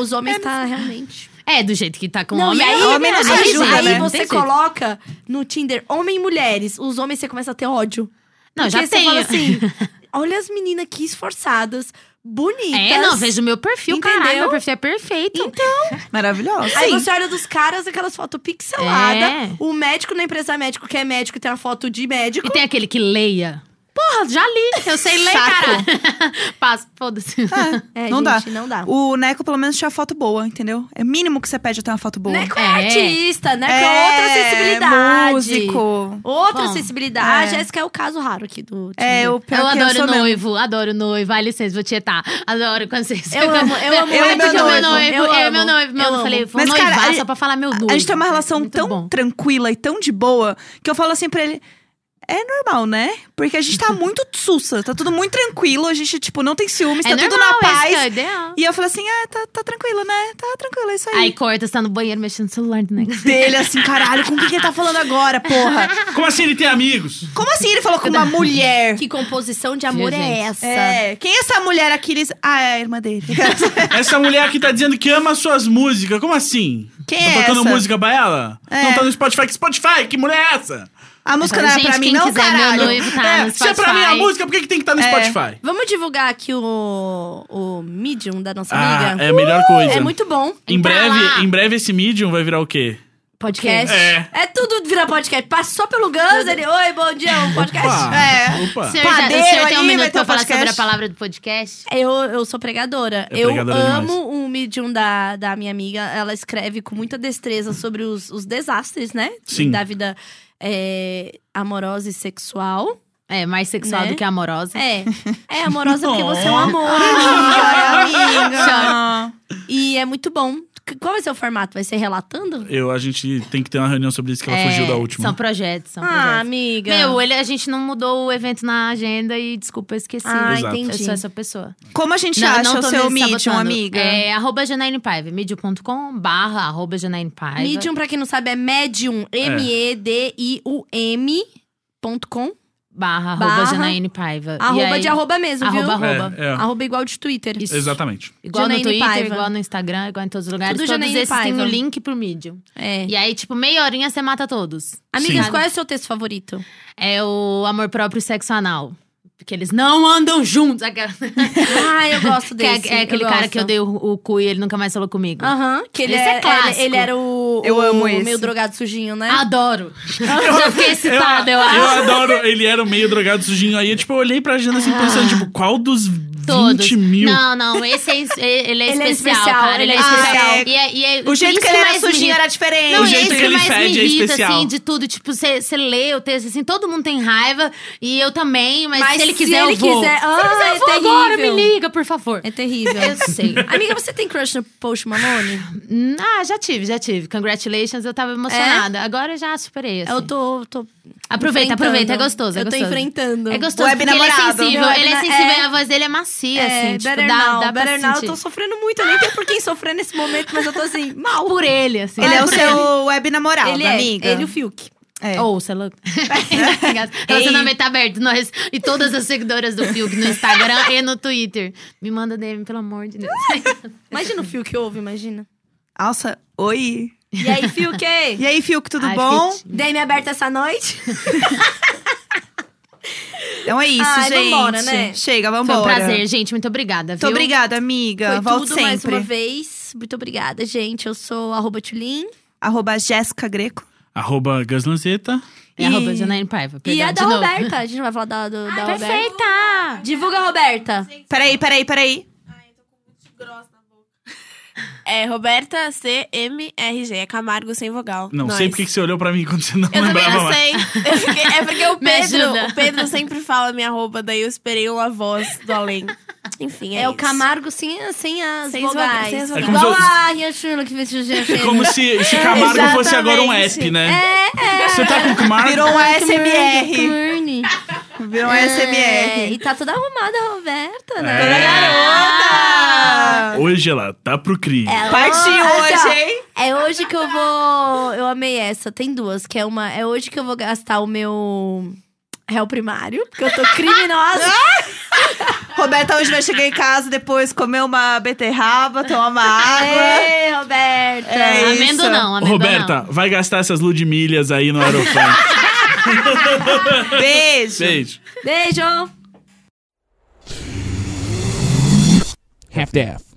Speaker 4: Os homens tá realmente.
Speaker 2: É, do jeito que tá com o
Speaker 4: Não, e
Speaker 2: homem.
Speaker 4: aí,
Speaker 1: homem não
Speaker 4: aí,
Speaker 1: se ajuda,
Speaker 4: aí
Speaker 1: né?
Speaker 4: você
Speaker 2: Não tem jeito.
Speaker 4: coloca no Tinder homem e mulheres. Os homens você assim, começa a ter ódio.
Speaker 2: Não,
Speaker 4: Porque
Speaker 2: já
Speaker 4: você
Speaker 2: tem.
Speaker 4: fala assim: olha as meninas aqui esforçadas bonitas.
Speaker 2: É, não, vejo meu perfil, caralho.
Speaker 4: Entendeu? Então-
Speaker 2: Meu perfil é perfeito.
Speaker 1: Maravilhosa.
Speaker 4: Aí
Speaker 1: Sim.
Speaker 4: você olha dos caras, aquelas fotos pixeladas.
Speaker 2: É.
Speaker 4: O médico na empresa médico que é médico tem uma foto de médico.
Speaker 2: E tem aquele que leia. Porra, já li. Eu sei ler,
Speaker 1: Saco.
Speaker 2: caralho. Passa, foda-se.
Speaker 1: É,
Speaker 4: É,
Speaker 1: não
Speaker 4: gente,
Speaker 1: dá.
Speaker 4: não dá.
Speaker 1: O Neco, pelo menos, tinha foto boa, entendeu? É mínimo que você pede ter uma foto boa.
Speaker 4: Neco é,
Speaker 2: É.
Speaker 4: artista, né? É, outra
Speaker 1: É,
Speaker 4: sensibilidade.
Speaker 1: músico.
Speaker 4: Outra
Speaker 2: Bom,
Speaker 4: sensibilidade.
Speaker 1: é.
Speaker 4: A Jéssica é o caso raro aqui do Tinder.
Speaker 1: É, eu, pior
Speaker 2: eu
Speaker 1: que
Speaker 2: adoro
Speaker 1: sou mesmo.
Speaker 2: noivo, adoro noivo. Ai, licença, vou tietar. Adoro quando vocês.
Speaker 4: Eu amo, eu amo
Speaker 2: Olha
Speaker 1: ele, meu
Speaker 2: aqui que é meu
Speaker 1: noivo,
Speaker 2: noivo.
Speaker 4: eu
Speaker 2: é
Speaker 4: amo,
Speaker 2: meu noivo. Meu,
Speaker 4: eu
Speaker 2: eu
Speaker 4: amo.
Speaker 2: falei, vou
Speaker 1: Mas, cara,
Speaker 2: noivar
Speaker 1: a-
Speaker 2: só pra falar meu noivo. É
Speaker 1: A gente tem uma relação
Speaker 2: Muito
Speaker 1: tão
Speaker 2: bom.
Speaker 1: tranquila e tão de boa que eu falo assim pra ele. É normal, né? Porque a gente tá muito sussa, tá tudo muito tranquilo, a gente, tipo, não tem ciúmes,
Speaker 2: É
Speaker 1: tá tudo na
Speaker 2: normal, esse que é o
Speaker 1: paz.
Speaker 2: ideal.
Speaker 1: E eu falo assim, ah, tá, tá tranquilo, né? Tá tranquilo, é isso aí.
Speaker 2: Aí corta, você tá no banheiro mexendo no celular do Nex.
Speaker 1: Dele assim, caralho, com quem que ele tá falando agora, porra?
Speaker 3: Como assim ele tem amigos?
Speaker 1: Como assim ele falou com uma mulher?
Speaker 4: Que composição de amor é
Speaker 2: Gente.
Speaker 4: essa?
Speaker 1: É, quem é essa mulher aqui? Eles... Ah, é a irmã dele.
Speaker 3: Essa mulher aqui tá dizendo que ama suas músicas. Como assim?
Speaker 1: Quem
Speaker 3: tá
Speaker 1: é
Speaker 3: tocando
Speaker 1: essa?
Speaker 3: música pra ela?
Speaker 1: É.
Speaker 3: Não tá no Spotify. Que Spotify? Que mulher é essa?
Speaker 1: A música não é
Speaker 2: Gente,
Speaker 1: pra mim,
Speaker 2: quem
Speaker 1: não,
Speaker 2: quiser, meu
Speaker 1: caralho.
Speaker 2: noivo tá
Speaker 3: é,
Speaker 2: no
Speaker 3: se é pra mim a
Speaker 2: Spotify.
Speaker 3: música, por que, que tem que estar no
Speaker 1: É.
Speaker 3: Spotify?
Speaker 4: Vamos divulgar aqui o, o Medium da nossa
Speaker 3: Ah,
Speaker 4: amiga?
Speaker 3: é a melhor coisa.
Speaker 4: É muito bom.
Speaker 3: Em
Speaker 2: Entra lá.
Speaker 3: breve, em breve esse Medium vai virar o quê?
Speaker 4: Podcast.
Speaker 3: É.
Speaker 4: tudo virar podcast. Passou pelo Guns, ele. Oi, bom dia, um podcast.
Speaker 3: Opa,
Speaker 1: É.
Speaker 3: opa.
Speaker 2: O senhor, já,
Speaker 1: Padeiro
Speaker 2: o senhor tem um
Speaker 1: aí, vai
Speaker 2: minuto
Speaker 1: ter
Speaker 2: pra
Speaker 1: um
Speaker 2: eu falar
Speaker 1: podcast.
Speaker 2: sobre a palavra do podcast?
Speaker 4: É, Eu, eu sou pregadora.
Speaker 3: É
Speaker 4: eu
Speaker 3: pregadora
Speaker 4: amo
Speaker 3: demais.
Speaker 4: o Medium da, da minha amiga. Ela escreve com muita destreza sobre os, os desastres, né?
Speaker 3: Sim.
Speaker 4: Da vida é, amorosa e sexual.
Speaker 2: É, mais sexual
Speaker 4: Né?
Speaker 2: do que amorosa.
Speaker 4: É. É amorosa porque você é um
Speaker 3: Oh.
Speaker 4: amor.
Speaker 1: Ai, amiga.
Speaker 4: E é muito bom. C- Qual vai ser o formato? Vai ser relatando?
Speaker 3: Eu, a gente tem que ter uma reunião sobre isso que ela
Speaker 2: É,
Speaker 3: fugiu da última.
Speaker 2: São projetos, são
Speaker 4: Ah,
Speaker 2: projetos.
Speaker 4: amiga.
Speaker 2: Meu, ele, a gente não mudou o evento na agenda e desculpa, eu esqueci.
Speaker 4: ah,
Speaker 3: Exato.
Speaker 2: eu
Speaker 4: entendi.
Speaker 2: sou essa pessoa.
Speaker 1: Como a gente
Speaker 2: Não,
Speaker 1: acha
Speaker 2: não
Speaker 1: o
Speaker 2: tô
Speaker 1: seu
Speaker 2: me
Speaker 1: Medium,
Speaker 2: sabotando.
Speaker 1: amiga?
Speaker 2: É arroba Janaine Paiva. Medium.com barra arroba Janaine Paiva.
Speaker 4: Medium, pra quem não sabe, é Medium. M-E-D-I-U-M. Ponto com.
Speaker 2: Barra,
Speaker 4: barra,
Speaker 2: arroba Janaine Paiva. E
Speaker 4: Arroba
Speaker 2: aí-
Speaker 4: de arroba mesmo, viu?
Speaker 2: Arroba, arroba.
Speaker 3: É, é.
Speaker 4: Arroba igual de Twitter.
Speaker 2: Isso.
Speaker 3: Exatamente.
Speaker 2: Igual
Speaker 4: Janaíne
Speaker 2: no Twitter,
Speaker 4: Paiva.
Speaker 2: igual no Instagram, igual em todos os lugares.
Speaker 4: Tudo
Speaker 2: todos
Speaker 4: Janaíne
Speaker 2: esses têm
Speaker 4: Paiva.
Speaker 2: o link pro Medium.
Speaker 4: É.
Speaker 2: E assim, aí, tipo, meia horinha você mata todos.
Speaker 4: Amigas,
Speaker 3: Sim.
Speaker 4: qual é o seu texto favorito?
Speaker 2: É o amor próprio e sexo anal. Porque eles não andam juntos. Aquela-
Speaker 4: Ah, eu gosto
Speaker 2: Que é-
Speaker 4: desse.
Speaker 2: é, aquele cara que eu dei o, o cu e ele nunca mais falou comigo.
Speaker 4: Aham, que ele,
Speaker 2: Esse
Speaker 4: é,
Speaker 2: é clássico.
Speaker 4: ele, ele era o,
Speaker 1: Eu
Speaker 4: o
Speaker 1: amo esse.
Speaker 4: meio drogado sujinho, né?
Speaker 2: Ah, Adoro. Já fiquei excitada, eu, acho.
Speaker 3: Eu adoro, ele era o meio drogado sujinho. Aí, tipo, eu olhei pra agenda assim, pensando, tipo, qual dos 20
Speaker 2: Todos.
Speaker 3: mil?
Speaker 2: Não, não, esse é, es- ele é
Speaker 4: Ele é
Speaker 2: especial,
Speaker 4: especial,
Speaker 2: cara. Ele é
Speaker 4: ele é
Speaker 2: especial.
Speaker 1: especial.
Speaker 2: E é- e é-
Speaker 1: O jeito
Speaker 2: isso
Speaker 1: que ele era
Speaker 2: mais me
Speaker 1: sujinho
Speaker 2: irrita.
Speaker 1: era diferente.
Speaker 2: Não,
Speaker 3: O
Speaker 2: e
Speaker 3: jeito
Speaker 2: é isso
Speaker 3: que
Speaker 2: que
Speaker 3: ele
Speaker 2: mais
Speaker 3: fede
Speaker 2: me
Speaker 3: é
Speaker 2: irrita,
Speaker 3: especial.
Speaker 2: assim, de tudo. Tipo, você lê o texto, assim, todo mundo tem raiva. E eu também, mas,
Speaker 4: Mas
Speaker 2: se ele
Speaker 4: se
Speaker 2: quiser,
Speaker 4: ele
Speaker 2: eu vou.
Speaker 4: quiser-
Speaker 2: se
Speaker 4: Ah,
Speaker 2: ele quiser,
Speaker 4: é
Speaker 2: eu vou agora, me
Speaker 4: terrível.
Speaker 2: liga, por favor.
Speaker 4: É terrível.
Speaker 2: Eu sei.
Speaker 4: Amiga, você tem crush no Post Malone?
Speaker 2: Hum, Ah, já tive, já tive. Congratulations, eu
Speaker 4: É?
Speaker 2: tava emocionada. Agora eu já superei, assim.
Speaker 4: Eu tô. tô
Speaker 2: Aproveita,
Speaker 4: enfrentando.
Speaker 2: aproveita, é gostoso, é
Speaker 4: eu
Speaker 2: gostoso.
Speaker 4: tô enfrentando.
Speaker 2: É gostoso,
Speaker 1: Web
Speaker 2: porque ele é
Speaker 1: namorado.
Speaker 2: sensível.
Speaker 4: Meu web
Speaker 2: Ele é
Speaker 4: na-
Speaker 2: sensível
Speaker 4: é.
Speaker 2: e a voz dele é macia, assim. Tipo,
Speaker 4: better
Speaker 2: dá,
Speaker 4: now,
Speaker 2: dá pra
Speaker 4: better now, eu
Speaker 2: sentir.
Speaker 4: tô sofrendo muito. Eu nem sei por quem sofrer nesse momento, mas eu tô assim, mal.
Speaker 2: Por ele, assim.
Speaker 1: Ele é o
Speaker 2: Por
Speaker 1: seu web namorado,
Speaker 4: ele
Speaker 1: amiga.
Speaker 4: é. Ele e o Fiuk.
Speaker 1: É.
Speaker 2: Ou, sei lá. Relacionamento aberto. Nós e todas as seguidoras do Fiuk no Instagram e no Twitter. Me manda DM, pelo amor de Deus.
Speaker 4: Imagina o Fiuk que ouve, imagina.
Speaker 1: Nossa, oi.
Speaker 4: E aí, Fiuk?
Speaker 1: E aí, Fiuk, tudo
Speaker 2: Ai,
Speaker 1: bom?
Speaker 2: fiquei-
Speaker 4: Dei-me aberta essa noite.
Speaker 1: Então é isso,
Speaker 4: Ai,
Speaker 1: gente.
Speaker 4: vambora, né?
Speaker 1: Chega,
Speaker 2: Foi
Speaker 1: vambora.
Speaker 2: um prazer, gente. Muito obrigada,
Speaker 1: Muito
Speaker 2: viu?
Speaker 1: obrigada, amiga.
Speaker 4: Foi
Speaker 1: Volte
Speaker 4: tudo
Speaker 1: Então, sempre.
Speaker 4: mais uma vez. Muito obrigada, gente. Eu sou arroba Tulin.
Speaker 1: Arroba Jéssica Greco.
Speaker 3: Arroba Gus Lanzetta.
Speaker 2: É arroba Janaíne Paiva.
Speaker 4: E
Speaker 2: perdão,
Speaker 4: a
Speaker 2: de
Speaker 4: da
Speaker 2: novo.
Speaker 4: Roberta. A gente não vai falar da, do, da Roberta.
Speaker 2: Perfeita!
Speaker 4: Divulga a Roberta.
Speaker 1: Peraí, peraí, peraí.
Speaker 7: É Roberta CMRG, é Camargo sem vogal.
Speaker 3: Não
Speaker 7: Nós.
Speaker 3: sei porque que você olhou pra mim quando você não
Speaker 7: Eu também
Speaker 3: lembrava
Speaker 7: não
Speaker 3: mais.
Speaker 7: sei. Eu fiquei- é porque o
Speaker 2: Me ajuda.
Speaker 7: Pedro, o Pedro sempre fala minha arroba, daí eu esperei uma voz do além. Enfim, é,
Speaker 4: É o
Speaker 7: isso.
Speaker 4: Camargo sem, sem as
Speaker 7: Sem as
Speaker 4: vogais.
Speaker 7: voga- sem as
Speaker 3: vogais. É
Speaker 4: Igual
Speaker 3: como se-
Speaker 4: a Riachuelo que fez o
Speaker 3: É
Speaker 4: GF.
Speaker 3: como se, se Camargo fosse
Speaker 7: Exatamente.
Speaker 3: agora um app, né?
Speaker 4: É,
Speaker 3: Você tá com Camargo?
Speaker 1: Virou um
Speaker 4: Camargo,
Speaker 1: ASMR.
Speaker 4: Camargo.
Speaker 1: Virou um
Speaker 4: É,
Speaker 1: ASMR.
Speaker 4: E tá toda arrumada a Roberta,
Speaker 3: É.
Speaker 4: né?
Speaker 1: Toda garota!
Speaker 3: Hoje ela tá pro crime.
Speaker 1: Partiu
Speaker 4: Nossa!
Speaker 1: hoje, hein?
Speaker 4: É hoje que eu vou. Eu amei essa. Tem duas, que é uma. É hoje que eu vou gastar o meu réu primário, porque eu tô criminosa.
Speaker 1: Roberta hoje vai chegar em casa depois comer uma beterraba, tomar uma água.
Speaker 4: Ei, Roberta!
Speaker 1: É isso.
Speaker 2: Amendo não, amendo
Speaker 3: Roberta,
Speaker 2: não.
Speaker 3: vai gastar essas ludmilhas aí no aerofone.
Speaker 1: Beijo.
Speaker 3: Beijo.
Speaker 4: Beijo!
Speaker 8: half-daff.